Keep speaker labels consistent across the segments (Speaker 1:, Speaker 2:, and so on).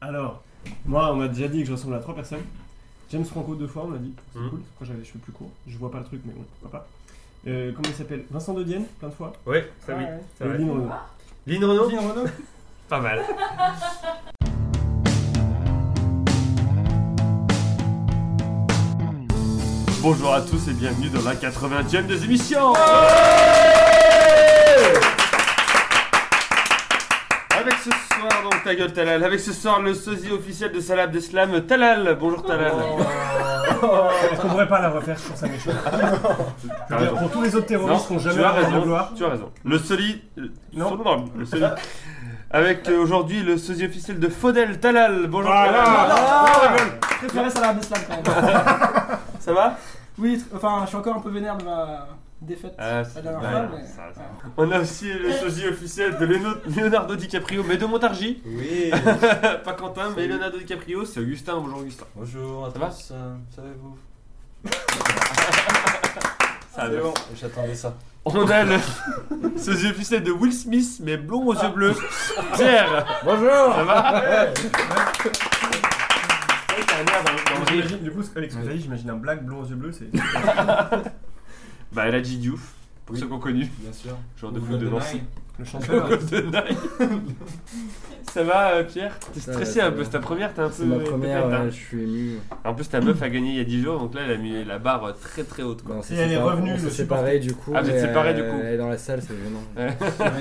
Speaker 1: Alors, moi, on m'a déjà dit que je ressemble à trois personnes. James Franco deux fois, on m'a dit. C'est
Speaker 2: Mhm.
Speaker 1: cool, quand j'avais les cheveux plus courts. Je vois pas le truc, mais bon, pourquoi pas. Euh, comment il s'appelle Vincent De Dienne, plein de fois.
Speaker 2: Ouais, ça oui.
Speaker 3: Ouais.
Speaker 2: c'est vrai.
Speaker 1: Lynn Renaud.
Speaker 2: Lynn Renaud
Speaker 1: Lynn Renaud
Speaker 2: Pas mal.
Speaker 4: Bonjour à tous et bienvenue dans la 80e des émissions Avec ce soir donc ta gueule Talal, avec ce soir le sosie officiel de Salab d'Islam, Talal Bonjour Talal
Speaker 1: Est-ce qu'on pourrait pas la refaire pour ça méchant
Speaker 4: T'as raison.
Speaker 1: Pour tous les autres terroristes qui ont jamais
Speaker 4: tu as
Speaker 1: la
Speaker 4: raison,
Speaker 1: gloire.
Speaker 4: tu as raison. Le soli... le-
Speaker 1: Non.
Speaker 4: son- le soli... Avec euh, aujourd'hui le sosie officiel de Faudel Talal Bonjour
Speaker 1: Voilà.
Speaker 4: Talal
Speaker 3: Ah, Préféré Salah Abdeslam quand même.
Speaker 4: Ça va
Speaker 3: Oui, tr- enfin, je suis encore un peu vénère de ma défaite
Speaker 4: Ah, c'est-
Speaker 3: la dernière
Speaker 4: ouais,
Speaker 3: fois, mais.
Speaker 4: ça, ça.
Speaker 3: ouais.
Speaker 4: On a aussi le sosie officiel de Léno- Leonardo DiCaprio, mais de Montargis
Speaker 5: Oui,
Speaker 4: Pas Quentin, mais Leonardo DiCaprio, c'est Augustin. Bonjour Augustin.
Speaker 5: bonjour à
Speaker 4: Ça va
Speaker 5: tous, euh, ça va et vous
Speaker 4: Ça
Speaker 5: C'est Ah, bon, j'attendais ça.
Speaker 4: On a le sosie officiel de Will Smith, mais blond aux yeux bleus. Pierre,
Speaker 5: Bonjour
Speaker 4: ça va Ouais, t'as un air dans- dans le rire.
Speaker 1: J'imagine- Du coup, ce- avec ce que t'as dit, j'imagine un black blond aux yeux bleus, c'est.
Speaker 4: Bah, elle a dit Diouf, pour
Speaker 5: Oui.
Speaker 4: ceux qui ont connu.
Speaker 5: Bien sûr.
Speaker 4: Genre de fou de Nancy.
Speaker 1: Le chanteur.
Speaker 4: GoldenEye. Ça va, euh, Pierre T'es
Speaker 6: Ça
Speaker 4: stressé
Speaker 6: va, ça
Speaker 4: un peu,
Speaker 6: va.
Speaker 4: c'est ta première, t'es un peu.
Speaker 6: C'est ma première,
Speaker 4: t'es bête, hein.
Speaker 6: ouais, je suis ému.
Speaker 4: En plus, ta meuf a gagné il y a 10 jours, donc là, elle a mis la barre euh, très très haute. Quoi.
Speaker 6: Bon, on s'est
Speaker 1: Et elle est
Speaker 6: sépar-
Speaker 1: revenue,
Speaker 6: on
Speaker 1: je
Speaker 6: s'est
Speaker 1: suis
Speaker 6: séparés du coup.
Speaker 4: Ah, vous êtes
Speaker 6: mais,
Speaker 4: séparés,
Speaker 6: euh,
Speaker 4: du coup.
Speaker 6: Elle est dans la salle, c'est gênant.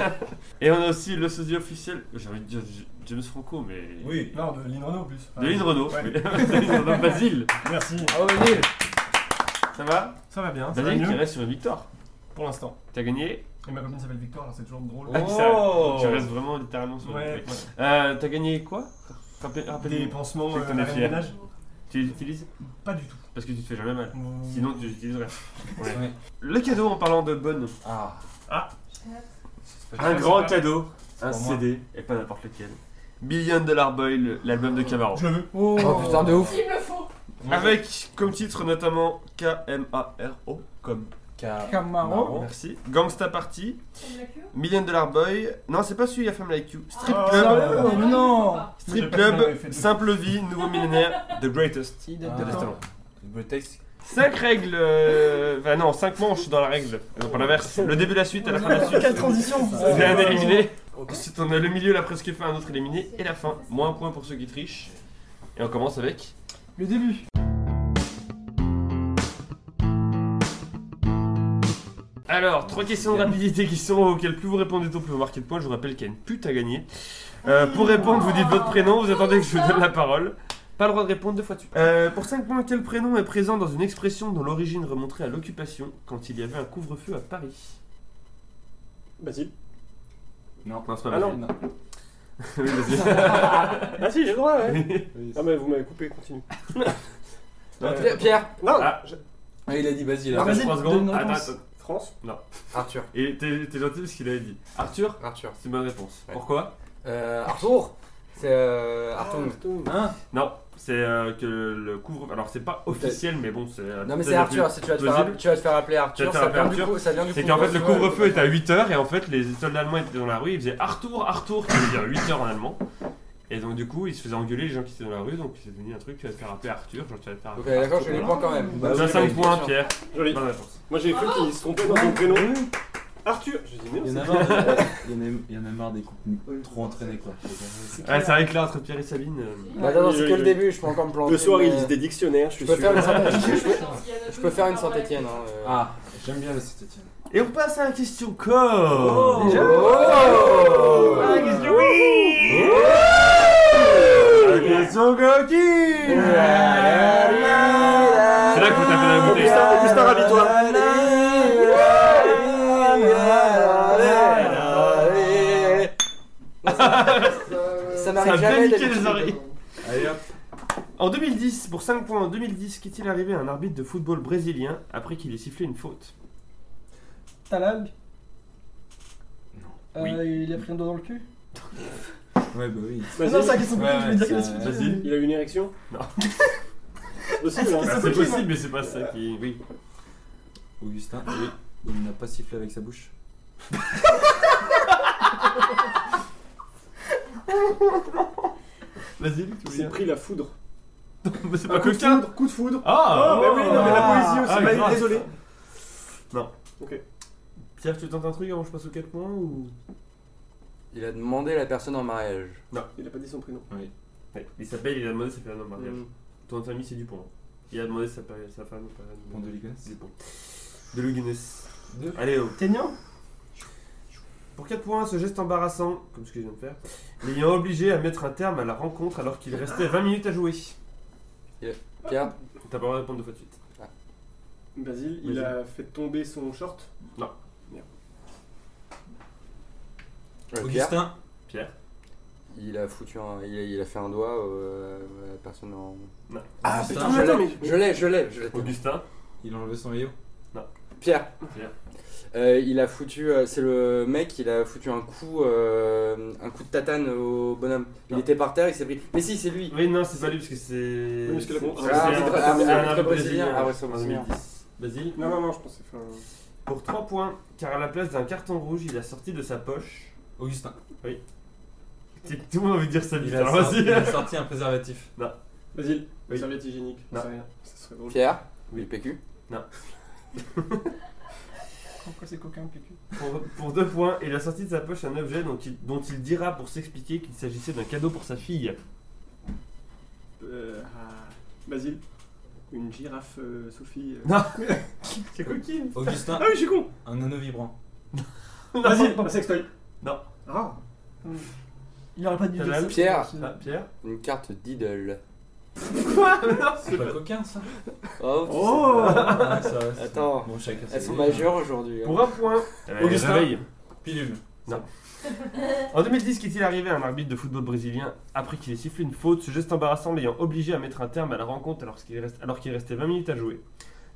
Speaker 4: Et on a aussi le sosie officiel, j'ai envie de dire James Franco, mais.
Speaker 5: Oui.
Speaker 1: Non, de Lynn Renaud en plus.
Speaker 4: De Lynn Renaud.
Speaker 1: Ah, Ouais.
Speaker 4: De Lynn Renaud, Basile.
Speaker 1: Merci.
Speaker 4: Ah,
Speaker 6: Oh, Basile
Speaker 4: Ça va
Speaker 1: Ça va bien, hein, ça va
Speaker 4: Basile qui
Speaker 1: mieux
Speaker 4: reste sur une victoire.
Speaker 1: pour l'instant.
Speaker 4: T'as gagné
Speaker 1: Et ma copine s'appelle Victoire, alors c'est toujours drôle.
Speaker 4: Ah, c'est vrai. Tu restes vraiment littéralement sur une
Speaker 1: Ouais,
Speaker 4: victoire. Euh, T'as gagné quoi Rappel-
Speaker 1: Des
Speaker 4: Rappelle-moi.
Speaker 1: pansements,
Speaker 4: C'est que
Speaker 1: euh,
Speaker 4: t'en es
Speaker 1: la reine
Speaker 4: fier.
Speaker 1: des neiges
Speaker 4: Tu les utilises
Speaker 1: Pas du tout.
Speaker 4: Parce que tu te fais jamais mal.
Speaker 1: Mmh.
Speaker 4: Sinon, tu les utiliserais. Ouais.
Speaker 5: Ouais.
Speaker 4: Le cadeau en parlant de bonne.
Speaker 5: Ah,
Speaker 4: Un grand cadeau. Un
Speaker 5: pour moi.
Speaker 4: CD, et pas n'importe lequel. Billion Dollar Boy, le- l'album de Camaro.
Speaker 1: Je le veux.
Speaker 3: Oh,
Speaker 6: Oh putain, de ouf
Speaker 7: Il me faut.
Speaker 4: Avec comme titre notamment K-M-A-R-O, comme.
Speaker 5: Ca-
Speaker 3: Camaro.
Speaker 4: Merci. Gangsta Party,
Speaker 7: Comme la queue.
Speaker 4: Million Dollar Boy. Non, c'est pas celui I Femme Like You. Strip
Speaker 1: Ah,
Speaker 4: Club.
Speaker 1: sérieux
Speaker 3: Oh non
Speaker 4: Strip
Speaker 1: J'ai pas fait le
Speaker 4: Club,
Speaker 1: effet de-
Speaker 4: Simple Vie, Nouveau Millénaire, The Greatest.
Speaker 3: Il date
Speaker 5: Ah.
Speaker 3: de
Speaker 4: De
Speaker 3: quand
Speaker 4: Stallone.
Speaker 5: Le beau texte.
Speaker 4: 5 règles. euh, Enfin, non, 5 manches dans la règle. Non, pas l'inverse. Le début, la suite, à la fin, la suite.
Speaker 3: Quelle transition
Speaker 4: C'est un éliminé. Ensuite, on a le milieu, la presque fin, un autre éliminé. Et la fin. Moins un point pour ceux qui trichent. Et on commence avec.
Speaker 3: Le début.
Speaker 4: Alors, trois questions de rapidité qui sont auxquelles plus vous répondez tôt, plus vous marquez de points. Je vous rappelle qu'il y a une pute à gagner. Euh, pour répondre, vous dites votre prénom, vous attendez que je vous donne la parole. Pas le droit de répondre deux fois dessus. Euh, pour 5 points, quel prénom est présent dans une expression dont l'origine remonterait à l'occupation quand il y avait un couvre-feu à Paris
Speaker 8: Basile
Speaker 4: Non, c'est pas
Speaker 8: Bah, Ah non.
Speaker 4: Basile. Oui, Basile.
Speaker 8: Ah si, j'ai le droit, ouais. Ah mais vous m'avez coupé, continue.
Speaker 4: Non,
Speaker 8: Euh,
Speaker 4: t'es-
Speaker 6: Pierre
Speaker 8: Non,
Speaker 4: Ah.
Speaker 8: je-
Speaker 5: Ah, il a dit Basile.
Speaker 4: Attends,
Speaker 5: hein.
Speaker 3: Basile,
Speaker 4: trois
Speaker 3: donne
Speaker 4: secondes.
Speaker 3: une
Speaker 4: Attends,
Speaker 3: réponse.
Speaker 4: attends.
Speaker 8: France
Speaker 5: Arthur.
Speaker 4: Et t'es t'es gentil parce qu'il avait dit. Arthur
Speaker 5: Arthur.
Speaker 4: C'est une bonne réponse.
Speaker 5: Ouais.
Speaker 4: Pourquoi
Speaker 6: Euh, Arthur C'est euh,
Speaker 4: Ah,
Speaker 6: Arthur.
Speaker 8: Artung.
Speaker 5: Hein
Speaker 4: Non, c'est euh, que le couvre. Alors, c'est pas officiel, mais bon, c'est. euh,
Speaker 6: Non, mais c'est
Speaker 4: peut-être
Speaker 6: Arthur, c'est- tu vas, te faire,
Speaker 4: plausible.
Speaker 6: app- tu vas te faire appeler Arthur,
Speaker 4: te faire
Speaker 6: ça,
Speaker 4: appeler
Speaker 6: vient du
Speaker 4: Arthur.
Speaker 6: coup- ça vient du
Speaker 4: C'est
Speaker 6: coup-
Speaker 4: qu'en fait le
Speaker 6: ouais,
Speaker 4: couvre-feu
Speaker 6: ouais.
Speaker 4: est à 8h et en fait les soldats allemands étaient dans la rue, ils faisaient Arthur, Arthur, qui veut dire 8h en allemand. Et donc du coup ils se faisaient engueuler les gens qui étaient dans la rue, donc c'est devenu un truc, tu vas te faire appeler Arthur, genre tu vas te faire
Speaker 6: Ok,
Speaker 4: appeler
Speaker 6: d'accord, je
Speaker 4: Arthur.
Speaker 6: l'ai pas quand même.
Speaker 5: Bah
Speaker 4: Voilà. Tu as 5 points Pierre,
Speaker 8: Joli.
Speaker 4: bonne réponse.
Speaker 8: Moi j'ai cru qu'il se trompait dans
Speaker 4: Ah.
Speaker 8: son prénom. Arthur Je dis mais non,
Speaker 5: Il y en a
Speaker 8: c'est-
Speaker 5: marre, il y en a- il y en a marre des couples trop entraînés quoi.
Speaker 4: Ouais, c'est vrai que là entre Pierre et Sabine... euh,
Speaker 6: Bah, non, non, c'est
Speaker 8: Oui,
Speaker 6: que
Speaker 8: oui,
Speaker 6: le
Speaker 8: oui.
Speaker 6: début, je peux encore me planter.
Speaker 8: Le soir il
Speaker 6: mais- euh,
Speaker 8: lise des dictionnaires, je
Speaker 6: Je
Speaker 8: suis
Speaker 6: peux
Speaker 8: sûr.
Speaker 6: faire une Saint-Étienne.
Speaker 7: Je
Speaker 6: je peux- Je peux faire une Saint-Étienne. hein, euh.
Speaker 5: Ah, j'aime bien le Saint-Etienne.
Speaker 4: Et on passe à la question corps
Speaker 6: Oh
Speaker 4: Déjà
Speaker 6: Oh
Speaker 4: la question oui Oh. La question coquille C'est là que vous tapez dans la bouteille.
Speaker 8: Augustin, Augustin, rabis-toi.
Speaker 6: Ça
Speaker 4: Ça
Speaker 6: m'arrive
Speaker 4: a bien
Speaker 6: jamais
Speaker 4: niqué
Speaker 6: d'habitude.
Speaker 4: les oreilles
Speaker 5: Allez hop.
Speaker 4: En 2010, pour 5 points en 2010, qu'est-il arrivé à un arbitre de football brésilien après qu'il ait sifflé une faute
Speaker 3: Talag
Speaker 4: Oui.
Speaker 3: Euh, il a pris un doigt dans le cul
Speaker 5: Ouais, bah oui.
Speaker 3: Ah Non, c'est
Speaker 8: Basile,
Speaker 3: la question
Speaker 5: Ouais,
Speaker 3: coquille, je voulais dire
Speaker 5: c'est-
Speaker 3: que la suite.
Speaker 4: vas-y.
Speaker 8: il a eu une érection
Speaker 4: Non.
Speaker 8: C'est possible, hein
Speaker 4: Bah, C'est possible, mais c'est pas ça qui. Oui.
Speaker 5: Augustin, oui. Il n'a pas sifflé avec sa bouche.
Speaker 4: Vas-y, Luc, tu veux
Speaker 8: s'est
Speaker 4: dire
Speaker 8: pris la foudre.
Speaker 4: Mais c'est
Speaker 8: Un
Speaker 4: pas
Speaker 8: coup de
Speaker 4: coquin
Speaker 8: foudre, coup de foudre.
Speaker 4: Ah
Speaker 8: Oh, bah oui, non, mais la poésie aussi,
Speaker 4: Ah,
Speaker 8: bah,
Speaker 4: grave.
Speaker 8: désolé.
Speaker 4: Pierre, tu tentes un truc avant que je passe aux 4 points ou.
Speaker 6: Il a demandé la personne en mariage.
Speaker 8: Il a pas dit son prénom.
Speaker 4: Ouais, Il s'appelle, il a demandé sa
Speaker 8: Bah,
Speaker 4: femme en mariage.
Speaker 6: Mm.
Speaker 4: Ton ami, c'est Dupont. Il a demandé sa, pa- sa femme en mariage.
Speaker 5: Bon, de Ligas.
Speaker 4: Dupont. De Luguinès.
Speaker 5: Deux.
Speaker 4: Allez, oh.
Speaker 1: Teignant
Speaker 4: Pour 4 points, ce geste embarrassant, comme ce que je viens de faire, l'ayant obligé à mettre un terme à la rencontre alors qu'il restait 20 minutes à jouer.
Speaker 6: Pierre
Speaker 4: T'as pas le droit de répondre deux fois de suite.
Speaker 8: Basile, il
Speaker 4: Vas-y.
Speaker 8: a fait tomber son short.
Speaker 6: Euh, Pierre
Speaker 5: Augustin.
Speaker 4: Pierre.
Speaker 6: Il a foutu un. Il a, il a fait un doigt euh, à la personne en.
Speaker 5: Ah,
Speaker 6: Putain, je
Speaker 8: attends,
Speaker 6: l'ai,
Speaker 8: mais-
Speaker 6: je l'ai, je l'ai, je l'ai.
Speaker 4: Augustin.
Speaker 5: Il a enlevé son maillot.
Speaker 6: Pierre.
Speaker 4: Pierre.
Speaker 6: Euh, il a foutu, euh, c'est le mec, il a foutu un coup, euh, un coup de tatane au bonhomme. Il
Speaker 4: Non.
Speaker 6: était par terre, il s'est pris. Mais si, c'est lui.
Speaker 4: Oui, non, c'est pas lui parce que c'est.
Speaker 8: Oui, parce que la-
Speaker 4: c'est-
Speaker 8: Ah,
Speaker 4: c'est
Speaker 8: ah,
Speaker 4: un-
Speaker 8: c'est
Speaker 4: c'est
Speaker 8: très-
Speaker 4: un
Speaker 8: ah, c'est
Speaker 4: arabe brésilien.
Speaker 6: très brésilien. Ah ouais, c'est
Speaker 4: en
Speaker 6: brésilien.
Speaker 4: 2010. Basile.
Speaker 8: Non, non, non, je pensais. Enfin,
Speaker 4: Pour 3 points, car à la place d'un carton rouge, il a sorti de sa poche.
Speaker 5: Augustin.
Speaker 4: C'est- Tout le monde veut dire ça,
Speaker 5: Il
Speaker 4: Bill,
Speaker 5: a,
Speaker 4: alors
Speaker 5: sorti, il
Speaker 4: vas-y.
Speaker 5: a sorti un préservatif.
Speaker 8: Basile,
Speaker 4: Oui.
Speaker 8: serviette hygiénique.
Speaker 4: Non.
Speaker 8: Ça rien. Ça serait drôle.
Speaker 6: Pierre.
Speaker 4: Oui.
Speaker 6: Oui. PQ.
Speaker 3: Pourquoi c'est coquin, PQ
Speaker 4: Pour, pour 2 points, il a sorti de sa poche un objet dont il, dont il dira pour s'expliquer qu'il s'agissait d'un cadeau pour sa fille.
Speaker 8: Euh, ah, Basile, une girafe, euh, Sophie. euh.
Speaker 4: Non. C'est coquille.
Speaker 5: Augustin,
Speaker 8: Ah oui, je suis con.
Speaker 5: un anneau vibrant.
Speaker 8: Basile, un sextoy.
Speaker 4: Non.
Speaker 8: Ah.
Speaker 3: Il aurait pas dû dire ça.
Speaker 6: Pierre.
Speaker 3: parce que-
Speaker 4: Ah, Pierre
Speaker 6: Une carte Diddle.
Speaker 5: C'est pas coquin ça.
Speaker 6: Oh. tu
Speaker 8: Oh.
Speaker 5: Ah, ça va, c'est-
Speaker 6: Attends.
Speaker 5: Bon, chacun
Speaker 6: sais,
Speaker 5: ses
Speaker 6: Elles sont
Speaker 5: goûts, hein.
Speaker 6: majeures aujourd'hui. hein.
Speaker 4: Pour un point,
Speaker 5: Augustin.
Speaker 4: réveille.
Speaker 5: Pilule.
Speaker 4: En 2010, qu'est-il arrivé à un arbitre de football brésilien après qu'il ait sifflé une faute, ce geste embarrassant l'ayant obligé à mettre un terme à la rencontre alors qu'il reste- alors qu'il restait 20 minutes à jouer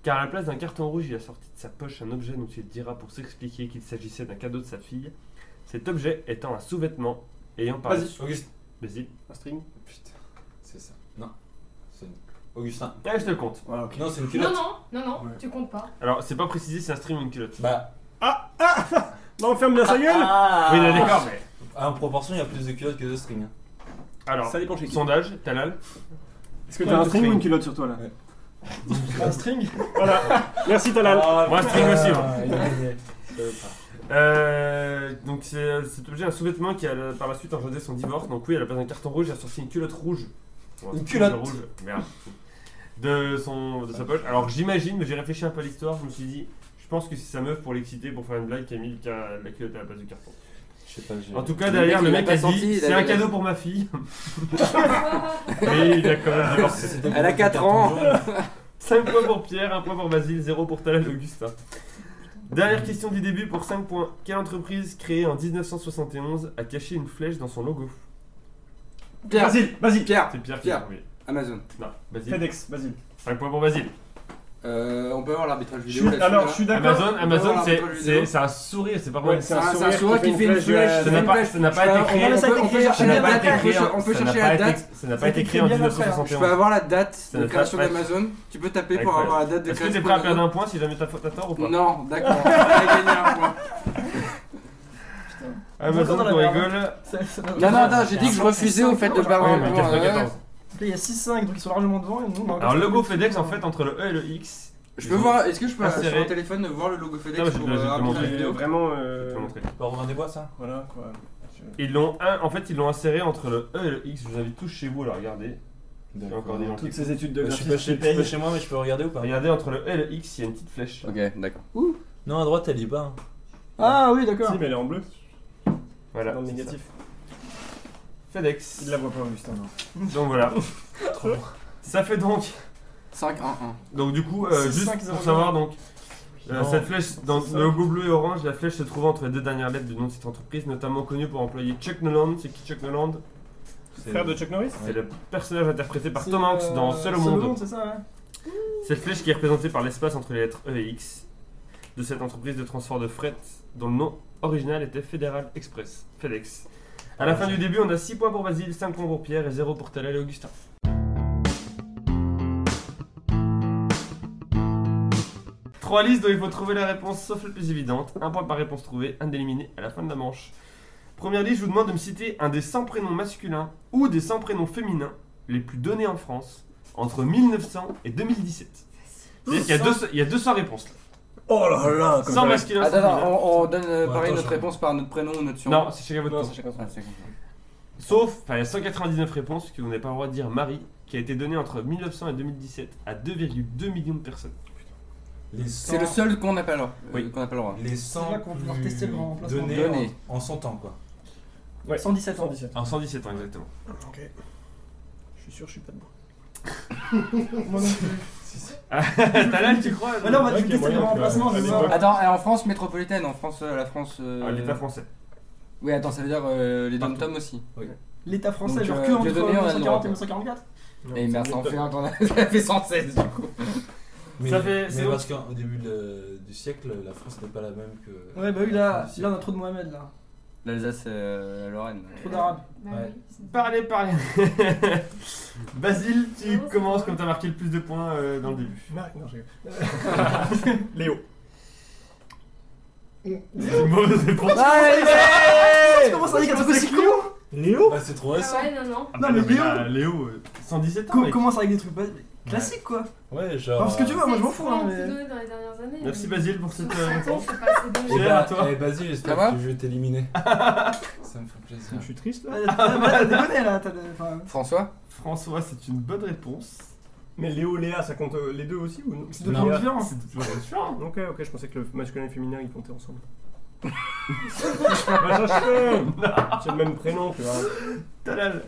Speaker 4: Car à la place d'un carton rouge, il a sorti de sa poche un objet dont il dira pour s'expliquer qu'il s'agissait d'un cadeau de sa fille. Cet objet étant un sous-vêtement ayant par
Speaker 8: Vas-y.
Speaker 5: Augustin.
Speaker 4: Vas-y.
Speaker 8: Un string.
Speaker 5: Putain, c'est ça. Non. C'est une- Augustin.
Speaker 4: Ah, je te le compte.
Speaker 1: Voilà, ok.
Speaker 5: Non, c'est une culotte.
Speaker 7: Non, non, non, non,
Speaker 1: Ouais.
Speaker 7: tu comptes pas.
Speaker 4: Alors, c'est pas précisé si c'est un stream ou une culotte.
Speaker 5: Bah,
Speaker 8: Non, on
Speaker 4: Ah,
Speaker 8: ferme bien sa gueule.
Speaker 4: oui, non, d'accord, mais.
Speaker 5: en proportion, il y a plus de culottes que de strings. hein.
Speaker 4: Alors,
Speaker 8: Ça dépend chez qui.
Speaker 4: sondage, Talal.
Speaker 8: Est-ce que t'as un string ou une culotte sur toi là
Speaker 3: Un string
Speaker 8: Merci Talal.
Speaker 4: Moi, Ah, un string aussi, moi.
Speaker 5: il a gagné. Euh,
Speaker 4: Euh, donc c'est cet objet, un sous-vêtement qui a euh, par la suite engendré son divorce. Donc oui, elle a pas un carton rouge, elle a sorti une culotte rouge. Bon,
Speaker 5: Une
Speaker 4: c'est
Speaker 5: culotte
Speaker 4: rouge, merde. De, son, de sa poche. Alors j'imagine, mais j'ai réfléchi un peu à l'histoire, je me suis dit, je pense que c'est sa meuf pour l'exciter, pour faire une blague, qui a mis le ca- la culotte à la place du carton.
Speaker 5: Je sais pas, j'ai.
Speaker 4: En tout cas,
Speaker 6: Le
Speaker 4: derrière,
Speaker 6: mec,
Speaker 4: le
Speaker 6: il
Speaker 4: mec
Speaker 6: l'a
Speaker 4: a
Speaker 6: pas senti,
Speaker 4: dit,
Speaker 6: il
Speaker 4: c'est
Speaker 6: a-
Speaker 4: un
Speaker 6: il a-
Speaker 4: cadeau pour ma fille. Mais il a quand même divorcé.
Speaker 6: Elle a 4 ans.
Speaker 4: 5 points pour Pierre, 1 point pour Basile, 0 pour Talal et Augustin. Dernière question du début pour 5 points. Quelle entreprise créée en 1971 a caché une flèche dans son logo
Speaker 6: Pierre.
Speaker 8: Euh, Basile, Basile.
Speaker 6: Pierre.
Speaker 4: C'est Pierre qui
Speaker 6: Pierre.
Speaker 4: l'a trouvé.
Speaker 6: Amazon.
Speaker 4: Non, Basile.
Speaker 8: FedEx, Basile.
Speaker 4: 5 points pour Basile.
Speaker 6: Euh, on peut avoir l'arbitrage
Speaker 8: Je
Speaker 6: vidéo
Speaker 8: suis-
Speaker 6: là-dessus.
Speaker 8: Alors,
Speaker 6: là
Speaker 8: je suis d'accord.
Speaker 4: Amazon, Amazon
Speaker 6: Voilà,
Speaker 4: c'est-
Speaker 6: on peut le
Speaker 4: c'est
Speaker 6: dire.
Speaker 4: c'est un sourire, c'est pas
Speaker 8: Ouais,
Speaker 4: vrai.
Speaker 8: c'est
Speaker 6: Ah,
Speaker 8: un
Speaker 6: c'est un
Speaker 8: sourire,
Speaker 6: sourire qui fait une
Speaker 4: Ça
Speaker 6: flèche.
Speaker 4: n'a
Speaker 6: une
Speaker 4: euh, pas,
Speaker 6: flèche.
Speaker 4: ça n'a pas été
Speaker 6: On
Speaker 4: créé.
Speaker 6: peut-
Speaker 3: ça a été
Speaker 6: on
Speaker 3: créé
Speaker 6: peut chercher
Speaker 4: ça n'a
Speaker 6: la
Speaker 4: pas été
Speaker 6: date.
Speaker 4: créé-
Speaker 6: On peut
Speaker 4: ça n'a
Speaker 6: chercher
Speaker 4: pas
Speaker 6: la
Speaker 4: été-
Speaker 6: date.
Speaker 4: Ça n'a pas été
Speaker 3: été
Speaker 4: créé en
Speaker 3: bien après.
Speaker 6: hein. Je
Speaker 4: 1971.
Speaker 6: peux avoir la date
Speaker 4: Ça
Speaker 6: de
Speaker 4: n'a pas-
Speaker 6: création
Speaker 4: ouais.
Speaker 6: d'Amazon. Tu peux taper pour
Speaker 4: Ouais,
Speaker 6: avoir la date de
Speaker 4: Est-ce que
Speaker 6: création
Speaker 4: t'es prêt à
Speaker 6: d'Amazon.
Speaker 4: perdre un point si jamais t'as t'as tort ou pas
Speaker 6: Non, d'accord. on a gagné un point.
Speaker 4: Amazon,
Speaker 3: Dans la
Speaker 4: on
Speaker 3: merde.
Speaker 4: rigole.
Speaker 3: Ça- ça-
Speaker 6: Non, non, attends, j'ai dit que je refusais au fait de perdre
Speaker 4: Ouais,
Speaker 6: un
Speaker 4: mais
Speaker 6: point. hein.
Speaker 4: 14,
Speaker 6: ouais.
Speaker 4: 14.
Speaker 3: Il y a 6-5, donc ils sont largement devant et nous, on a encore-
Speaker 4: Alors, le logo FedEx, en fait, entre le E et le X,
Speaker 6: Je peux voir, est-ce que je peux
Speaker 4: Insérer.
Speaker 6: sur mon téléphone voir le logo FedEx
Speaker 4: Non, je-
Speaker 6: pour
Speaker 4: je vais te
Speaker 6: euh,
Speaker 4: demander.
Speaker 6: arbitrage
Speaker 8: Mais
Speaker 6: vidéo
Speaker 8: vraiment.
Speaker 4: Je vais
Speaker 8: euh,
Speaker 4: te montrer.
Speaker 5: Pas Romain des Bois, ça
Speaker 8: Voilà quoi. Je-
Speaker 4: Ils l'ont un- en fait ils l'ont inséré entre le E et le X. Je vous invite tous chez vous à le regarder. Il y a encore des gens qui-
Speaker 8: Toutes ces études de
Speaker 5: Bah, Je suis
Speaker 8: graphisme
Speaker 5: pas chez- je
Speaker 8: qui
Speaker 5: suis pas
Speaker 8: payent.
Speaker 5: chez moi, mais je peux regarder ou pas
Speaker 4: Regardez entre le E et le X, il y a une petite flèche.
Speaker 6: Ok, d'accord.
Speaker 5: Non, à droite, elle y est pas. hein.
Speaker 3: Ah oui, d'accord.
Speaker 8: Si, mais elle est en bleu.
Speaker 4: Voilà.
Speaker 8: Dans le
Speaker 4: c'est
Speaker 8: négatif.
Speaker 4: ça. FedEx.
Speaker 8: Il la voit pas, Augustin. Non.
Speaker 4: Donc voilà. ça fait donc.
Speaker 6: 5-1-1.
Speaker 4: Donc du coup, euh,
Speaker 3: Six,
Speaker 4: juste
Speaker 3: cinq,
Speaker 4: pour
Speaker 3: zéro,
Speaker 4: savoir donc. euh,
Speaker 5: Non.
Speaker 4: cette flèche, dans
Speaker 3: Six,
Speaker 4: le logo bleu et orange, la flèche se trouve entre les deux dernières lettres du nom de cette entreprise, notamment connue pour employer Chuck Noland. C'est qui Chuck Noland
Speaker 5: C'est-
Speaker 8: Frère de Chuck Norris
Speaker 4: C'est le personnage interprété par
Speaker 3: C'est,
Speaker 4: Tom Hanks
Speaker 3: euh,
Speaker 4: dans Seul au monde.
Speaker 3: c'est ça, hein. ouais.
Speaker 4: Cette flèche qui est représentée par l'espace entre les lettres E et X de cette entreprise de transport de fret dont le nom original était Federal Express, FedEx. À la fin du début, on a 6 points pour Basile, 5 points pour Pierre et 0 pour Talal et Augustin. Trois listes dont il faut trouver la réponse sauf la plus évidente. Un point par réponse trouvée, un éliminé à la fin de la manche. Première liste, je vous demande de me citer un des 100 prénoms masculins ou des 100 prénoms féminins les plus donnés en France entre 1900 et 2017. C'est-à-dire qu'il y a 200 il y a 200 réponses. là.
Speaker 8: Oh là là,
Speaker 4: 100 masculins, 100
Speaker 6: Attends, attends,
Speaker 4: féminins.
Speaker 6: on, on donne
Speaker 8: Ouais,
Speaker 6: euh, pareil
Speaker 8: attends,
Speaker 6: notre
Speaker 8: je-
Speaker 6: réponse par notre prénom ou notre surnom.
Speaker 4: Non, c'est chacun votre
Speaker 6: Non,
Speaker 4: tour.
Speaker 6: c'est chacun son- ah, c'est chacun son.
Speaker 4: Sauf, enfin, il y a 199 réponses que vous n'avez pas le droit de dire Marie, qui a été donnée entre 1900 et 2017 à 2,2 millions de personnes.
Speaker 5: Les
Speaker 6: C'est le
Speaker 5: 100,
Speaker 6: seul qu'on n'a pas le droit. euh,
Speaker 4: Oui.
Speaker 6: qu'on n'a pas le droit.
Speaker 5: les
Speaker 3: C'est
Speaker 5: 100
Speaker 3: là qu'on va pouvoir tester le grand emplacement.
Speaker 5: donnés
Speaker 6: Données.
Speaker 5: en, en 100 ans, quoi.
Speaker 3: 117 ans.
Speaker 4: En 117 ans, exactement.
Speaker 8: Ok. Je suis sûr, je suis pas debout.
Speaker 3: Moi non plus.
Speaker 4: Talal, tu crois euh,
Speaker 3: Ah non, on va
Speaker 8: Ouais,
Speaker 3: tester
Speaker 8: qu'il y a
Speaker 3: le
Speaker 8: moyen
Speaker 3: grand
Speaker 8: que, à
Speaker 3: emplacement, je vais
Speaker 8: l'époque-
Speaker 3: voir.
Speaker 6: Attends, et en France métropolitaine, en France, euh, la France. euh,
Speaker 4: Ah, L'État français.
Speaker 6: Oui, attends, ça veut dire euh, les
Speaker 4: Partout.
Speaker 6: dom-toms aussi.
Speaker 3: L'État français,
Speaker 6: Donc,
Speaker 3: genre
Speaker 6: euh,
Speaker 3: que entre
Speaker 6: Dieudonné, on a le
Speaker 3: 1940
Speaker 6: droit.
Speaker 3: et 1944
Speaker 6: Et merde, Eh, ça en fait un qu'on a ça fait 116 du coup.
Speaker 5: Mais,
Speaker 4: Ça fait- c'est
Speaker 5: mais
Speaker 4: bon.
Speaker 5: parce qu'au début de- du siècle, la France n'est pas la même que.
Speaker 3: Ouais, bah oui, là, là on a trop de Mohamed là.
Speaker 6: L'Alsace, euh, la Lorraine.
Speaker 3: Trop d'arabes.
Speaker 7: Bah
Speaker 5: Ouais.
Speaker 7: oui, c'est-
Speaker 4: Parlez, parlez. Basile, tu
Speaker 7: Non, c'est
Speaker 4: commences
Speaker 7: bon.
Speaker 4: comme t'as marqué le plus de points euh, dans le début.
Speaker 1: Marc, non, je Léo.
Speaker 4: C'est une mauvaise réponse.
Speaker 6: Bah,
Speaker 3: Tu commences à dire des trucs aussi hein. cons
Speaker 1: Léo
Speaker 5: Bah, c'est trop
Speaker 7: Ah
Speaker 5: récent.
Speaker 7: ouais, non, non.
Speaker 4: Ah,
Speaker 3: Non, mais Léo-
Speaker 4: là, Léo, euh, 117 ans.
Speaker 3: Qu'on
Speaker 4: mec.
Speaker 3: commence avec des trucs bas- classiques quoi.
Speaker 5: Ouais, genre.
Speaker 3: Parce que tu vois, moi je m'en
Speaker 7: C'est
Speaker 3: fous.
Speaker 7: souvent
Speaker 3: hein,
Speaker 7: plus
Speaker 3: mais-
Speaker 7: donné dans les dernières années.
Speaker 4: Merci
Speaker 7: mais-
Speaker 4: Basile pour cette
Speaker 7: Sur
Speaker 4: euh,
Speaker 7: 100 ans,
Speaker 4: réponse.
Speaker 7: c'est pas assez
Speaker 5: Eh
Speaker 7: donné.
Speaker 4: Cher à toi.
Speaker 5: bah, eh, vas-y, j'espère
Speaker 6: Ça va
Speaker 5: que je vais t'éliminer. ça me fait plaisir.
Speaker 1: Je suis triste là.
Speaker 3: Ouais, T'as ouais, t'as déconné là, t'as. enfin,
Speaker 6: François
Speaker 4: François, c'est une bonne réponse.
Speaker 1: Mais Léo, Léa, ça compte euh, les deux aussi ou non
Speaker 3: C'est deux
Speaker 5: Non.
Speaker 3: formes
Speaker 1: Léa.
Speaker 3: différentes.
Speaker 4: C'est différent.
Speaker 1: Ok, ok, je pensais que le masculin et le féminin ils comptaient ensemble. Bah, j'achève C'est le même prénom, tu vois.
Speaker 4: Talal.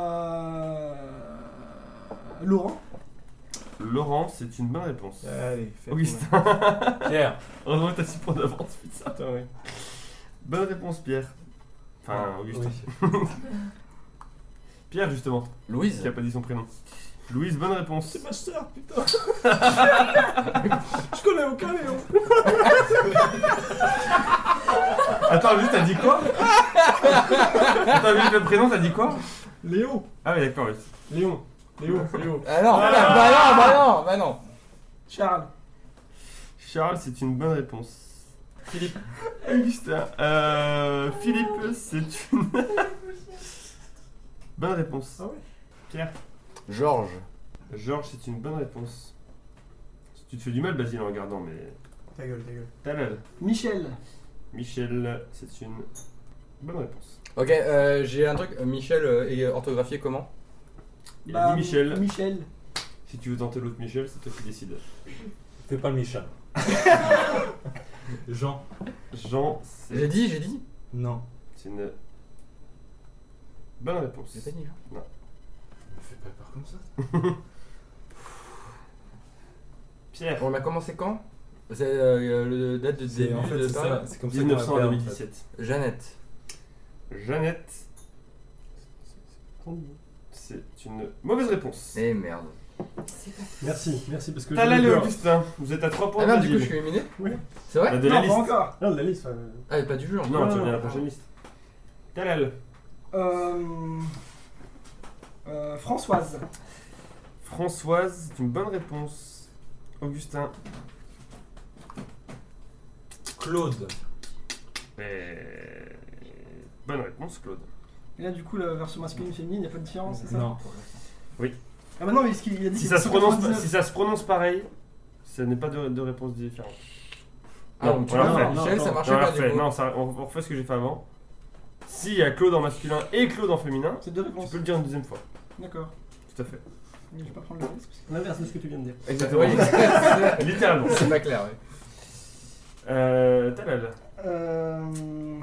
Speaker 3: Euh. Laurent.
Speaker 4: Laurent, c'est une bonne réponse.
Speaker 1: Allez, fais
Speaker 4: Augustin.
Speaker 5: Pierre,
Speaker 4: Heureusement que t'as 6 points d'avance, putain.
Speaker 1: Putain, ouais.
Speaker 4: Bonne réponse, Pierre. Enfin, Augustin.
Speaker 5: Oui.
Speaker 4: Pierre, justement, qui
Speaker 6: Louise
Speaker 4: a pas dit son prénom. Louise, bonne réponse.
Speaker 1: C'est ma sœur, putain. je connais aucun Léo.
Speaker 4: Attends, lui, t'as dit quoi Attends, lui, le prénom, t'as dit quoi
Speaker 1: Léo.
Speaker 4: Ah, oui, d'accord, oui.
Speaker 1: Léon. Léo, Léo.
Speaker 6: Ah non, bah non, bah non, bah non
Speaker 3: Charles.
Speaker 4: Charles, c'est une bonne réponse. Philippe. Augustin. Euh, Philippe, c'est une. bonne réponse.
Speaker 1: Ah ouais
Speaker 6: Georges.
Speaker 4: Georges, c'est une bonne réponse. Tu te fais du mal, Basile, en regardant, mais.
Speaker 1: Ta gueule, ta gueule.
Speaker 4: Talal.
Speaker 3: Michel.
Speaker 4: Michel, c'est une bonne réponse.
Speaker 6: Ok, euh, j'ai un truc. euh, Michel euh, est orthographié comment
Speaker 4: Il
Speaker 3: Bah,
Speaker 4: a dit Michel.
Speaker 3: Michel.
Speaker 4: Si tu veux tenter l'autre Michel, c'est toi qui décides.
Speaker 5: fais pas le Micha. Jean,
Speaker 4: Jean,
Speaker 6: J'ai
Speaker 4: c'est
Speaker 6: dit, j'ai dit.
Speaker 5: non.
Speaker 4: c'est une bonne réponse.
Speaker 6: J'ai pas dit hein. Jean.
Speaker 5: Fais pas peur comme ça.
Speaker 4: Pierre,
Speaker 6: On a commencé quand C'est euh, le date de
Speaker 5: C'est
Speaker 6: début
Speaker 5: en fait
Speaker 6: de
Speaker 5: c'est
Speaker 6: parole.
Speaker 5: ça, c'est comme ça qu'on
Speaker 4: 1900 à
Speaker 5: l'appelle, en fait.
Speaker 4: 2017.
Speaker 6: Jeannette.
Speaker 4: Jeannette, c'est une mauvaise réponse.
Speaker 6: Eh merde.
Speaker 7: C'est pas-
Speaker 1: Merci, merci parce que.
Speaker 4: Talal
Speaker 1: j'avais
Speaker 4: et
Speaker 1: peur.
Speaker 4: Augustin, vous êtes à 3 points
Speaker 6: Ah
Speaker 4: de
Speaker 6: merde, du coup, je
Speaker 4: Basile.
Speaker 6: suis éliminé
Speaker 1: Oui.
Speaker 6: C'est vrai
Speaker 4: T'as de
Speaker 3: Non,
Speaker 4: la
Speaker 3: pas
Speaker 4: liste.
Speaker 3: encore.
Speaker 1: Non, la liste. euh,
Speaker 6: Ah, et pas du
Speaker 4: Non,
Speaker 6: jour.
Speaker 4: tu
Speaker 1: Non,
Speaker 4: reviens à la
Speaker 1: non.
Speaker 4: prochaine liste. Talal,
Speaker 3: Euh. euh, Françoise.
Speaker 4: Françoise, c'est une bonne réponse. Augustin,
Speaker 5: Claude,
Speaker 4: euh, bonne réponse, Claude.
Speaker 3: Et là, du coup, la version masculine féminine, y a pas de différence, c'est ça
Speaker 5: non.
Speaker 3: Ah bah non, mais ce qu'il a dit,
Speaker 4: Si
Speaker 3: c'est
Speaker 4: ça, se prononce, pas-
Speaker 3: 199.
Speaker 4: si ça se prononce pareil, ça n'est pas de, de réponse différente.
Speaker 6: Ah, donc tu
Speaker 4: on l'a
Speaker 6: vois,
Speaker 4: refait.
Speaker 6: Michel,
Speaker 1: Non,
Speaker 6: ça
Speaker 1: non,
Speaker 6: marchait
Speaker 4: Non, on,
Speaker 6: Ah, pas
Speaker 4: la
Speaker 6: du
Speaker 4: refait.
Speaker 6: coup.
Speaker 4: Non, ça- on, on refait ce que j'ai fait avant. S'il y a Claude en masculin et Claude en féminin,
Speaker 3: C'est deux
Speaker 4: tu
Speaker 3: réponses.
Speaker 4: peux le dire une deuxième fois.
Speaker 3: D'accord.
Speaker 4: Tout à fait.
Speaker 3: Mais Je vais pas prendre le risque.
Speaker 1: L'inverse de ce que tu viens de dire.
Speaker 6: Exactement. Oui,
Speaker 4: Littéralement.
Speaker 6: c'est- c'est pas clair, oui.
Speaker 4: Euh, Talal.
Speaker 3: Euh.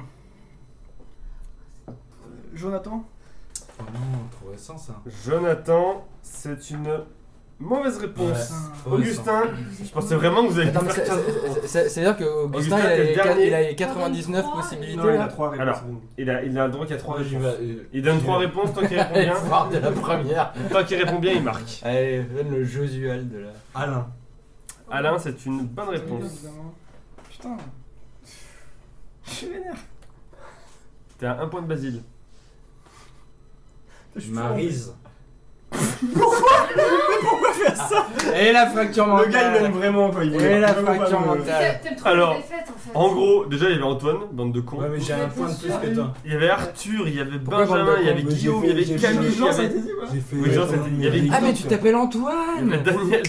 Speaker 3: Jonathan
Speaker 5: Oh non, trop récent ça.
Speaker 4: Jonathan, c'est une mauvaise réponse.
Speaker 5: Trop récent.
Speaker 4: Augustin, je pensais vraiment que vous alliez
Speaker 6: Attends, mais
Speaker 4: faire
Speaker 6: c'est-
Speaker 4: quinze
Speaker 6: c'est- c'est- c'est-à-dire que Augustin,
Speaker 4: Augustin,
Speaker 6: il, a
Speaker 4: t'es le
Speaker 6: les quatre-
Speaker 4: dernier.
Speaker 6: il a les 99
Speaker 7: Non,
Speaker 6: possibilités.
Speaker 1: Non, il a
Speaker 6: là.
Speaker 1: 3
Speaker 4: Alors.
Speaker 1: réponses.
Speaker 4: Il a, il a le droit qu'il y a trois
Speaker 5: Moi, j'y
Speaker 4: réponses.
Speaker 5: vais, euh,
Speaker 4: Il donne
Speaker 5: j'y
Speaker 4: trois
Speaker 5: vais.
Speaker 4: réponses, tant qu'il répond
Speaker 6: Allez,
Speaker 4: bien.
Speaker 6: voir de la première.
Speaker 4: Tant qu'il répond bien, il marque.
Speaker 6: Allez, donne le Josual de la.
Speaker 5: Alain,
Speaker 4: Alain, c'est une bonne réponse.
Speaker 3: Évidemment. Putain. Je suis vénère.
Speaker 4: T'es à un point de Basile.
Speaker 3: Je suis toujours-
Speaker 5: Marise,
Speaker 3: Et la fracture mentale.
Speaker 1: Le gars il m'aime vraiment quoi. Il voulait
Speaker 3: Et la
Speaker 1: vraiment pas
Speaker 3: fracture
Speaker 1: me-
Speaker 3: mentale.
Speaker 7: T'aimes trop
Speaker 4: Alors,
Speaker 7: les défaites en fait.
Speaker 4: En gros, déjà il y avait Antoine, bande de cons.
Speaker 9: Ouais, mais j'ai
Speaker 7: Mais
Speaker 9: un
Speaker 7: bien
Speaker 9: point de plus
Speaker 7: sûr.
Speaker 9: que toi.
Speaker 4: Il y avait Arthur, il y avait
Speaker 9: Pourquoi bande
Speaker 4: Benjamin,
Speaker 9: de
Speaker 4: il y
Speaker 9: cons
Speaker 4: avait
Speaker 9: Mais j'ai
Speaker 4: Guillaume,
Speaker 9: fait-
Speaker 4: il y avait
Speaker 9: j'ai fait-
Speaker 4: Camille, il y
Speaker 3: Jean, ça a
Speaker 4: avait
Speaker 3: été dit quoi
Speaker 9: J'ai fait.
Speaker 4: Oui, genre, c'était- il y avait-
Speaker 9: Ah, mais tu
Speaker 4: il
Speaker 9: t'appelles.
Speaker 4: y avait Daniel,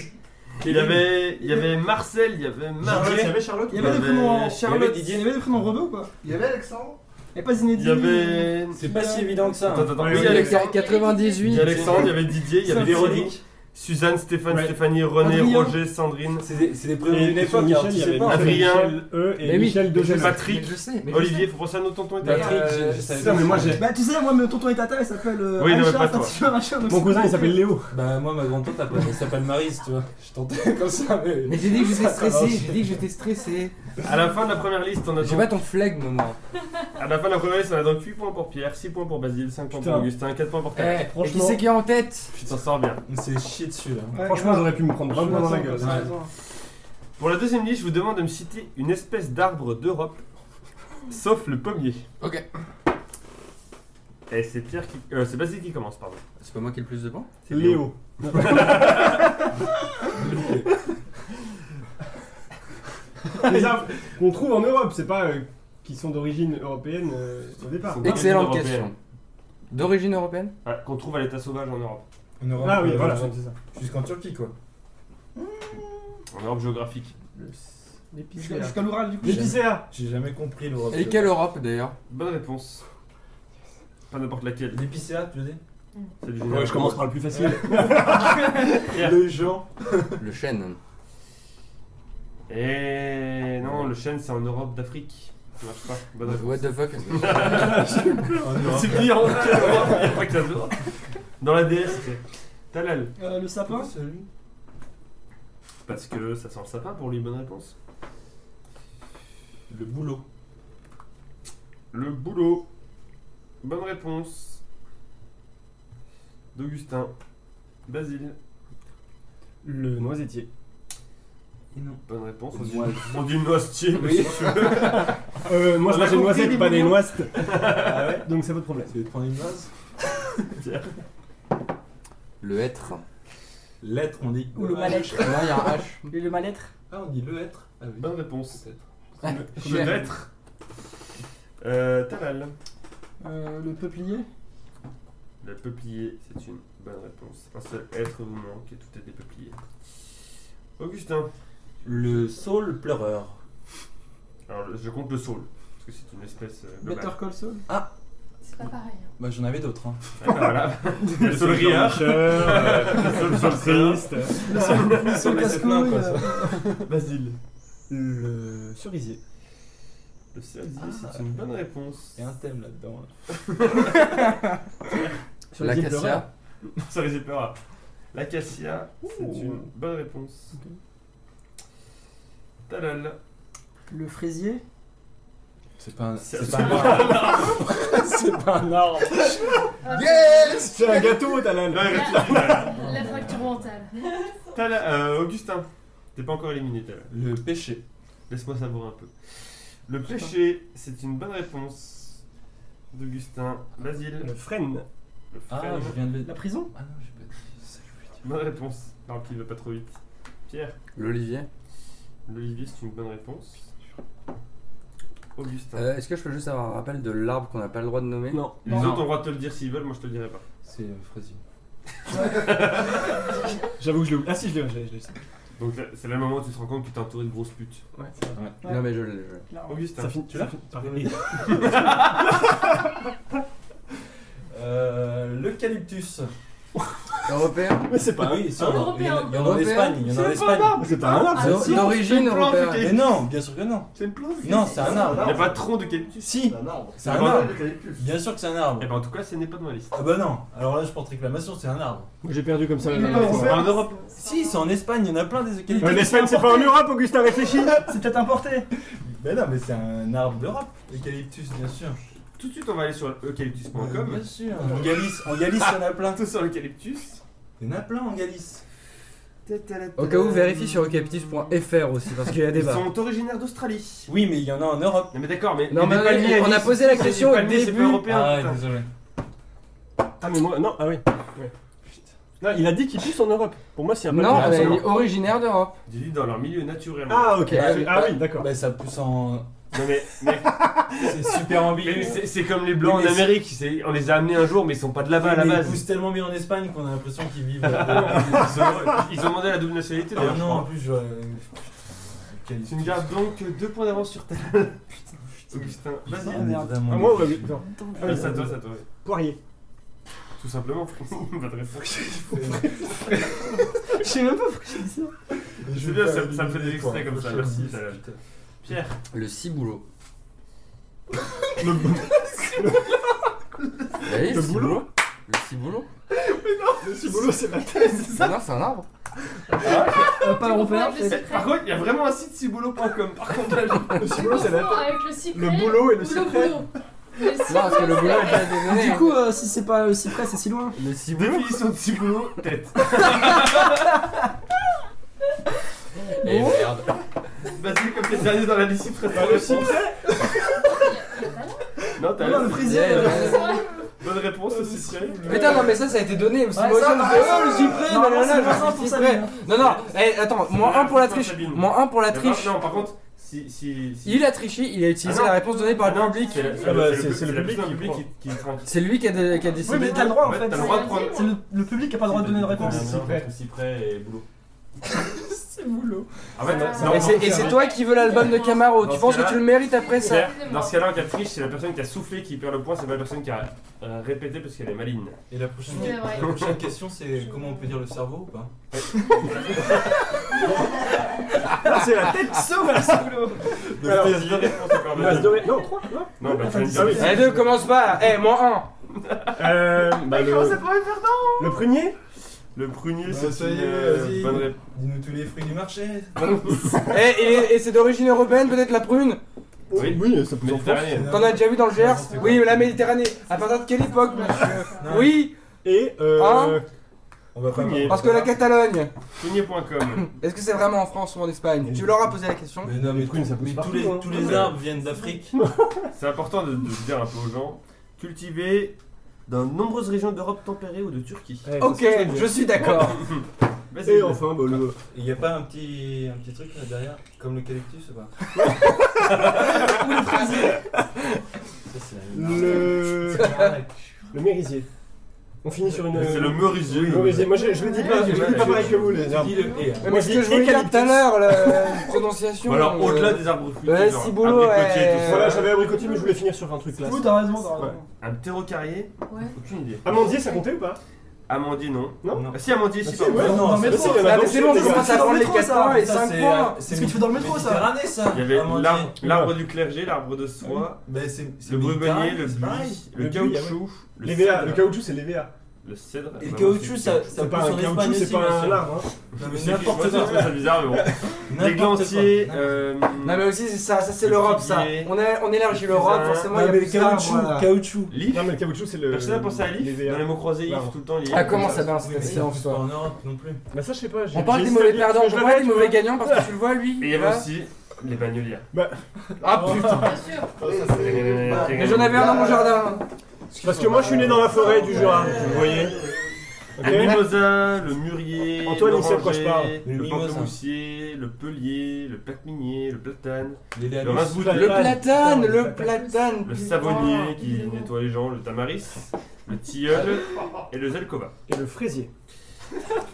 Speaker 4: il y avait, il y avait Marcel, il y avait
Speaker 1: Charlotte, il y
Speaker 4: Marie,
Speaker 1: avait Charlotte
Speaker 3: Il y avait des
Speaker 4: Il y
Speaker 3: prénoms
Speaker 4: avait
Speaker 3: Charlotte. Il y avait des prénoms rebeux ou quoi
Speaker 9: Il y avait Alexandre
Speaker 3: Et pas Zinedine.
Speaker 4: il y avait.
Speaker 9: C'est
Speaker 8: pas si évident que ça.
Speaker 9: hein.
Speaker 4: Attends, attends,
Speaker 1: Ouais,
Speaker 4: oui,
Speaker 1: ouais.
Speaker 4: il y avait-
Speaker 7: Alexandre.
Speaker 6: 98.
Speaker 4: il y avait Alexandre, il y avait Didier, il y avait Véronique,
Speaker 1: Véronique.
Speaker 4: Suzanne, Stéphane,
Speaker 1: Ouais.
Speaker 4: Stéphanie, René,
Speaker 3: Adrien.
Speaker 4: Roger, Sandrine,
Speaker 5: C'est des, c'est des
Speaker 1: Il y
Speaker 5: prénoms
Speaker 1: a une
Speaker 5: qui sont
Speaker 1: époque,
Speaker 9: hein.
Speaker 1: Michel, il y
Speaker 5: articulés
Speaker 1: avait
Speaker 5: par-
Speaker 4: Adrien.
Speaker 1: Michel E
Speaker 9: Mais
Speaker 1: et
Speaker 9: oui.
Speaker 1: Michel
Speaker 9: Mais je
Speaker 1: Dejeune.
Speaker 9: sais.
Speaker 4: Patrick,
Speaker 9: Mais Je sais, mais je
Speaker 4: Olivier, faut penser à nos tontons et
Speaker 9: sais.
Speaker 4: tatas.
Speaker 9: Patrick,
Speaker 6: Euh,
Speaker 9: je- je savais
Speaker 1: Putain, mais
Speaker 9: pas.
Speaker 1: moi j'ai.
Speaker 3: Bah tu sais, moi mon tonton et tata, il s'appelle euh,
Speaker 4: Oui, non, mais
Speaker 3: Aïcha,
Speaker 4: pas toi.
Speaker 3: Fatima, Aïcha, donc
Speaker 1: Mon
Speaker 3: c'est
Speaker 1: cousin il
Speaker 3: compliqué.
Speaker 1: s'appelle Léo.
Speaker 9: Bah, moi, ma grande-tante, elle elle s'appelle Marise, tu vois. Je tentais comme ça, mais.
Speaker 6: Mais j'ai dit que j'étais
Speaker 9: stressé,
Speaker 6: j'ai dit que j'étais stressé.
Speaker 4: À la fin de la première liste, on a donc-
Speaker 6: ton flegme, moi.
Speaker 4: à la fin de la première liste, on a donc 8 points pour Pierre, 6 points pour Basile, 5 points
Speaker 1: Putain.
Speaker 4: pour Augustin, 4 points pour Camille.
Speaker 1: Franchement. qui c'est
Speaker 6: qui est en
Speaker 9: Eh.
Speaker 6: tête
Speaker 4: Tu t'en sors bien.
Speaker 9: On s'est chié dessus, là.
Speaker 3: Ouais,
Speaker 1: Franchement,
Speaker 3: grave.
Speaker 1: j'aurais pu me prendre 20 points dans la gueule.
Speaker 9: Ouais.
Speaker 4: Pour la deuxième liste, je vous demande de me citer une espèce d'arbre d'Europe, sauf le pommier.
Speaker 6: Ok.
Speaker 4: Et c'est Pierre qui, euh, c'est Basile qui commence, pardon.
Speaker 6: C'est pas moi qui ai le plus de points
Speaker 4: C'est
Speaker 1: Léo. Les arbres qu'on trouve en Europe, c'est pas euh, qui sont d'origine européenne euh, au départ.
Speaker 4: Ils sont
Speaker 6: Excellente
Speaker 4: D'origine
Speaker 6: question.
Speaker 4: européenne.
Speaker 6: D'origine européenne
Speaker 4: Ouais, qu'on trouve à l'état sauvage en Europe,
Speaker 9: En Europe,
Speaker 1: Ah oui,
Speaker 9: euh,
Speaker 1: voilà,
Speaker 9: genre,
Speaker 1: c'est ça.
Speaker 9: Jusqu'en Turquie, quoi.
Speaker 4: en Europe géographique.
Speaker 3: Jusqu'à jusqu'à l'oral du coup.
Speaker 1: L'épicéa
Speaker 9: J'ai jamais compris l'Europe.
Speaker 6: Et quelle Europe d'ailleurs
Speaker 4: Bonne réponse. Pas n'importe laquelle.
Speaker 9: L'épicéa, tu veux dire
Speaker 4: C'est du
Speaker 1: Ouais, je commence par le plus facile.
Speaker 9: Le Jean.
Speaker 6: Le chêne.
Speaker 4: Et Eh non, le chêne c'est en Europe d'Afrique. Ça marche pas. Bonne réponse.
Speaker 6: What the fuck
Speaker 9: En Europe.
Speaker 4: C'est pire en Europe, il y a pas que ça se voit. Dans la DS, c'est Talal.
Speaker 3: Euh, Le sapin.
Speaker 9: celui
Speaker 4: Parce que ça sent le sapin pour lui, bonne réponse.
Speaker 9: Le boulot.
Speaker 4: Le boulot. Bonne réponse. D'Augustin. Basile.
Speaker 1: Le noisetier.
Speaker 4: Bonne réponse. On dit, on dit noisetier, mais
Speaker 6: Oui.
Speaker 4: si tu veux.
Speaker 1: Euh, moi, je
Speaker 4: On
Speaker 1: mange
Speaker 4: a
Speaker 1: des
Speaker 4: compris,
Speaker 1: noisettes,
Speaker 4: les
Speaker 1: pas des
Speaker 4: mignons.
Speaker 1: noisettes.
Speaker 9: Ah ouais
Speaker 1: Donc, c'est votre problème.
Speaker 9: Tu veux te prendre une vase
Speaker 6: Le être.
Speaker 9: L'être, on dit.
Speaker 3: Ou le mal-être.
Speaker 6: Non, il y a un H.
Speaker 3: Et le mal-être.
Speaker 9: Ah, on dit le être. Ah oui.
Speaker 4: Bonne réponse. Comme
Speaker 6: Chien.
Speaker 4: le maître. Euh, Talal.
Speaker 3: Euh, Le peuplier.
Speaker 4: Le peuplier, c'est une bonne réponse. Un seul être vous manque et tout est dépeuplier. Augustin.
Speaker 5: Le saule pleureur.
Speaker 4: Alors, le- je compte le saule. Parce que c'est une espèce euh,
Speaker 3: Better
Speaker 4: globale.
Speaker 3: Call Saul.
Speaker 7: C'est pas pareil. hein.
Speaker 5: Bah, j'en avais d'autres. Hein.
Speaker 4: Ah, bah, voilà. Le saule rieur.
Speaker 1: euh, Le
Speaker 4: sol
Speaker 1: triste.
Speaker 3: Le Saul
Speaker 9: mais c'est plein,
Speaker 3: casse-couille.
Speaker 9: quoi,
Speaker 3: euh,
Speaker 1: Basile. Le cerisier.
Speaker 4: Le cerisier, c'est une bonne réponse.
Speaker 9: Il y a un thème là-dedans. là.
Speaker 1: Cerisier pleura.
Speaker 6: L'acacia.
Speaker 4: Cerisier pleura. L'acacia, c'est
Speaker 1: Ouh.
Speaker 4: une bonne réponse.
Speaker 3: Ok.
Speaker 4: Talal.
Speaker 3: Le fraisier.
Speaker 5: C'est pas un.
Speaker 4: C'est-
Speaker 5: C'est pas un.
Speaker 9: C'est pas un arbre.
Speaker 1: Yes C'est un gâteau, Talal
Speaker 4: Ouais, réfléchis, Talal.
Speaker 7: La fracture mentale.
Speaker 4: Talal, euh, Augustin, t'es pas encore éliminé, Talal.
Speaker 5: Le péché.
Speaker 4: Laisse-moi savourer un peu. Le péché, c'est une bonne réponse d'Augustin. Basile.
Speaker 1: Le frêne.
Speaker 4: Le
Speaker 5: Ah,
Speaker 4: frêne.
Speaker 5: je viens de le.
Speaker 3: La prison.
Speaker 5: Ah non, j'ai pas dit ça. je voulais dire.
Speaker 4: Bonne réponse. Parle qui va pas trop vite. Pierre.
Speaker 6: L'olivier.
Speaker 4: L'olivier, c'est une bonne réponse. Augustin.
Speaker 6: Euh, Est-ce que je peux juste avoir un rappel de l'arbre qu'on n'a pas le droit de nommer
Speaker 1: Non.
Speaker 4: Les autres ont le droit de te le dire s'ils veulent, moi je te le dirai pas.
Speaker 5: C'est euh, fraisier.
Speaker 1: J'avoue que je l'ai oublié. Ah si, je l'ai, je l'ai, je l'ai.
Speaker 4: Donc là, c'est là le moment où tu te rends compte que t'es entouré de grosses putes.
Speaker 3: Ouais.
Speaker 6: Non, mais je l'ai. je l'ai.
Speaker 3: Là, on-
Speaker 4: Augustin.
Speaker 1: Ça finit, tu l'as Parfait.
Speaker 9: Euh, L'eucalyptus.
Speaker 6: Européen
Speaker 1: Mais c'est pas un
Speaker 9: oui, si,
Speaker 7: hein,
Speaker 9: il y en a- il y en a- il y en a en
Speaker 6: européen.
Speaker 9: Espagne. Il y en a en Espagne.
Speaker 1: C'est pas un arbre,
Speaker 7: Ah,
Speaker 1: ça.
Speaker 7: non.
Speaker 6: D'o- D'origine
Speaker 4: c'est une plante,
Speaker 6: européenne.
Speaker 4: ok.
Speaker 9: Mais non, bien sûr que non.
Speaker 4: C'est une plante
Speaker 9: Non, c'est un arbre.
Speaker 4: Il n'y a pas de tronc de calyptus
Speaker 9: Si,
Speaker 8: un arbre.
Speaker 9: c'est un arbre. Bien sûr que c'est un arbre.
Speaker 4: Eh ben en tout cas, ce n'est pas dans ma liste.
Speaker 9: Ah bah non, alors là je porte réclamation, c'est un arbre.
Speaker 1: Moi, J'ai perdu comme ça la
Speaker 7: Mais
Speaker 1: dernière
Speaker 7: non,
Speaker 1: fois.
Speaker 7: c'est-
Speaker 4: En Europe
Speaker 9: Si, c'est en Espagne, il y en a plein des eucalyptus.
Speaker 1: Euh, L'Espagne, c'est pas en Europe, Augustin, réfléchis
Speaker 3: C'est peut-être importé.
Speaker 9: Mais non, mais c'est un arbre d'Europe, l'eucalyptus, bien sûr.
Speaker 4: Tout de suite, on va aller sur eucalyptus.com.
Speaker 9: Bien sûr. En Galice, en Galice, il y en a plein.
Speaker 4: Tout sur l'eucalyptus.
Speaker 9: Il y en a plein en Galice.
Speaker 6: Au cas où, vérifie sur eucalyptus.fr aussi parce qu'il y a
Speaker 4: Ils
Speaker 6: débat.
Speaker 4: sont originaires d'Australie.
Speaker 9: Oui, mais il y en a en Europe.
Speaker 4: Non mais d'accord, mais.
Speaker 6: Non,
Speaker 4: mais
Speaker 6: mais
Speaker 4: des palmiers à
Speaker 6: on a
Speaker 4: vis,
Speaker 6: posé la
Speaker 4: c'est
Speaker 6: question
Speaker 4: des
Speaker 6: au Ah,
Speaker 9: Ah
Speaker 4: palmiers, c'est pas
Speaker 6: début.
Speaker 4: européen. putain.
Speaker 9: désolé.
Speaker 1: Ah mais moi, non, ah oui.
Speaker 8: Non, il a dit qu'il pousse en Europe. Pour moi, c'est un
Speaker 6: Non,
Speaker 9: mais
Speaker 6: elle
Speaker 9: absolument.
Speaker 6: est originaire d'Europe.
Speaker 4: J'ai dit dans leur milieu naturellement.
Speaker 1: Ah, ok.
Speaker 6: Ah, oui.
Speaker 1: Ah oui, d'accord.
Speaker 9: Bah, ça pousse en.
Speaker 4: Non mais, mais-
Speaker 9: C'est super ambigu.
Speaker 4: mais c'est c'est comme les blancs
Speaker 9: Oui, mais
Speaker 4: en Amérique, c'est- on les a amenés un jour mais ils sont pas de là-bas à la
Speaker 9: Mais Ils
Speaker 4: base.
Speaker 9: poussent tellement bien en Espagne qu'on a l'impression qu'ils vivent. euh,
Speaker 4: Ils ont, ils ont demandé la double nationalité
Speaker 9: Ah
Speaker 4: d'ailleurs. je
Speaker 9: non, en
Speaker 4: crois.
Speaker 9: plus, je. euh, Quel-
Speaker 4: Tu me gardes donc deux points d'avance sur ta. Augustin, vas-y.
Speaker 9: On est vraiment-
Speaker 1: Ah, moi, ouais, oui. Non. Ah, oui,
Speaker 4: Ah, c'est à toi, c'est à toi.
Speaker 1: Poirier.
Speaker 4: Tout simplement, pas de réponse.
Speaker 3: Je sais même pas pourquoi j'ai dit ça.
Speaker 9: Je
Speaker 4: C'est
Speaker 9: vais
Speaker 4: bien,
Speaker 9: faire
Speaker 4: ça-
Speaker 9: une
Speaker 4: ça me fait des
Speaker 9: minute pour
Speaker 4: extraits
Speaker 9: la
Speaker 4: comme ça,
Speaker 9: prochaine
Speaker 4: merci,
Speaker 9: minute,
Speaker 4: ça-
Speaker 9: putain.
Speaker 4: Pierre,
Speaker 6: Le ciboulot. Le,
Speaker 1: Le boulot
Speaker 6: ciboulot Le ciboulot
Speaker 1: Le ciboulot, c'est la
Speaker 6: Ah Non, c'est un arbre.
Speaker 3: On va pas
Speaker 7: Tu
Speaker 3: en
Speaker 7: comprends
Speaker 3: faire.
Speaker 7: avec le secret.
Speaker 4: par contre, il y a vraiment un site ciboulot.com. Par contre, là,
Speaker 1: Le
Speaker 7: Tu
Speaker 1: ciboulot, c'est la
Speaker 7: confonds avec le secret.
Speaker 1: Le boulot et le
Speaker 7: ou
Speaker 1: secret.
Speaker 7: boulot. Le
Speaker 6: Non,
Speaker 7: secret.
Speaker 6: parce que le boulot est déjà donné.
Speaker 3: Du coup, euh, si c'est pas euh, si près, c'est si loin.
Speaker 6: le ciboulot.
Speaker 4: définition de ciboulot, tête.
Speaker 9: Eh merde.
Speaker 4: Vas-y, comme t'es dernier dans la liste, il te reste un aussi.
Speaker 7: Il y a pas là.
Speaker 4: Non, t'as
Speaker 3: Non, non, le
Speaker 4: la
Speaker 3: frisier.
Speaker 6: Yeah,
Speaker 3: euh,
Speaker 6: ouais.
Speaker 4: bonne réponse aussi, Cyril.
Speaker 6: Putain, non, mais ça, ça a été donné. Le ciboulot,
Speaker 3: ça,
Speaker 6: on
Speaker 3: ah,
Speaker 6: fait,
Speaker 3: ça,
Speaker 6: oh, le cyprès,
Speaker 3: non,
Speaker 6: nanana,
Speaker 3: c'est
Speaker 6: le
Speaker 3: pas ça pour
Speaker 6: cyprès.
Speaker 3: Sabine.
Speaker 6: Non, non, eh, attends, moins 1 pour la triche.
Speaker 4: Sabine.
Speaker 6: Moins 1 pour la
Speaker 4: Mais par-
Speaker 6: triche.
Speaker 4: Ah, Non, par contre, si. si, si-
Speaker 6: Il a triché, il a utilisé
Speaker 4: Ah non.
Speaker 6: la réponse donnée par le public.
Speaker 4: C'est le,
Speaker 1: Ah bah,
Speaker 4: c'est le-
Speaker 1: c'est le
Speaker 4: c'est le
Speaker 1: public
Speaker 4: public,
Speaker 1: qui
Speaker 4: qui, qui, est tranquille.
Speaker 6: C'est lui qui a, de- qui a décidé.
Speaker 3: Oui, mais t'as le droit en
Speaker 4: Ouais,
Speaker 3: fait.
Speaker 4: t'as le droit de prendre.
Speaker 3: C'est le, le public qui a pas le droit de donner une réponse.
Speaker 1: C'est prêt.
Speaker 9: Entre cyprès et boulot.
Speaker 3: C'est boulot.
Speaker 4: En fait,
Speaker 7: Ah.
Speaker 4: non,
Speaker 6: et c'est-
Speaker 4: non,
Speaker 6: et c'est toi qui veux l'album de Camaro.
Speaker 4: Dans
Speaker 6: Tu
Speaker 4: ce
Speaker 6: penses que
Speaker 4: cas-là-
Speaker 6: tu le mérites après ça
Speaker 4: Pierre, Dans ce cas-là, en cas de triche, c'est la personne qui a soufflé qui perd le point, c'est pas la personne qui a euh, répété parce qu'elle est maligne.
Speaker 9: Et la prochaine,
Speaker 7: C'est
Speaker 9: la
Speaker 7: vrai.
Speaker 9: prochaine question, c'est comment on peut dire le cerveau ou pas
Speaker 1: C'est
Speaker 3: Ah,
Speaker 1: la tête. Alors,
Speaker 4: Deux réponses encore,
Speaker 1: Il reste
Speaker 4: vas-y.
Speaker 1: deux ré- Non, trois. non.
Speaker 4: Non, bah, tu viens de
Speaker 1: Ah oui.
Speaker 4: dire-
Speaker 6: Eh, deux, commence pas là. Eh, moins 1.
Speaker 1: Euh, bah, le... le prunier
Speaker 4: Le prunier,
Speaker 9: Bah,
Speaker 4: c'est
Speaker 9: ça
Speaker 4: une
Speaker 9: y est,
Speaker 4: euh,
Speaker 9: vas-y.
Speaker 4: bonne réponse.
Speaker 9: Dis-nous tous les fruits du marché.
Speaker 6: Eh, et, et c'est d'origine européenne, peut-être la prune
Speaker 4: Oui.
Speaker 1: ça peut
Speaker 4: Méditerranée.
Speaker 6: T'en as déjà vu dans le Gers Oui, mais la Méditerranée. À partir de quelle époque monsieur Oui,
Speaker 1: Et euh,
Speaker 6: Hein
Speaker 9: On va pas
Speaker 4: Prunier.
Speaker 6: parce que la Catalogne.
Speaker 4: Prunier.com.
Speaker 6: Est-ce que c'est vraiment en France ou en Espagne Tu leur as posé la question
Speaker 9: Mais non, mais,
Speaker 1: prunes, ça pousse
Speaker 9: mais tous
Speaker 1: partout,
Speaker 9: les,
Speaker 1: hein.
Speaker 9: tous les arbres viennent d'Afrique.
Speaker 4: C'est important de, de dire un peu aux gens. Cultivé dans de nombreuses régions d'Europe tempérée ou de Turquie.
Speaker 1: ouais,
Speaker 6: Ok,
Speaker 1: c'est ça que
Speaker 6: je suis d'accord.
Speaker 4: Vas-y.
Speaker 1: Et enfin, bah, le...
Speaker 9: Il n'y a pas un petit, un petit truc là derrière, comme l'eucalyptus ou pas Ça, c'est
Speaker 1: le...
Speaker 9: la-
Speaker 1: le mérisier. On finit sur une...
Speaker 4: C'est le merisier.
Speaker 1: le merisier. Moi, je, je le dis pas, je le dis pas pareil que vous, les
Speaker 9: Dis
Speaker 1: arbres.
Speaker 9: le et, hein.
Speaker 6: Mais
Speaker 1: Moi,
Speaker 6: ce
Speaker 1: je
Speaker 6: que
Speaker 1: dis
Speaker 6: je voulais dire tout à
Speaker 1: eucalyptus.
Speaker 6: l'heure, la prononciation.
Speaker 4: Bon, Bah alors,
Speaker 6: euh,
Speaker 4: au-delà des arbres fruitiers,
Speaker 6: ouais,
Speaker 4: genre
Speaker 6: ciboulot,
Speaker 4: abricotier,
Speaker 6: ouais.
Speaker 4: tout ça.
Speaker 1: Voilà, j'avais abricoté, mais je voulais finir sur un truc là.
Speaker 3: Oui, t'as raison, t'as raison.
Speaker 4: Un ptérocarrier
Speaker 7: Ouais.
Speaker 4: Aucune idée.
Speaker 1: Amandier, ça comptait ou pas
Speaker 4: Amandier, non.
Speaker 1: Non.
Speaker 4: Ah, si, Amandier, si,
Speaker 1: si,
Speaker 4: pardon.
Speaker 1: ouais.
Speaker 9: Non,
Speaker 3: Dans le
Speaker 1: mais
Speaker 3: métro,
Speaker 1: si, il y en a
Speaker 6: Ah,
Speaker 1: dans
Speaker 6: mais
Speaker 1: le
Speaker 6: c'est
Speaker 1: sud,
Speaker 6: bon,
Speaker 1: les
Speaker 6: on
Speaker 1: gars.
Speaker 6: commence à
Speaker 3: C'est dans
Speaker 6: prendre
Speaker 3: le
Speaker 6: les
Speaker 3: métro,
Speaker 6: 4
Speaker 3: ça.
Speaker 6: points et
Speaker 9: Ça,
Speaker 6: 5
Speaker 9: c'est-
Speaker 6: points.
Speaker 9: c'est
Speaker 3: C'est ce que tu fais dans le métro, ça.
Speaker 9: Méditerranée, ça.
Speaker 4: euh, Il y avait
Speaker 9: Amandier.
Speaker 4: l'arbre l'arbre du clergé, l'arbre de soie,
Speaker 9: Bah, c'est- c'est
Speaker 4: le
Speaker 9: Méditerranée,
Speaker 4: bourbonnier, le
Speaker 9: c'est pareil.
Speaker 4: buis, le
Speaker 1: Le buis, ah ouais.
Speaker 4: caoutchouc, le
Speaker 1: L'EVA, le
Speaker 4: cèdre.
Speaker 1: caoutchouc, c'est l'EVA.
Speaker 4: Le cèdre.
Speaker 9: Et le
Speaker 4: vraiment,
Speaker 9: caoutchouc,
Speaker 4: c'est-
Speaker 9: ça, ça
Speaker 1: C'est
Speaker 9: pousse
Speaker 1: pas
Speaker 9: en
Speaker 1: un
Speaker 9: Espagne
Speaker 1: caoutchouc, c'est
Speaker 9: aussi,
Speaker 1: pas
Speaker 9: bien
Speaker 1: un
Speaker 9: sûr.
Speaker 1: arbre. hein.
Speaker 9: Non,
Speaker 4: Moi,
Speaker 9: mais
Speaker 4: c'est
Speaker 9: n'importe quoi.
Speaker 4: bizarre, mais bon.
Speaker 9: N'importe
Speaker 4: L'églantier,
Speaker 9: quoi.
Speaker 4: euh.
Speaker 6: Non, mais aussi, c'est ça, ça c'est l'Europe, ça. On, a, on élargit l'Europe, forcément, il y a
Speaker 9: Non, mais
Speaker 6: plus d'arbres.
Speaker 9: caoutchouc,
Speaker 6: voilà.
Speaker 9: caoutchouc.
Speaker 4: Leaf.
Speaker 1: Non, mais le caoutchouc, c'est le.
Speaker 4: Personne n'a pensé à Leaf
Speaker 1: l'EVA.
Speaker 4: Dans les mots croisés,
Speaker 1: Pardon.
Speaker 4: Leaf tout le temps, lié.
Speaker 6: Ah, comment ça balance
Speaker 9: Oui,
Speaker 6: la
Speaker 9: mais ça
Speaker 6: science,
Speaker 9: pousse pas
Speaker 6: toi
Speaker 9: en Europe non plus.
Speaker 1: Bah, ça, je sais pas. j'ai-
Speaker 6: On parle
Speaker 1: j'ai
Speaker 6: des
Speaker 1: essayé
Speaker 6: mauvais
Speaker 1: de- parce
Speaker 6: perdants,
Speaker 1: que je
Speaker 6: on parle
Speaker 1: l'avais,
Speaker 6: des
Speaker 1: tu
Speaker 6: mauvais
Speaker 1: vois.
Speaker 6: gagnants parce que tu le vois, lui.
Speaker 4: Et il y
Speaker 6: il
Speaker 4: avait
Speaker 6: va.
Speaker 4: aussi les bagnolières.
Speaker 6: Ah putain
Speaker 7: Bien sûr.
Speaker 6: Mais j'en avais un dans mon jardin.
Speaker 1: Parce que moi, je suis né dans la forêt du Jura, vous voyez.
Speaker 4: Le
Speaker 1: Ok
Speaker 4: mimosa, le mûrier,
Speaker 1: Antoine, il
Speaker 4: l'oranger,
Speaker 1: sait de quoi je parle.
Speaker 9: Le
Speaker 4: Le
Speaker 9: mimosa.
Speaker 4: pamplemoussier, le pelier, le platminier, le platane,
Speaker 9: Les
Speaker 4: le
Speaker 9: Léalus.
Speaker 4: rince
Speaker 6: Le
Speaker 1: Platane.
Speaker 6: platane,
Speaker 1: Putain,
Speaker 6: le platane.
Speaker 4: le
Speaker 6: putain.
Speaker 4: savonnier qui nettoie les gens, le tamaris, le tilleul et le zelkova.
Speaker 1: Et le fraisier.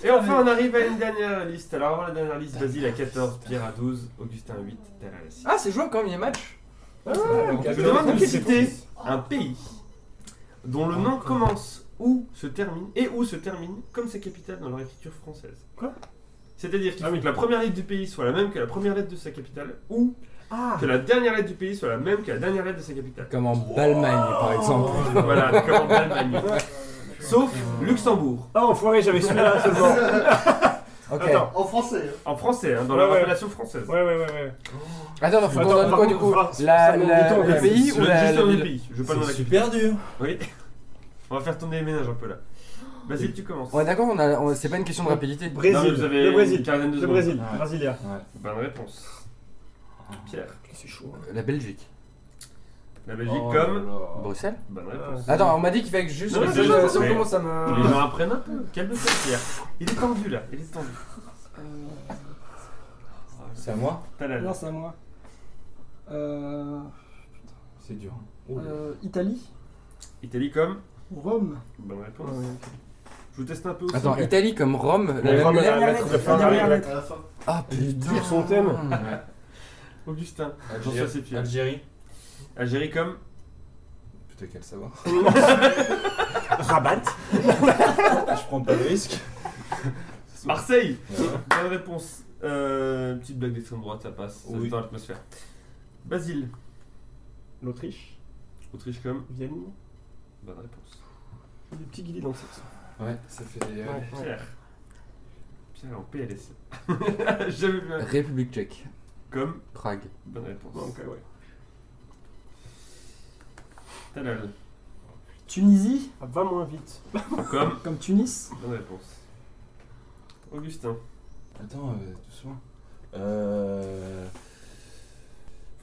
Speaker 4: Et enfin, on arrive à une dernière liste. Alors, avant la dernière liste, Basile à 14, Pierre à 12, Augustin à 8, Terre à 6.
Speaker 6: Ah, c'est jouable quand même, il y a match.
Speaker 1: Ah,
Speaker 4: Je vous demande de me citer un pays dont le nom commence ou se termine et où se termine comme sa capitale dans leur écriture française.
Speaker 1: Quoi
Speaker 4: C'est-à-dire qu'il
Speaker 1: Ah
Speaker 4: faut
Speaker 1: oui.
Speaker 4: que la première lettre du pays soit la même que la première lettre de sa capitale ou
Speaker 1: Ah
Speaker 4: que la dernière lettre du pays soit la même que la dernière lettre de sa capitale.
Speaker 6: Comme en Balmagne, par exemple.
Speaker 4: voilà, comme en Allemagne. Sauf Luxembourg.
Speaker 1: Ah, enfoiré, j'avais celui-là seulement.
Speaker 6: Ok.
Speaker 1: Attends.
Speaker 10: En français. hein.
Speaker 4: En français, hein, dans
Speaker 1: Ouais,
Speaker 4: la
Speaker 1: ouais.
Speaker 4: appellation française.
Speaker 1: Ouais, ouais, ouais, ouais.
Speaker 6: Attends, non, faut qu'on
Speaker 1: Attends,
Speaker 6: donne
Speaker 1: par
Speaker 6: quoi
Speaker 1: contre,
Speaker 6: du coup
Speaker 1: on fera-
Speaker 6: La-
Speaker 1: on fera mon
Speaker 6: la-
Speaker 1: bouton,
Speaker 6: Le
Speaker 1: ouais.
Speaker 6: pays ou
Speaker 4: Le-
Speaker 6: la
Speaker 4: juste le nom du
Speaker 6: ville
Speaker 4: pays. Je veux pas le nom de
Speaker 9: C'est
Speaker 4: la
Speaker 9: super dur.
Speaker 4: capitale. Oui. On va faire tourner les ménages un peu là. Basile, tu commences.
Speaker 6: On est d'accord, on a- on- c'est pas une question de rapidité.
Speaker 4: Non, mais
Speaker 1: Brésil.
Speaker 4: vous avez
Speaker 1: Le
Speaker 4: une
Speaker 1: Brésil.
Speaker 4: quinzaine de
Speaker 1: Le
Speaker 4: secondes.
Speaker 1: Brésil.
Speaker 9: Ouais.
Speaker 1: Brasilia.
Speaker 4: Bonne réponse. Pierre.
Speaker 6: La Belgique.
Speaker 4: La Belgique comme.
Speaker 6: Bruxelles
Speaker 1: Ah.
Speaker 4: Bonne réponse.
Speaker 6: Attends, on m'a dit qu'il fallait que juste.
Speaker 4: Non, mais
Speaker 6: que
Speaker 4: c'est
Speaker 6: je-
Speaker 4: bon,
Speaker 6: ça
Speaker 4: mais-
Speaker 6: commence à
Speaker 4: Les
Speaker 6: me.
Speaker 4: gens apprennent un peu. Calme-toi, Pierre. Il est tendu là. Il est tendu.
Speaker 3: euh,
Speaker 9: C'est à moi
Speaker 4: T'as la
Speaker 3: Non, c'est à moi. Euh,
Speaker 9: C'est dur. Oh,
Speaker 3: euh, Italie
Speaker 4: Italie comme.
Speaker 3: Rome
Speaker 4: Bonne réponse. Je vous teste un peu aussi.
Speaker 6: Attends, Italie comme Rome.
Speaker 8: Mais
Speaker 6: la-
Speaker 8: Rome,
Speaker 6: la-
Speaker 8: elle va mettre fin
Speaker 3: dernière
Speaker 8: à la-
Speaker 3: lettre.
Speaker 8: à la fin.
Speaker 6: Ah putain.
Speaker 1: Sur son thème.
Speaker 4: Augustin. Attention, c'est
Speaker 9: Algérie.
Speaker 4: Pierre.
Speaker 9: Algérie.
Speaker 4: Algérie comme.
Speaker 9: Putain, quel savoir.
Speaker 5: Rabat.
Speaker 9: Je prends pas de risque.
Speaker 4: Marseille.
Speaker 9: Voilà.
Speaker 4: Bonne réponse. Euh, petite blague d'extrême droite, ça passe. Ça
Speaker 9: Oui.
Speaker 4: détend l'atmosphère. Basile.
Speaker 1: L'Autriche,
Speaker 4: Autriche comme.
Speaker 1: Vienne.
Speaker 4: Bonne réponse.
Speaker 1: Des petits guillis dans le sexe.
Speaker 9: Ouais, ça fait des.
Speaker 1: Ouais.
Speaker 4: Pierre. Pierre en PLS. Jamais vu. un-
Speaker 6: République tchèque.
Speaker 4: Comme.
Speaker 6: Prague.
Speaker 4: Bonne réponse.
Speaker 1: Donc, ouais.
Speaker 4: Talal.
Speaker 3: Tunisie
Speaker 1: Ah, va moins vite.
Speaker 4: Comme.
Speaker 3: Comme Tunis
Speaker 4: Bonne réponse. Augustin.
Speaker 9: Attends, euh, doucement. Euh.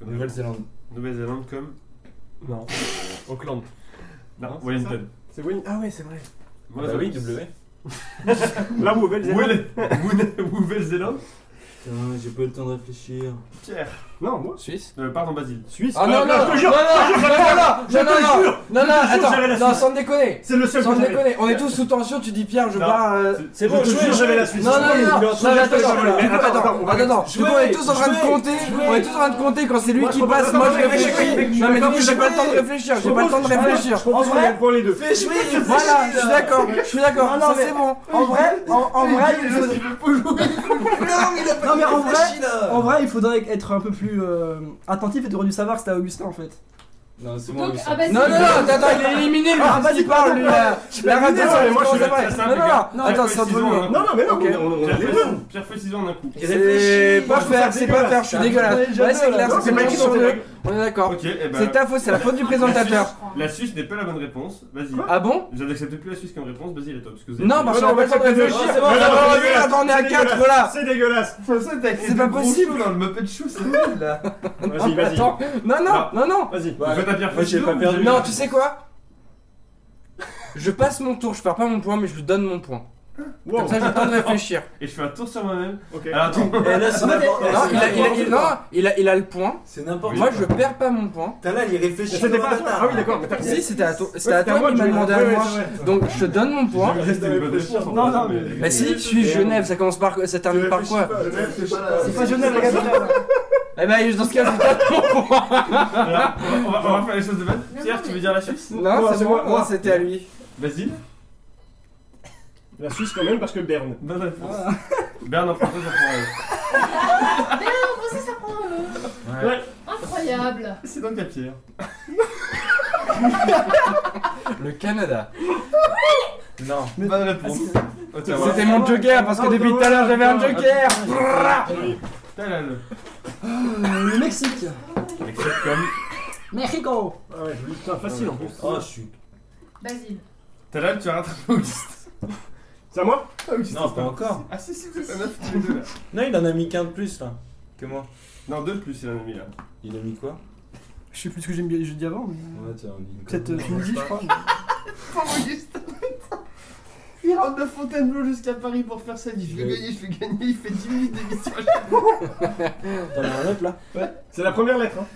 Speaker 4: Bonne
Speaker 9: Nouvelle-Zélande.
Speaker 4: Nouvelle-Zélande comme
Speaker 1: Non.
Speaker 4: Auckland. Non,
Speaker 1: Non, c'est
Speaker 4: Wellington.
Speaker 1: C'est Wayne. Ah ouais, c'est vrai.
Speaker 4: Bonne
Speaker 9: Bah oui,
Speaker 4: réponse.
Speaker 9: W.
Speaker 1: La nouvelle
Speaker 4: Nouvelle- Nouvelle- Nouvelle-Zélande
Speaker 5: Putain, j'ai pas eu le temps de réfléchir.
Speaker 4: Pierre.
Speaker 1: Non, moi.
Speaker 6: Suisse
Speaker 4: Euh, pardon, Basile.
Speaker 1: Suisse.
Speaker 6: Ah non, non, non, non, non, non, non, non, non, non, non, attends, non, sans déconner,
Speaker 1: C'est le seul
Speaker 6: sans
Speaker 1: que j'avais.
Speaker 6: déconner, on est tous sous tension, tu dis Pierre, je
Speaker 4: Non.
Speaker 6: pars. euh,
Speaker 4: C'est
Speaker 1: Je te jure, j'avais la Suisse.
Speaker 6: Non, non, non, non, non, mais attends, attends,
Speaker 1: Mais
Speaker 6: attends, attends, attends, du coup, on est tous en train de
Speaker 3: jouez,
Speaker 6: compter,
Speaker 3: jouez.
Speaker 6: on est tous en train de compter quand c'est lui
Speaker 1: Moi,
Speaker 6: qui
Speaker 1: je comprends
Speaker 6: passe,
Speaker 1: pas,
Speaker 6: moi je
Speaker 1: mais mec, mec, mec,
Speaker 6: réfléchis.
Speaker 1: je
Speaker 6: Non,
Speaker 1: comprends
Speaker 6: mais du coup,
Speaker 1: que
Speaker 6: j'ai
Speaker 1: je
Speaker 6: pas le temps de
Speaker 1: voulais.
Speaker 6: réfléchir, j'ai pas le temps de réfléchir.
Speaker 1: Je comprends qu'on prend les deux.
Speaker 6: Voilà, je suis d'accord, je suis d'accord,
Speaker 3: Non, non,
Speaker 6: ça
Speaker 3: mais-
Speaker 6: c'est bon.
Speaker 3: En vrai, en, en vrai, il faudrait- Non, mais en vrai, en vrai, il faudrait être un peu plus euh, attentif et de dû savoir que c'était à Augustin en fait.
Speaker 9: Non, c'est moi.
Speaker 7: Donc,
Speaker 9: Augustin.
Speaker 7: ah bah,
Speaker 6: Non, non, non, attends, il est éliminé, lui,
Speaker 3: Ah,
Speaker 6: parce
Speaker 3: vas-y,
Speaker 6: qu'il parle,
Speaker 3: pardon,
Speaker 6: lui, là. La radio,
Speaker 4: non,
Speaker 6: ça
Speaker 4: mais moi, je
Speaker 6: commence
Speaker 4: suis
Speaker 6: à parler.
Speaker 4: très simple,
Speaker 6: Non,
Speaker 4: les gars.
Speaker 6: non, non, attends, c'est entre
Speaker 4: Pierre,
Speaker 6: nous.
Speaker 4: feuille, ciseaux,
Speaker 1: Non, non, mais non,
Speaker 6: Ok.
Speaker 1: on- on on
Speaker 4: Pierre,
Speaker 1: est les
Speaker 4: feuille,
Speaker 1: deux.
Speaker 4: Pierre feuille, ciseaux en un coup.
Speaker 6: C'est pas faire, c'est pas faire, je suis dégueulasse. Ouais,
Speaker 3: dégueulasse.
Speaker 6: c'est clair,
Speaker 1: Non,
Speaker 6: c'est
Speaker 1: c'est pas
Speaker 6: une
Speaker 1: écrit dans
Speaker 6: sur
Speaker 1: tes
Speaker 6: deux.
Speaker 1: règles.
Speaker 6: On est d'accord.
Speaker 4: Ok, eh ben,
Speaker 6: Ah. C'est ta faute, c'est la faute du présentateur.
Speaker 4: La Suisse n'est pas la bonne réponse. Vas-y.
Speaker 6: Ah bon
Speaker 4: Je n'accepte plus la Suisse comme réponse. Basile, et toi, parce que vous êtes-
Speaker 6: Non, bah, parce
Speaker 1: Non,
Speaker 6: qu'on
Speaker 1: non,
Speaker 6: va
Speaker 1: mais
Speaker 6: pas
Speaker 1: c'est
Speaker 6: réfléchir.
Speaker 1: dégueulasse.
Speaker 6: On
Speaker 1: Non, non,
Speaker 6: va
Speaker 1: non,
Speaker 6: réfléchir,
Speaker 1: non,
Speaker 6: attends, on est à
Speaker 1: c'est
Speaker 6: 4
Speaker 1: dégueulasse.
Speaker 6: là.
Speaker 1: C'est dégueulasse.
Speaker 6: C'est pas possible.
Speaker 4: Dans le Muppet Show, c'est là.
Speaker 1: Vas-y, vas-y.
Speaker 6: Attends, non, non, non, non.
Speaker 1: Vas-y.
Speaker 4: Vous faites un Pierre
Speaker 9: Moi,
Speaker 4: feuille,
Speaker 9: j'ai
Speaker 4: ciseaux,
Speaker 9: pas
Speaker 4: vous
Speaker 9: perdu.
Speaker 4: avez-
Speaker 6: Non, tu sais quoi Je passe mon tour, je perds pas mon point, mais je lui donne mon point. Comme
Speaker 1: Wow.
Speaker 6: ça, j'ai le temps de réfléchir.
Speaker 4: Et je fais un tour sur moi-même.
Speaker 1: Ok.
Speaker 4: Alors attends.
Speaker 5: Eh, là, c'est
Speaker 3: Non, mais-
Speaker 5: n'importe- eh,
Speaker 6: Non,
Speaker 5: c'est
Speaker 6: il a, il a-
Speaker 5: n'importe quoi.
Speaker 6: il- non, il a- il a le point.
Speaker 5: C'est n'importe
Speaker 6: Moi,
Speaker 5: quoi.
Speaker 6: je perds pas mon point.
Speaker 5: T'as là, il réfléchit.
Speaker 1: C'était
Speaker 5: comme un
Speaker 1: pas à toi.
Speaker 5: bâtard.
Speaker 1: Ah oui, d'accord. mais t'as- Ouais,
Speaker 6: Si, c'était à toi, c'était
Speaker 1: c'était
Speaker 6: à toi
Speaker 1: moi
Speaker 6: qui
Speaker 1: de
Speaker 6: m'a
Speaker 1: jouer.
Speaker 6: demandé à
Speaker 1: Ouais, ouais,
Speaker 6: moi.
Speaker 1: c'est vrai.
Speaker 6: Donc, je te donne mon point.
Speaker 4: Je me disais que c'était une bonne réponse, en
Speaker 1: Non,
Speaker 4: fait,
Speaker 1: non, mais-
Speaker 4: mais-
Speaker 6: Bah si, je suis Genève, ça commence par ça termine par quoi
Speaker 5: Je réfléchis pas.
Speaker 3: C'est pas Genève, la capitale.
Speaker 6: Eh ben dans ce cas, je donne mon point.
Speaker 4: Alors, on va, on va faire les choses de même.
Speaker 7: Non,
Speaker 4: Pierre,
Speaker 7: non,
Speaker 4: tu veux
Speaker 7: mais-
Speaker 4: dire la Suisse
Speaker 6: Non,
Speaker 1: Moi,
Speaker 6: c'est
Speaker 1: c'est
Speaker 6: moi,
Speaker 1: moi, moi.
Speaker 6: c'était à lui.
Speaker 4: Basile
Speaker 1: La Suisse quand même parce que Berne.
Speaker 4: Bonne réponse. Berne en français, ça prend.
Speaker 7: En français, ça prend un nom.
Speaker 4: Ouais.
Speaker 7: Incroyable.
Speaker 4: C'est donc la
Speaker 7: hein.
Speaker 4: Pierre.
Speaker 6: Le Canada.
Speaker 9: Non.
Speaker 4: Bonne réponse. Oh, tiens, voilà.
Speaker 6: C'était mon joker parce que depuis tout à l'heure j'avais un joker. Brrrra.
Speaker 4: T'as la le.
Speaker 3: Le Mexique.
Speaker 4: Except comme.
Speaker 3: Mexico.
Speaker 1: Ah ouais, joli. Putain, facile en plus.
Speaker 9: Ah,
Speaker 5: Oh, je suis.
Speaker 7: Basile.
Speaker 4: T'as là, tu as rattrapé Auguste.
Speaker 1: C'est à moi
Speaker 4: Auguste.
Speaker 9: Non, pas encore.
Speaker 4: Ah si, si, vous êtes un neuf tous les deux là.
Speaker 9: Non, il en a mis qu'un de plus là. Que moi.
Speaker 4: Non, deux de plus, il en a mis là.
Speaker 5: Il a mis quoi
Speaker 3: Je sais plus ce que j'ai mis- j'ai dit avant, mais.
Speaker 5: Ouais, tiens, on dit.
Speaker 3: Peut-être euh, Tunisie, je crois.
Speaker 4: Auguste. Il rentre de Fontainebleau jusqu'à Paris pour faire ça. Il dit Je vais gagner, je vais gagner. Il fait 10 minutes d'émission.
Speaker 5: T'en as un autre là
Speaker 1: C'est la première lettre. hein.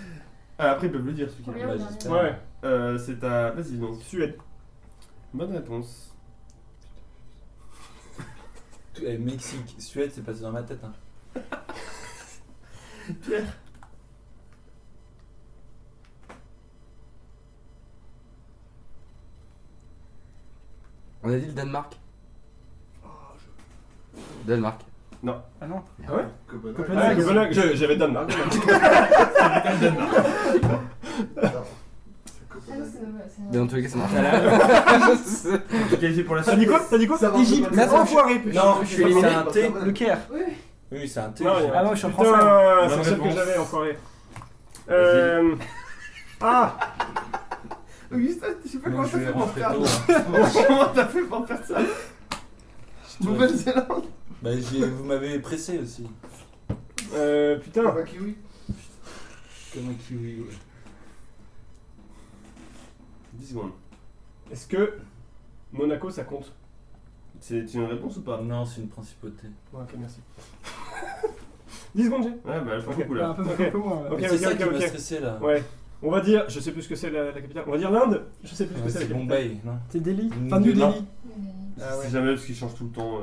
Speaker 4: Ah, après, ils peuvent le dire celui qui
Speaker 7: Première ou dernière
Speaker 1: Ouais.
Speaker 4: Euh, c'est à. Vas-y, donc.
Speaker 1: Suède.
Speaker 4: Bonne réponse.
Speaker 5: Eh, Mexique, Suède, c'est passé dans ma tête. Hein.
Speaker 6: On a dit le Danemark. Danemark.
Speaker 3: Ah non.
Speaker 1: Ah, Copenhague. Je- J'avais Danemark.
Speaker 7: Ah non, c'est dommage, c'est
Speaker 6: Mais
Speaker 7: dommage.
Speaker 6: dans tous les cas, ça marche.
Speaker 4: Tu qualifié pour la
Speaker 1: T'as
Speaker 4: suite.
Speaker 1: dit quoi T'as dit quoi
Speaker 3: Égypte.
Speaker 6: Merci.
Speaker 1: Enfoiré.
Speaker 9: Non, je suis éliminé. C'est un T.
Speaker 3: Le Caire.
Speaker 9: Oui, c'est un T.
Speaker 1: Non, il y
Speaker 3: Ah
Speaker 1: a-
Speaker 3: non, je suis en français.
Speaker 1: Putain, c'est
Speaker 4: Bonne
Speaker 1: celle que
Speaker 4: réponse.
Speaker 1: j'avais enfoiré. Euh. Ah
Speaker 4: Auguste, je sais pas
Speaker 9: Non,
Speaker 4: comment
Speaker 9: je
Speaker 4: t'as
Speaker 9: vais
Speaker 4: fait pour
Speaker 9: rentrer
Speaker 4: faire
Speaker 9: tôt. hein.
Speaker 4: Comment t'as fait pour faire ça Nouvelle-Zélande
Speaker 5: Bah, j'ai- vous m'avez pressé aussi.
Speaker 3: Bah,
Speaker 1: Euh. Putain.
Speaker 5: Comme un kiwi. ouais.
Speaker 4: 10 secondes.
Speaker 1: Est-ce que Monaco ça compte
Speaker 4: C'est une réponse ou pas
Speaker 9: Non, c'est une principauté.
Speaker 1: Ouais, ok, merci. 10 secondes, j'ai.
Speaker 4: Ouais, bah, je pense
Speaker 1: Ok.
Speaker 4: beaucoup
Speaker 3: Un
Speaker 4: là.
Speaker 3: peu,
Speaker 1: Ok.
Speaker 3: un peu moins. là.
Speaker 1: Ok,
Speaker 9: c'est
Speaker 1: ok,
Speaker 9: ça
Speaker 1: ok,
Speaker 9: qui
Speaker 1: ok.
Speaker 9: m'a stressé là.
Speaker 1: Ouais. On va dire, je sais plus ce que c'est la, la capitale. On va dire l'Inde Je sais plus ce
Speaker 9: Ouais,
Speaker 1: que c'est la
Speaker 9: c'est
Speaker 1: capitale.
Speaker 9: Bombay, non
Speaker 3: C'est Delhi.
Speaker 9: Mm,
Speaker 3: Enfin, New
Speaker 9: non.
Speaker 3: Delhi.
Speaker 1: Ah ouais.
Speaker 4: C'est jamais parce qu'il change tout le temps. euh,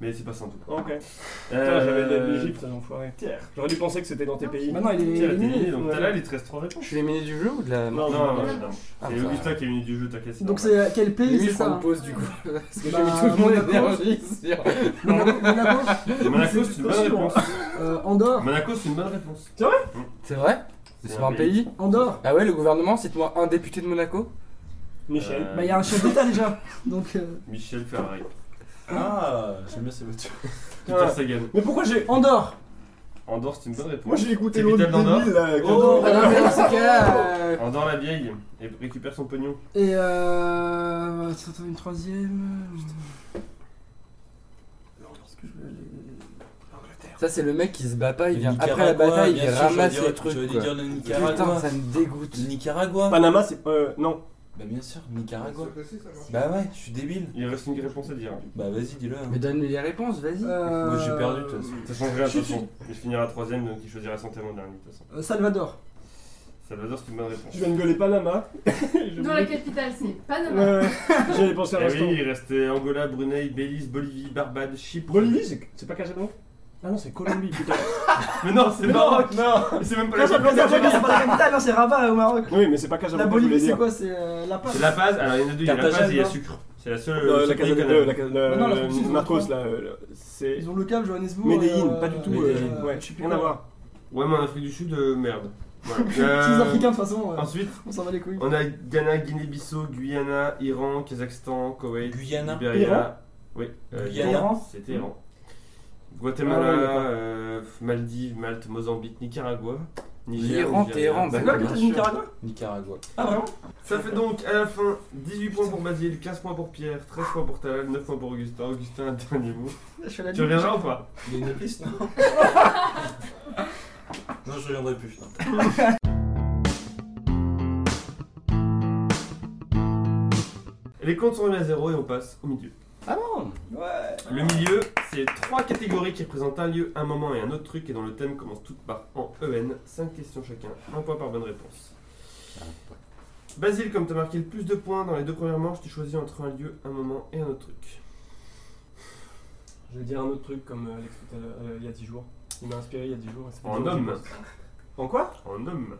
Speaker 4: Mais c'est pas ça en tout cas.
Speaker 1: Ah, Ok. Putain,
Speaker 4: Euh,
Speaker 1: j'avais l'Égypte, l'enfoiré. J'aurais dû penser que c'était dans tes pays.
Speaker 3: Maintenant, Bah il est
Speaker 4: Tiens, t'es éliminé,
Speaker 3: éliminé.
Speaker 4: donc
Speaker 1: Ouais.
Speaker 4: t'as là, il te reste 3 réponses.
Speaker 6: Je suis éliminé du jeu ou de la.
Speaker 4: Non, non, non, non.
Speaker 6: Ah,
Speaker 4: C'est
Speaker 6: ça-
Speaker 4: Augusta qui est venu du jeu, t'as cassé.
Speaker 3: Donc, c'est euh, quel pays
Speaker 6: Limite,
Speaker 3: c'est
Speaker 6: je prends
Speaker 3: ça
Speaker 6: une pause du coup. Ah, Parce que j'ai
Speaker 3: Bah,
Speaker 6: mis tout le monde
Speaker 3: Monaco.
Speaker 6: l'énergie sur.
Speaker 3: Monaco, Monaco
Speaker 4: Monaco, c'est une bonne
Speaker 1: possible,
Speaker 4: réponse.
Speaker 3: euh, Andorre
Speaker 4: Monaco, c'est une bonne réponse.
Speaker 6: C'est vrai C'est un pays
Speaker 3: Andorre
Speaker 6: Ah ouais, le gouvernement, cite-moi un député de Monaco.
Speaker 1: Michel.
Speaker 4: Euh,
Speaker 3: Bah, il y a un chef d'État déjà. Donc, euh,
Speaker 4: Michel Ferrari.
Speaker 9: Ah, j'aime bien ces voitures.
Speaker 1: Ah.
Speaker 4: Peter Sagan.
Speaker 1: Mais pourquoi j'ai.
Speaker 3: Andorre
Speaker 4: Endor, c'est une bonne réponse.
Speaker 1: Moi j'ai écouté
Speaker 4: Capitale
Speaker 1: l'autre
Speaker 4: d'Andorre.
Speaker 1: débile là. quand
Speaker 4: Oh,
Speaker 1: même.
Speaker 6: Ah non, mais dans ce cas-là, euh,
Speaker 4: Endor la vieille et récupère son pognon.
Speaker 3: et euh. Attends, attends, une troisième. Non, parce que je voulais aller-
Speaker 6: Ça, c'est le mec qui se bat pas, il
Speaker 9: Le
Speaker 6: vient après
Speaker 9: Nicaragua,
Speaker 6: la bataille, il
Speaker 9: bien sûr,
Speaker 6: ramasse
Speaker 9: j'allais dire-
Speaker 6: les trucs.
Speaker 9: j'allais
Speaker 6: quoi.
Speaker 9: dire le Nicaragua.
Speaker 6: Putain, ça me dégoûte.
Speaker 9: Le Nicaragua
Speaker 1: Panama c'est. Euh, non.
Speaker 9: Bah bien sûr, Nicaragua. Bah ouais, je suis débile.
Speaker 4: Il reste une réponse à dire.
Speaker 9: Bah vas-y, dis-le. hein.
Speaker 6: Mais donne-lui les réponses, vas-y.
Speaker 3: Euh,
Speaker 9: Moi j'ai perdu de toute façon.
Speaker 4: Ça change rien, de toute façon. Il finira troisième, donc il choisira son thème en dernier, de toute façon.
Speaker 3: euh, Salvador.
Speaker 4: Salvador, c'est une bonne réponse.
Speaker 1: Tu viens de gueuler Panama. J'ai
Speaker 7: Dans la
Speaker 1: oublié.
Speaker 7: capitale, c'est Panama.
Speaker 1: Ouais, ouais. J'avais pensé à
Speaker 4: Eh
Speaker 1: l'instant.
Speaker 4: oui, il restait Angola, Brunei, Belize, Bolivie, Barbade, Chypre.
Speaker 1: Bolivie, c'est- c'est pas Casablanca Ah non, c'est Colombie, putain.
Speaker 4: Mais non, c'est Maroc
Speaker 1: Non
Speaker 4: Mais C'est même pas
Speaker 3: Non,
Speaker 4: la
Speaker 3: c'est pas
Speaker 4: capitale.
Speaker 3: la capitale, non, c'est Rabat euh, au Maroc.
Speaker 1: Oui, mais c'est pas Casablanca.
Speaker 3: La
Speaker 1: je voulais
Speaker 3: Bolivie, c'est
Speaker 1: dire.
Speaker 3: quoi C'est euh, la Paz.
Speaker 4: C'est la base, alors il y en a deux, il y a la
Speaker 9: Carthagène,
Speaker 4: base et il y a
Speaker 9: non
Speaker 4: Sucre. C'est la seule.
Speaker 1: Euh, hein.
Speaker 4: seule
Speaker 1: La
Speaker 4: pays
Speaker 1: Casablanca.
Speaker 4: canadienne.
Speaker 1: euh, la Cas- la-
Speaker 3: Mais non, la France, ils ont
Speaker 1: Narcos
Speaker 3: trois.
Speaker 1: là. euh, C'est.
Speaker 3: Ils ont le cap, Johannesburg.
Speaker 1: Medellin,
Speaker 3: euh,
Speaker 1: pas du tout.
Speaker 3: Medellin,
Speaker 1: euh,
Speaker 3: ouais.
Speaker 1: Ouais, rien à voir.
Speaker 4: Ouais, mais en Afrique du Sud, euh, merde. Voilà.
Speaker 3: C'est
Speaker 4: Euh,
Speaker 3: les Africains, de toute façon, euh,
Speaker 4: Ensuite,
Speaker 3: on s'en va les couilles.
Speaker 4: on a Ghana, Guinée-Bissau, Guyana, Iran, Kazakhstan, Koweït,
Speaker 9: Guyana.
Speaker 4: Libéria. Oui, euh,
Speaker 9: Guyana.
Speaker 4: Iran. C'était Iran. Guatemala,
Speaker 1: Ah ouais, d'accord.
Speaker 4: euh, Maldives, Malte, Mozambique, Nicaragua, Niger.
Speaker 6: L'Iran,
Speaker 4: Nigeria.
Speaker 6: Téhéran, bah
Speaker 3: C'est quoi le capitale du Nicaragua
Speaker 9: Nicaragua.
Speaker 3: Ah, vraiment
Speaker 4: Ça fait donc à la fin 18 points pour Basile, 15 points pour Pierre, 13 points pour Talal, 9 points pour Augustin. Augustin, un dernier mot.
Speaker 3: Je suis à la
Speaker 4: Tu reviendras ou pas
Speaker 9: Il y a une piste, non Non, je reviendrai plus. non.
Speaker 4: Les comptes sont remis à zéro et on passe au milieu.
Speaker 6: Ah bon
Speaker 3: Ouais.
Speaker 4: Le milieu, c'est trois catégories qui représentent un lieu, un moment et un autre truc, et dont le thème commence toutes par en EN. Cinq questions chacun, un point par bonne réponse. Basile, comme t'as marqué le plus de points dans les deux premières manches, tu choisis entre un lieu, un moment et un autre truc.
Speaker 1: Je vais dire un autre truc comme euh, Alex tout à l'heure, euh, il y a 10 jours. Il m'a inspiré il y a 10 jours. et ça fait
Speaker 4: En
Speaker 1: dix jours que
Speaker 4: homme.
Speaker 1: je pense. En quoi
Speaker 4: En homme.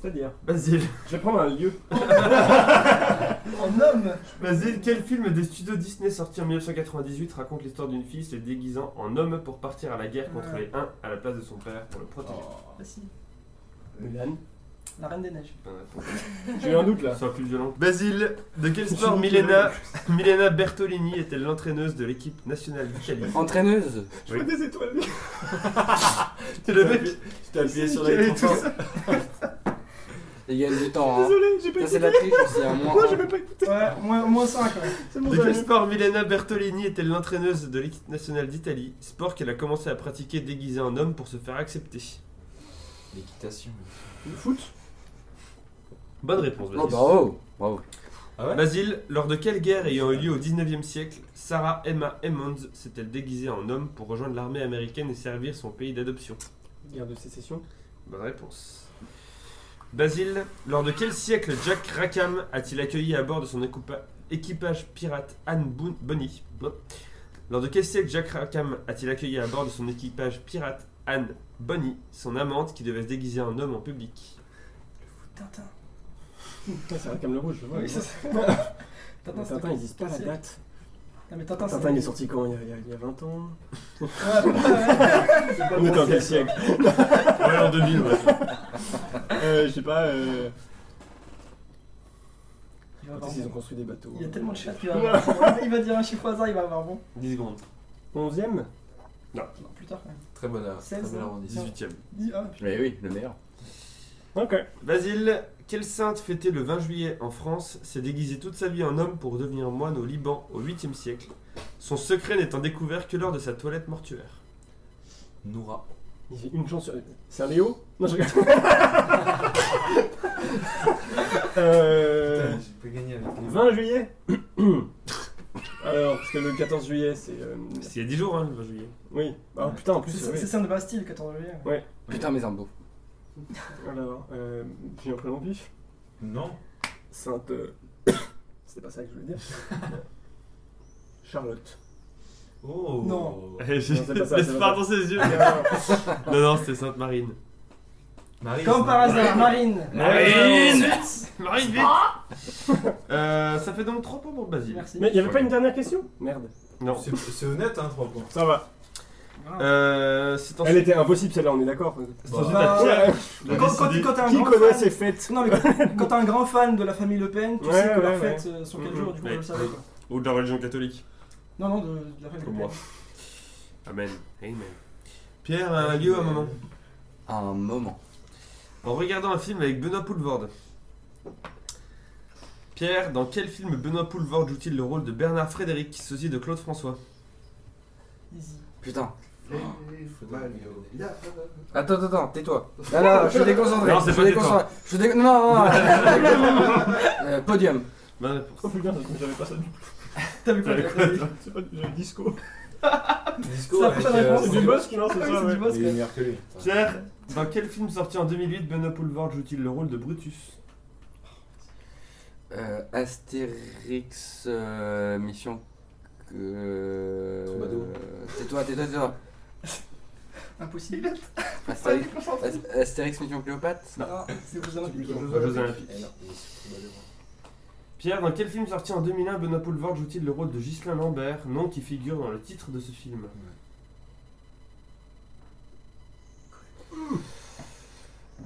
Speaker 1: C'est-à-dire
Speaker 4: Basile.
Speaker 1: Je vais prendre un lieu.
Speaker 3: En homme
Speaker 4: Basile, quel film des studios Disney sorti en 1998 raconte l'histoire d'une fille se déguisant en homme pour partir à la guerre contre les Huns à la place de son père pour le protéger
Speaker 3: Facile.
Speaker 1: Mulan.
Speaker 3: La Reine des Neiges.
Speaker 4: Bonne réponse.
Speaker 1: J'ai eu un doute là.
Speaker 4: Sois plus violent. Basile, de quel sport
Speaker 1: Sinon,
Speaker 4: Milena, Milena Bertolini est-elle l'entraîneuse de l'équipe nationale d'Italie
Speaker 6: Entraîneuse
Speaker 1: Je fais des étoiles.
Speaker 4: C'est le mec
Speaker 9: Tu t'es appuyé sur
Speaker 4: qui
Speaker 9: les
Speaker 4: est tout
Speaker 9: trucs.
Speaker 4: ça.
Speaker 6: Il gagne du temps, hein.
Speaker 1: Désolé, j'ai pas
Speaker 6: Ça, c'est
Speaker 1: écouté.
Speaker 6: la triche, c'est un moins.
Speaker 1: Non,
Speaker 6: un.
Speaker 1: j'ai même pas écouté.
Speaker 3: Ouais, moins, moins 5. Ouais.
Speaker 1: C'est mon
Speaker 4: De quel
Speaker 1: dernier.
Speaker 4: sport Milena Bertolini est-elle l'entraîneuse de l'équipe nationale d'Italie Sport qu'elle a commencé à pratiquer déguisée en homme pour se faire accepter.
Speaker 9: L'équitation.
Speaker 1: Le foot
Speaker 4: Bonne réponse, Basile.
Speaker 6: Oh, bravo Bravo.
Speaker 4: Basile, lors de quelle guerre ayant eu lieu au 19e siècle, Sarah Emma Emmons s'est-elle déguisée en homme pour rejoindre l'armée américaine et servir son pays d'adoption
Speaker 1: Guerre de sécession.
Speaker 4: Bonne réponse. Basile, lors de quel siècle Jack Rackham a-t-il accueilli à bord de son écoupa- équipage pirate Anne Boon- Bonny Bon. Lors de quel siècle Jack Rackham a-t-il accueilli à bord de son équipage pirate Anne Bonny, son amante qui devait se déguiser en homme en public
Speaker 3: Tintin.
Speaker 1: Putain, c'est Rackham le rouge, je vois.
Speaker 3: Oui,
Speaker 1: je vois.
Speaker 3: ça c'est. Tintin, c'est
Speaker 1: Tintin, ils disent pas la
Speaker 3: Non,
Speaker 1: date.
Speaker 3: mais Tintin,
Speaker 1: Tintin, il est sorti quand il y a- il y a- il y a 20 ans
Speaker 3: Ouais, ouais, ouais.
Speaker 1: On est en quel siècle
Speaker 4: Ouais, en 2000, ouais.
Speaker 1: Euh, Je sais pas. euh,
Speaker 3: Il va
Speaker 1: quand
Speaker 3: avoir
Speaker 1: est-ce qu'ils ont
Speaker 3: bon.
Speaker 1: construit des bateaux. hein.
Speaker 3: Il y a tellement de chiffres qu'il va avoir. Il va dire un chiffre au hasard, il va avoir bon.
Speaker 4: 10 secondes.
Speaker 1: 11ème
Speaker 3: Non, plus tard quand même.
Speaker 9: Très bonne heure. Très
Speaker 3: 16,
Speaker 9: bel
Speaker 3: hein.
Speaker 9: arrondissement.
Speaker 4: 18ème.
Speaker 3: Dis, ah, putain.
Speaker 6: Mais oui, le meilleur.
Speaker 1: Ok.
Speaker 4: Basile, quelle sainte fêtée le 20 juillet en France s'est déguisée toute sa vie en homme pour devenir moine au Liban au 8e siècle, son secret n'étant découvert que lors de sa toilette mortuaire
Speaker 9: Noura.
Speaker 1: J'ai une chance sur... C'est un Léo Non, je regarde. euh...
Speaker 9: J'ai pas gagné avec les
Speaker 1: 20 juillet Alors, parce que le 14 juillet, c'est... euh,
Speaker 4: C'est il y a 10 jours, hein, le 20 juillet.
Speaker 1: Oui. Ah putain, en plus...
Speaker 3: C'est
Speaker 1: oui.
Speaker 3: c'est Saint de Bastille, 14 juillet.
Speaker 6: Putain, mes impôts.
Speaker 1: Alors, euh, j'ai un prénom pif.
Speaker 9: Non.
Speaker 1: Sainte... euh, C'était pas ça que je voulais dire. Charlotte.
Speaker 9: Oh.
Speaker 3: Non.
Speaker 4: Eh, Laisse
Speaker 1: c'est pas ça, c'est pas ça.
Speaker 4: pas dans ses yeux. non, non, c'était Sainte-Marine.
Speaker 9: Marie.
Speaker 3: Comme par hasard, Marine.
Speaker 4: Marine
Speaker 1: Euh,
Speaker 4: Marine, vite Ah Euh, Ça fait donc 3 points pour Basile.
Speaker 3: Merci.
Speaker 1: Mais il y avait pas une dernière question Merde.
Speaker 4: Non.
Speaker 9: C'est c'est honnête, hein, 3 points.
Speaker 1: Ça va.
Speaker 4: Euh, c'est
Speaker 1: Elle
Speaker 4: ensuite.
Speaker 1: était impossible celle-là, on est d'accord.
Speaker 4: c'est ensuite
Speaker 3: Bah,
Speaker 4: la-
Speaker 1: Ah, ouais.
Speaker 4: la
Speaker 3: Quand, quand-
Speaker 4: décidée.
Speaker 3: quand t'es un
Speaker 1: Qui
Speaker 3: grand
Speaker 1: connaît
Speaker 3: fan-
Speaker 1: ces fêtes
Speaker 3: Non mais quand- quand t'es un grand fan de la famille Le Pen, tu
Speaker 1: Ouais,
Speaker 3: sais que
Speaker 1: ouais,
Speaker 3: leurs
Speaker 1: ouais.
Speaker 3: fêtes euh, sont quel
Speaker 4: Mhm.
Speaker 3: jour, du coup
Speaker 4: Ouais.
Speaker 3: on le savait quoi.
Speaker 4: Ou de la religion catholique.
Speaker 3: Non, non, de, de la famille
Speaker 4: Comme
Speaker 3: Le
Speaker 4: moi.
Speaker 3: Pen.
Speaker 4: Amen. Amen. Pierre,
Speaker 9: euh,
Speaker 4: un lieu, un moment.
Speaker 6: À un moment.
Speaker 4: En regardant un film avec Benoît Poulvorde. Pierre, dans quel film Benoît Poulvorde joue-t-il le rôle de Bernard Frédéric, sosie de Claude François
Speaker 3: Easy.
Speaker 6: Putain.
Speaker 9: Mario.
Speaker 6: Attends, attends, attends, tais-toi. Là, là, je suis déconcentré.
Speaker 4: Non, c'est
Speaker 6: je
Speaker 4: pas
Speaker 6: déconcentré. Je suis dé- Non, non, non. Euh, Podium.
Speaker 4: Bonne réponse.
Speaker 1: Oh putain, j'avais pas ça du tout.
Speaker 3: T'avais quoi t'avais-
Speaker 1: C'est pas du disco.
Speaker 9: Disco.
Speaker 3: C'est la
Speaker 9: avec,
Speaker 3: prochaine
Speaker 9: euh,
Speaker 3: réponse.
Speaker 1: C'est du Bosque, non C'est
Speaker 3: Ah oui,
Speaker 1: ça,
Speaker 3: c'est
Speaker 1: ouais.
Speaker 3: du boss,
Speaker 9: Il
Speaker 3: quoi.
Speaker 9: est meilleur que lui.
Speaker 4: Pierre, dans quel film sorti en 2008 Benoît Poulvorde joue-t-il le rôle de Brutus
Speaker 6: Euh, Astérix euh, mission. Euh...
Speaker 4: Bah,
Speaker 9: Troubadour.
Speaker 6: Tais-toi, tais-toi, tais-toi.
Speaker 3: Impossible.
Speaker 6: Astérix, Ast- Astérix mission Cléopâtre.
Speaker 3: Non, c'est aux Olympiques.
Speaker 4: Jeux Olympiques.
Speaker 9: Eh non, il se trouve à devant.
Speaker 4: Pierre, dans quel film sorti en 2001 Benoît Poulvorde joue-t-il le rôle de Ghislain Lambert, nom qui figure dans le titre de ce film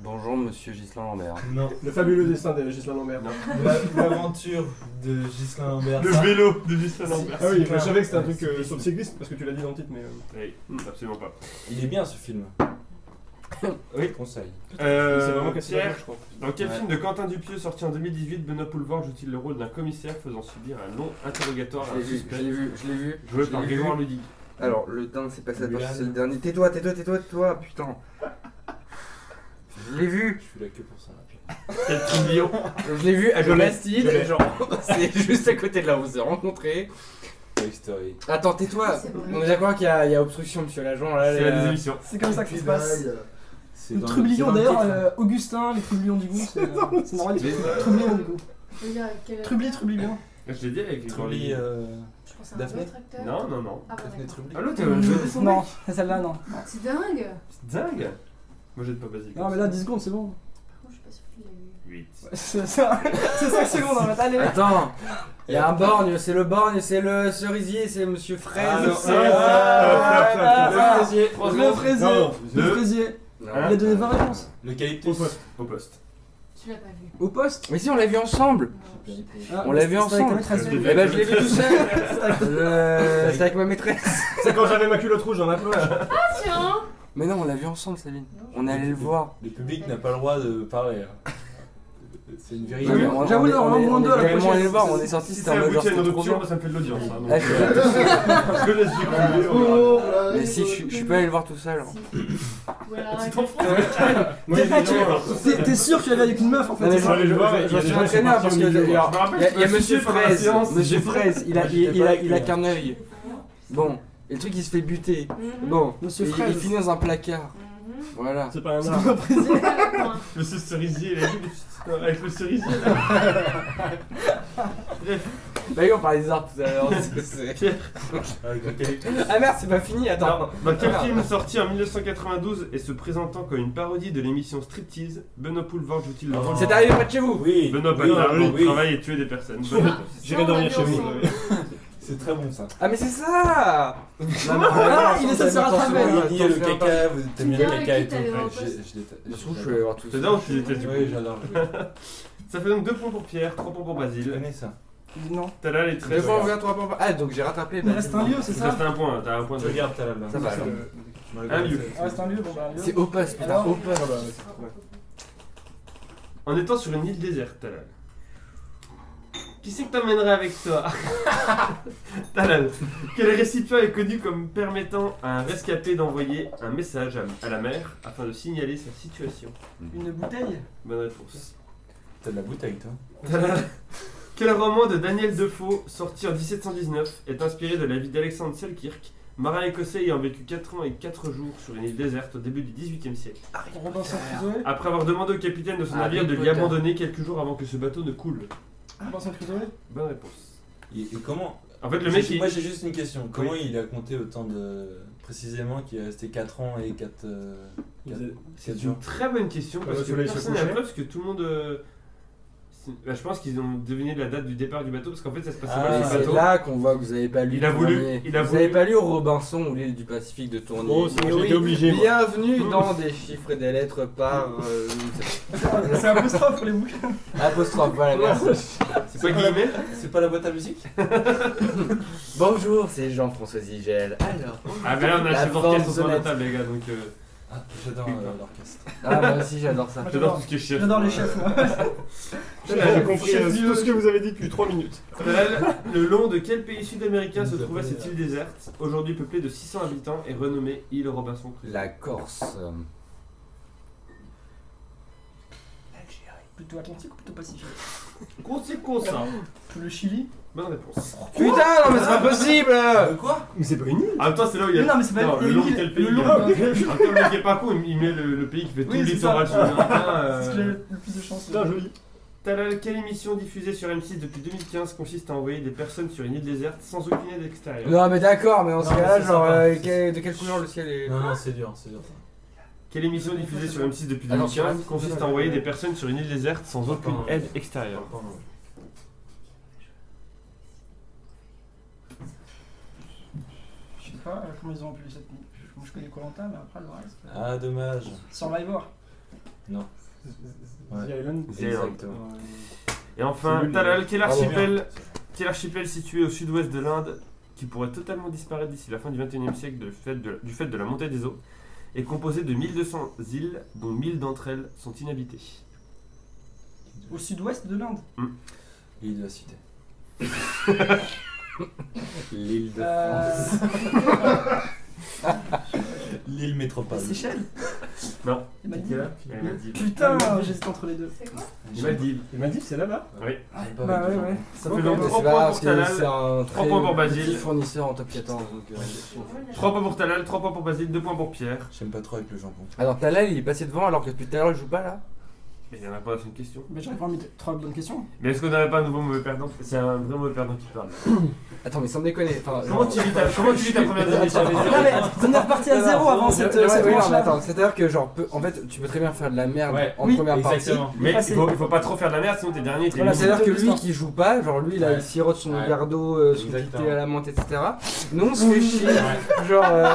Speaker 6: Bonjour Monsieur Ghislain Lambert.
Speaker 9: Non.
Speaker 1: Le fabuleux destin de Ghislain Lambert.
Speaker 9: La- L'aventure de Ghislain Lambert. ça.
Speaker 4: vélo de Ghislain
Speaker 9: Lambert.
Speaker 1: Ah oui,
Speaker 9: Cyclable.
Speaker 1: mais je savais que c'était un
Speaker 9: Ouais,
Speaker 1: truc euh,
Speaker 9: cyclisme.
Speaker 1: sur le cyclisme parce que tu l'as dit dans le titre, mais. euh,
Speaker 4: Oui, absolument pas.
Speaker 9: Il est bien ce film. Oui, conseil.
Speaker 1: mais c'est vraiment
Speaker 4: Euh,
Speaker 1: cassé la gueule,
Speaker 4: Pierre,
Speaker 1: je crois.
Speaker 4: dans quel
Speaker 9: Ouais.
Speaker 4: film de Quentin Dupieux sorti en 2018 Benoît Poulvorde joue-t-il le rôle d'un commissaire faisant subir un long interrogatoire à
Speaker 6: Je
Speaker 4: un
Speaker 6: l'ai vu, je
Speaker 4: suspect
Speaker 6: l'ai vu, je l'ai vu.
Speaker 4: joué
Speaker 6: je
Speaker 4: par
Speaker 6: l'ai vu.
Speaker 4: Grégoire Ludig
Speaker 6: Alors le dingue c'est passé, attention
Speaker 9: Mulan.
Speaker 6: c'est le dernier. Tais-toi, tais-toi, tais-toi, tais-toi, putain. Je l'ai vu,
Speaker 9: Je fais la queue pour ça. là.
Speaker 4: Quel trillon
Speaker 6: je l'ai vu à
Speaker 9: Je l'ai, je
Speaker 6: Bastide,
Speaker 9: l'ai.
Speaker 6: genre c'est juste à côté de là où on s'est rencontrés.
Speaker 9: Toy Story.
Speaker 6: Attends, tais-toi.
Speaker 7: C'est bon.
Speaker 6: On est d'accord qu'il y, a il y a obstruction monsieur l'agent là.
Speaker 4: C'est
Speaker 6: les-
Speaker 4: la désémission.
Speaker 3: C'est comme ça que ça se passe.
Speaker 9: C'est
Speaker 3: Le
Speaker 9: dans
Speaker 3: trublion
Speaker 9: c'est dans le
Speaker 3: d'ailleurs,
Speaker 9: titre.
Speaker 3: euh, Augustin, les trublions du goût, c'est euh, c'est normal.
Speaker 4: Mais-
Speaker 3: Trublion du goût.
Speaker 7: Je veux dire, avec quel
Speaker 3: Trubli,
Speaker 7: acteur
Speaker 3: trubli bien.
Speaker 4: Je l'ai dit avec Grégoire
Speaker 9: Trubli.
Speaker 4: Ludig.
Speaker 9: euh,
Speaker 7: Je pense à un
Speaker 9: Daphné
Speaker 7: autre acteur.
Speaker 4: Non, non, non.
Speaker 7: Ah, bah,
Speaker 9: Daphné
Speaker 7: d'accord. Ah,
Speaker 9: Trubli.
Speaker 4: Allô, t'as
Speaker 3: Euh,
Speaker 4: joué son
Speaker 3: Non,
Speaker 4: mec
Speaker 3: c'est celle-là, non.
Speaker 7: C'est dingue.
Speaker 4: C'est dingue Moi j'aide pas Basile.
Speaker 3: Non, mais là, 10 secondes, c'est bon.
Speaker 7: Oh, Je suis pas sûre qu'il l'a eu.
Speaker 4: 8.
Speaker 3: C'est ça, c'est 5 secondes en fait, allez.
Speaker 6: euh, Attends, il y a un borgne, c'est le borgne, c'est le cerisier, c'est monsieur
Speaker 9: Ah,
Speaker 6: Fraise.
Speaker 9: non,
Speaker 6: c'est-
Speaker 9: ah,
Speaker 3: euh, ah, ah, ah,
Speaker 6: Le fraisier.
Speaker 3: Le fraisier,
Speaker 1: Non,
Speaker 3: le
Speaker 4: deux.
Speaker 3: fraisier.
Speaker 6: Non.
Speaker 3: Il a donné 20 réponses.
Speaker 9: Le Calyptus.
Speaker 4: Au poste.
Speaker 7: Tu l'as pas vu.
Speaker 3: Au poste
Speaker 6: Mais si, on l'a vu ensemble.
Speaker 7: Non, je sais pas.
Speaker 3: Ah,
Speaker 6: On l'a
Speaker 3: c'était
Speaker 6: vu
Speaker 3: avec ta
Speaker 6: ensemble.
Speaker 3: maîtresse.
Speaker 4: Je
Speaker 6: Eh ben, je l'ai vu tout seul. Euh, C'est avec ma maîtresse.
Speaker 1: C'est quand j'avais ma culotte rouge dans la plage.
Speaker 7: Ah, tiens
Speaker 6: Mais non, on l'a vu ensemble, Sabine.
Speaker 7: Non,
Speaker 6: On est allé le voir.
Speaker 9: Le public n'a pas le droit de parler. hein. C'est une vérité.
Speaker 3: Non, mais
Speaker 6: on-
Speaker 3: j'avoue,
Speaker 6: on est-
Speaker 3: normalement,
Speaker 6: on est-
Speaker 3: moins deux à la
Speaker 6: on est vraiment
Speaker 3: prochaine.
Speaker 6: allé le voir, on est sorti,
Speaker 4: Si ça
Speaker 6: c'était en mode
Speaker 4: aboutit
Speaker 6: genre
Speaker 4: à une
Speaker 6: c'était trop
Speaker 4: rupture,
Speaker 6: bien.
Speaker 4: moi, ça me fait de l'audience. hein, donc,
Speaker 6: Ah, je suis
Speaker 4: euh,
Speaker 6: tout seul.
Speaker 4: Je laisse Grégoire Ludig, on
Speaker 3: Oh,
Speaker 4: verra.
Speaker 6: Mais si, je suis- je suis pas allé le voir tout seul. hein.
Speaker 7: Si. Ou alors, euh,
Speaker 4: Tu
Speaker 7: avec-
Speaker 4: t'enfonces
Speaker 1: Moi,
Speaker 3: T'es
Speaker 1: j'ai-
Speaker 3: pas- tu- T'es t'es sûr que tu l'avais avec une meuf en fait
Speaker 6: Non, mais
Speaker 3: c'est ça
Speaker 1: moi,
Speaker 6: je- je-
Speaker 1: Ouais,
Speaker 6: je-
Speaker 1: ouais,
Speaker 6: je suis
Speaker 1: ouais,
Speaker 6: très bien
Speaker 1: ouais,
Speaker 6: parce
Speaker 1: ouais,
Speaker 6: que
Speaker 1: ouais,
Speaker 6: il y a-
Speaker 4: Je me rappelle
Speaker 6: il y a-
Speaker 4: que
Speaker 6: il y a
Speaker 4: je me suis
Speaker 6: Monsieur
Speaker 4: fait pendant la
Speaker 6: Fraise,
Speaker 4: séance.
Speaker 6: Monsieur Fraise, il a,
Speaker 9: Moi,
Speaker 6: il,
Speaker 9: j'étais
Speaker 6: il
Speaker 9: pas
Speaker 6: a,
Speaker 9: avec
Speaker 6: il a
Speaker 9: lui.
Speaker 6: qu'un œil. Bon, et le truc il se fait buter.
Speaker 7: Mhm.
Speaker 6: Bon,
Speaker 3: Hmm. Monsieur
Speaker 6: et il,
Speaker 3: Fraise.
Speaker 6: il finit dans un placard.
Speaker 7: Mhm.
Speaker 6: Voilà.
Speaker 1: C'est pas un art.
Speaker 7: C'est pas le point.
Speaker 4: Monsieur Cerisier, il a vu les- euh, avec le cerisier.
Speaker 6: D'ailleurs, Bah, on parlait des arbres tout à l'heure. c'est- c'est-
Speaker 9: Avec le Calyptus.
Speaker 6: Ah merde, c'est pas fini, attends.
Speaker 4: Dans quel film sorti en 1992 et se présentant comme une parodie de l'émission Striptease, Benoît Poulvard joue-t-il le rôle
Speaker 6: C'est arrivé près de chez vous.
Speaker 9: Oui.
Speaker 4: Benoît
Speaker 9: oui,
Speaker 4: Poulvard,
Speaker 9: oui, oui.
Speaker 4: travaille et tuer des personnes. Bonne réponse.
Speaker 1: J'irai
Speaker 7: Non, on
Speaker 1: dormir
Speaker 7: l'a
Speaker 1: chez
Speaker 7: vu
Speaker 1: vous.
Speaker 7: ensemble.
Speaker 9: C'est très bon ça.
Speaker 6: Ah mais c'est ça
Speaker 3: Ah, il essaie de se rattraper,
Speaker 9: Vous
Speaker 3: là.
Speaker 6: Attends,
Speaker 9: avez dit le
Speaker 6: c'est
Speaker 9: caca, vous
Speaker 7: Tu
Speaker 9: t'aimes bien
Speaker 7: verras
Speaker 9: le caca
Speaker 7: qui
Speaker 9: et tout.
Speaker 7: t'allais voir au
Speaker 9: Ouais,
Speaker 7: poste.
Speaker 9: je- je déteste-
Speaker 6: Je
Speaker 9: je
Speaker 6: trouve que je
Speaker 9: l'adore.
Speaker 6: vais avoir tout
Speaker 4: C'est
Speaker 6: ça.
Speaker 4: dingue qu'il était du coup.
Speaker 9: Oui, j'adore.
Speaker 4: Ça fait donc 2 points pour Pierre, 3 points pour
Speaker 9: Je
Speaker 4: Basile.
Speaker 9: connais ça.
Speaker 3: Non.
Speaker 4: T'as là les
Speaker 6: Deux
Speaker 4: 13.
Speaker 6: fois, on regarde trois fois. Ah donc j'ai rattrapé.
Speaker 3: Il
Speaker 6: bah,
Speaker 3: reste un lieu, c'est
Speaker 4: Ça
Speaker 3: ça
Speaker 4: reste un point, t'as un point
Speaker 9: Je
Speaker 4: de
Speaker 9: regarde ta là.
Speaker 6: Ça va, alors.
Speaker 4: Un lieu.
Speaker 3: Il reste un lieu, bon bah un lieu.
Speaker 6: C'est au poste, putain,
Speaker 3: Alors
Speaker 6: au poste.
Speaker 7: Oh,
Speaker 4: En étant sur une île déserte, Talal, Qui c'est que t'emmènerais avec toi Talal. Quel récipient est connu comme permettant à un rescapé d'envoyer un message à- à la mer afin de signaler sa situation
Speaker 3: Une bouteille
Speaker 4: Bonne réponse.
Speaker 9: T'as de la bouteille, toi.
Speaker 4: Talal. Quel roman de Daniel Defoe, sorti en 1719, est inspiré de la vie d'Alexandre Selkirk, marin écossais ayant vécu 4 ans et 4 jours sur une île déserte au début du XVIIIe siècle,
Speaker 3: Robin sans Crusoe
Speaker 4: après avoir demandé au capitaine de son
Speaker 6: Harry
Speaker 4: navire de lui
Speaker 6: Potter.
Speaker 4: abandonner quelques jours avant que ce bateau ne coule
Speaker 3: Robin sans Crusoe
Speaker 4: Bonne réponse.
Speaker 9: Et, et comment
Speaker 4: En fait, le mec,
Speaker 9: J'ai-
Speaker 4: il...
Speaker 9: Moi, j'ai juste une question. Comment il a compté autant de. Précisément, qu'il est resté 4 ans et euh, 4.
Speaker 4: C'est une très bonne
Speaker 6: Ah
Speaker 4: question
Speaker 6: bah,
Speaker 4: parce
Speaker 1: le
Speaker 4: que
Speaker 1: soleil se
Speaker 4: personne n'a
Speaker 1: couchait.
Speaker 4: preuve parce que tout le monde. euh, c'est- bah, je pense qu'ils ont deviné la date du départ du bateau parce qu'en fait ça se passait
Speaker 9: Ah,
Speaker 4: mal
Speaker 6: Et
Speaker 4: sur le
Speaker 6: c'est
Speaker 4: bateau.
Speaker 6: là qu'on voit que vous avez pas lu.
Speaker 4: Il a
Speaker 6: le
Speaker 4: voulu-
Speaker 6: premier.
Speaker 4: il a
Speaker 6: vous
Speaker 4: voulu-
Speaker 6: avez pas lu Robinson ou l'île du Pacifique de Tournier.
Speaker 1: Oh, c'est-
Speaker 6: Mais
Speaker 1: j'étais obligé, moi.
Speaker 6: Bienvenue dans des chiffres et des lettres par euh,
Speaker 3: C'est un apostrophe pour les bouquins.
Speaker 6: apostrophe. Voilà, merci.
Speaker 4: C'est pas guillemets
Speaker 6: Ah,
Speaker 9: C'est pas la boîte à musique
Speaker 6: Bonjour, c'est Jean-François Zigel. Alors,
Speaker 4: Ah, mais là on a
Speaker 6: La
Speaker 4: chef d'orchestre
Speaker 6: forme
Speaker 4: sur la
Speaker 6: honnête.
Speaker 4: table, les gars donc. euh,
Speaker 9: Ah, j'adore euh, l'orchestre.
Speaker 6: ah moi aussi j'adore ça.
Speaker 4: J'adore tout ce qui est chef.
Speaker 3: J'adore les chefs, moi.
Speaker 1: J'ai compris euh, tout ce que vous avez dit depuis 3 minutes.
Speaker 4: Talal, Le long de quel pays sud-américain se
Speaker 9: Nous
Speaker 4: trouvait
Speaker 9: appelons,
Speaker 4: cette île déserte, aujourd'hui peuplée de 600 habitants et renommée île Robinson Crusoe
Speaker 6: La Corse. euh,
Speaker 3: Plutôt Atlantique ou plutôt Pacifique
Speaker 4: Conséquence hein.
Speaker 3: Plutôt le Chili
Speaker 4: Bonne réponse.
Speaker 6: Putain, non mais c'est pas possible
Speaker 3: Quoi
Speaker 1: Mais c'est pas une île
Speaker 4: En même temps, Ah, c'est là où il y
Speaker 3: Mais
Speaker 4: a.
Speaker 3: non, mais c'est pas
Speaker 4: Non, le
Speaker 3: une
Speaker 4: long de
Speaker 3: île,
Speaker 4: quel pays
Speaker 3: le
Speaker 4: il y a-
Speaker 3: long de-
Speaker 4: En même temps, le mec est pas con, il il met le le pays qui fait tout
Speaker 3: Oui,
Speaker 4: le
Speaker 3: c'est
Speaker 4: littoral
Speaker 3: ça.
Speaker 4: sud-américain.
Speaker 3: C'est ce que j'ai
Speaker 4: euh,
Speaker 3: le plus de chance.
Speaker 1: Putain, joli.
Speaker 4: Talal, quelle émission diffusée sur M6 depuis 2015 consiste à envoyer des personnes sur une île déserte sans aucune aide extérieure
Speaker 6: Non mais d'accord, mais en ce
Speaker 9: Non, mais
Speaker 6: cas-là,
Speaker 9: c'est
Speaker 6: genre,
Speaker 9: sympa.
Speaker 6: euh, quel- de quelle couleur le ciel est
Speaker 9: Non, non, c'est dur, c'est dur.
Speaker 4: Quelle émission diffusée sur M6 depuis
Speaker 6: Alors, sur
Speaker 4: 2015
Speaker 6: M6,
Speaker 4: consiste à envoyer des personnes sur une île déserte sans aucune
Speaker 9: Pardon.
Speaker 4: aide extérieure
Speaker 9: Pardon.
Speaker 3: Je sais pas euh, comment ils ont appelé cette nuit. Moi je connais Colanta, mais après le reste. euh,
Speaker 9: Ah, dommage.
Speaker 3: Survivor.
Speaker 9: Ouais.
Speaker 1: The Island.
Speaker 6: Exactement.
Speaker 4: Et enfin,
Speaker 1: C'est nul,
Speaker 4: Talal, quel
Speaker 6: Bravo.
Speaker 4: archipel, quel archipel situé au sud-ouest de l'Inde qui pourrait totalement disparaître d'ici la fin du 21e siècle de fait de- du fait de la montée des eaux est composé de 1200 îles dont 1000 d'entre elles sont inhabitées
Speaker 3: Au sud-ouest de l'Inde.
Speaker 9: Il doit citer.
Speaker 6: L'île de
Speaker 3: Euh,
Speaker 9: L'île
Speaker 3: les
Speaker 9: métropole.
Speaker 3: Seychelles
Speaker 4: Non.
Speaker 3: Les Maldives
Speaker 4: Les Maldives.
Speaker 3: Putain, j'hésite entre les deux.
Speaker 7: C'est quoi
Speaker 4: Les Maldives.
Speaker 1: Les Maldives, c'est là-bas
Speaker 9: Ah, pas
Speaker 3: Bah
Speaker 9: avec
Speaker 3: ouais,
Speaker 9: le
Speaker 3: ouais.
Speaker 9: Japon.
Speaker 4: Ça
Speaker 3: Ok.
Speaker 4: fait
Speaker 6: Mais
Speaker 4: donc
Speaker 6: c'est
Speaker 4: 3 points
Speaker 6: pas grave,
Speaker 4: pour
Speaker 6: parce que c'est
Speaker 4: Talal,
Speaker 6: un
Speaker 4: Trois points pour
Speaker 6: très
Speaker 4: Basile.
Speaker 6: petit fournisseur en top 14. donc, euh,
Speaker 7: Oh,
Speaker 4: 3 points pour Talal, 3 points pour Basile, 2 points pour Pierre.
Speaker 9: J'aime pas trop avec le jambon.
Speaker 6: Alors Talal il est passé devant alors que depuis tout à l'heure il joue pas là
Speaker 4: Mais il n'y en a pas une question.
Speaker 3: Bah, J'aurais pas mis trois bonnes questions.
Speaker 4: Mais est-ce qu'on n'avait pas un nouveau mauvais perdant C'est un vrai mauvais perdant qui parle.
Speaker 6: Attends mais sans déconner. enfin,
Speaker 4: Comment
Speaker 6: genre-
Speaker 4: tu vis ta, comment tu vis ta première
Speaker 3: Non
Speaker 4: démission
Speaker 3: mais on est reparti à zéro avant cette euh,
Speaker 6: Ouais,
Speaker 3: cette
Speaker 6: oui, non, mais
Speaker 3: manche-là.
Speaker 6: attends, c'est-à-dire que genre, peu- en fait, tu peux très bien faire de la merde
Speaker 9: Ouais,
Speaker 6: en
Speaker 3: oui,
Speaker 6: première
Speaker 9: Exactement.
Speaker 4: Mais il
Speaker 3: Passé.
Speaker 4: faut, il faut pas trop faire de la merde, sinon t'es dernier,
Speaker 6: partie.
Speaker 4: t'es
Speaker 6: Voilà,
Speaker 4: éliminé.
Speaker 6: c'est-à-dire que lui
Speaker 3: Exactement.
Speaker 6: qui joue pas, genre lui là,
Speaker 9: Ouais.
Speaker 6: il sirote son
Speaker 9: Ouais.
Speaker 6: verre d'eau, euh, son
Speaker 9: Exactement.
Speaker 6: thé à la menthe, etc. Nous on se fait chier, genre euh,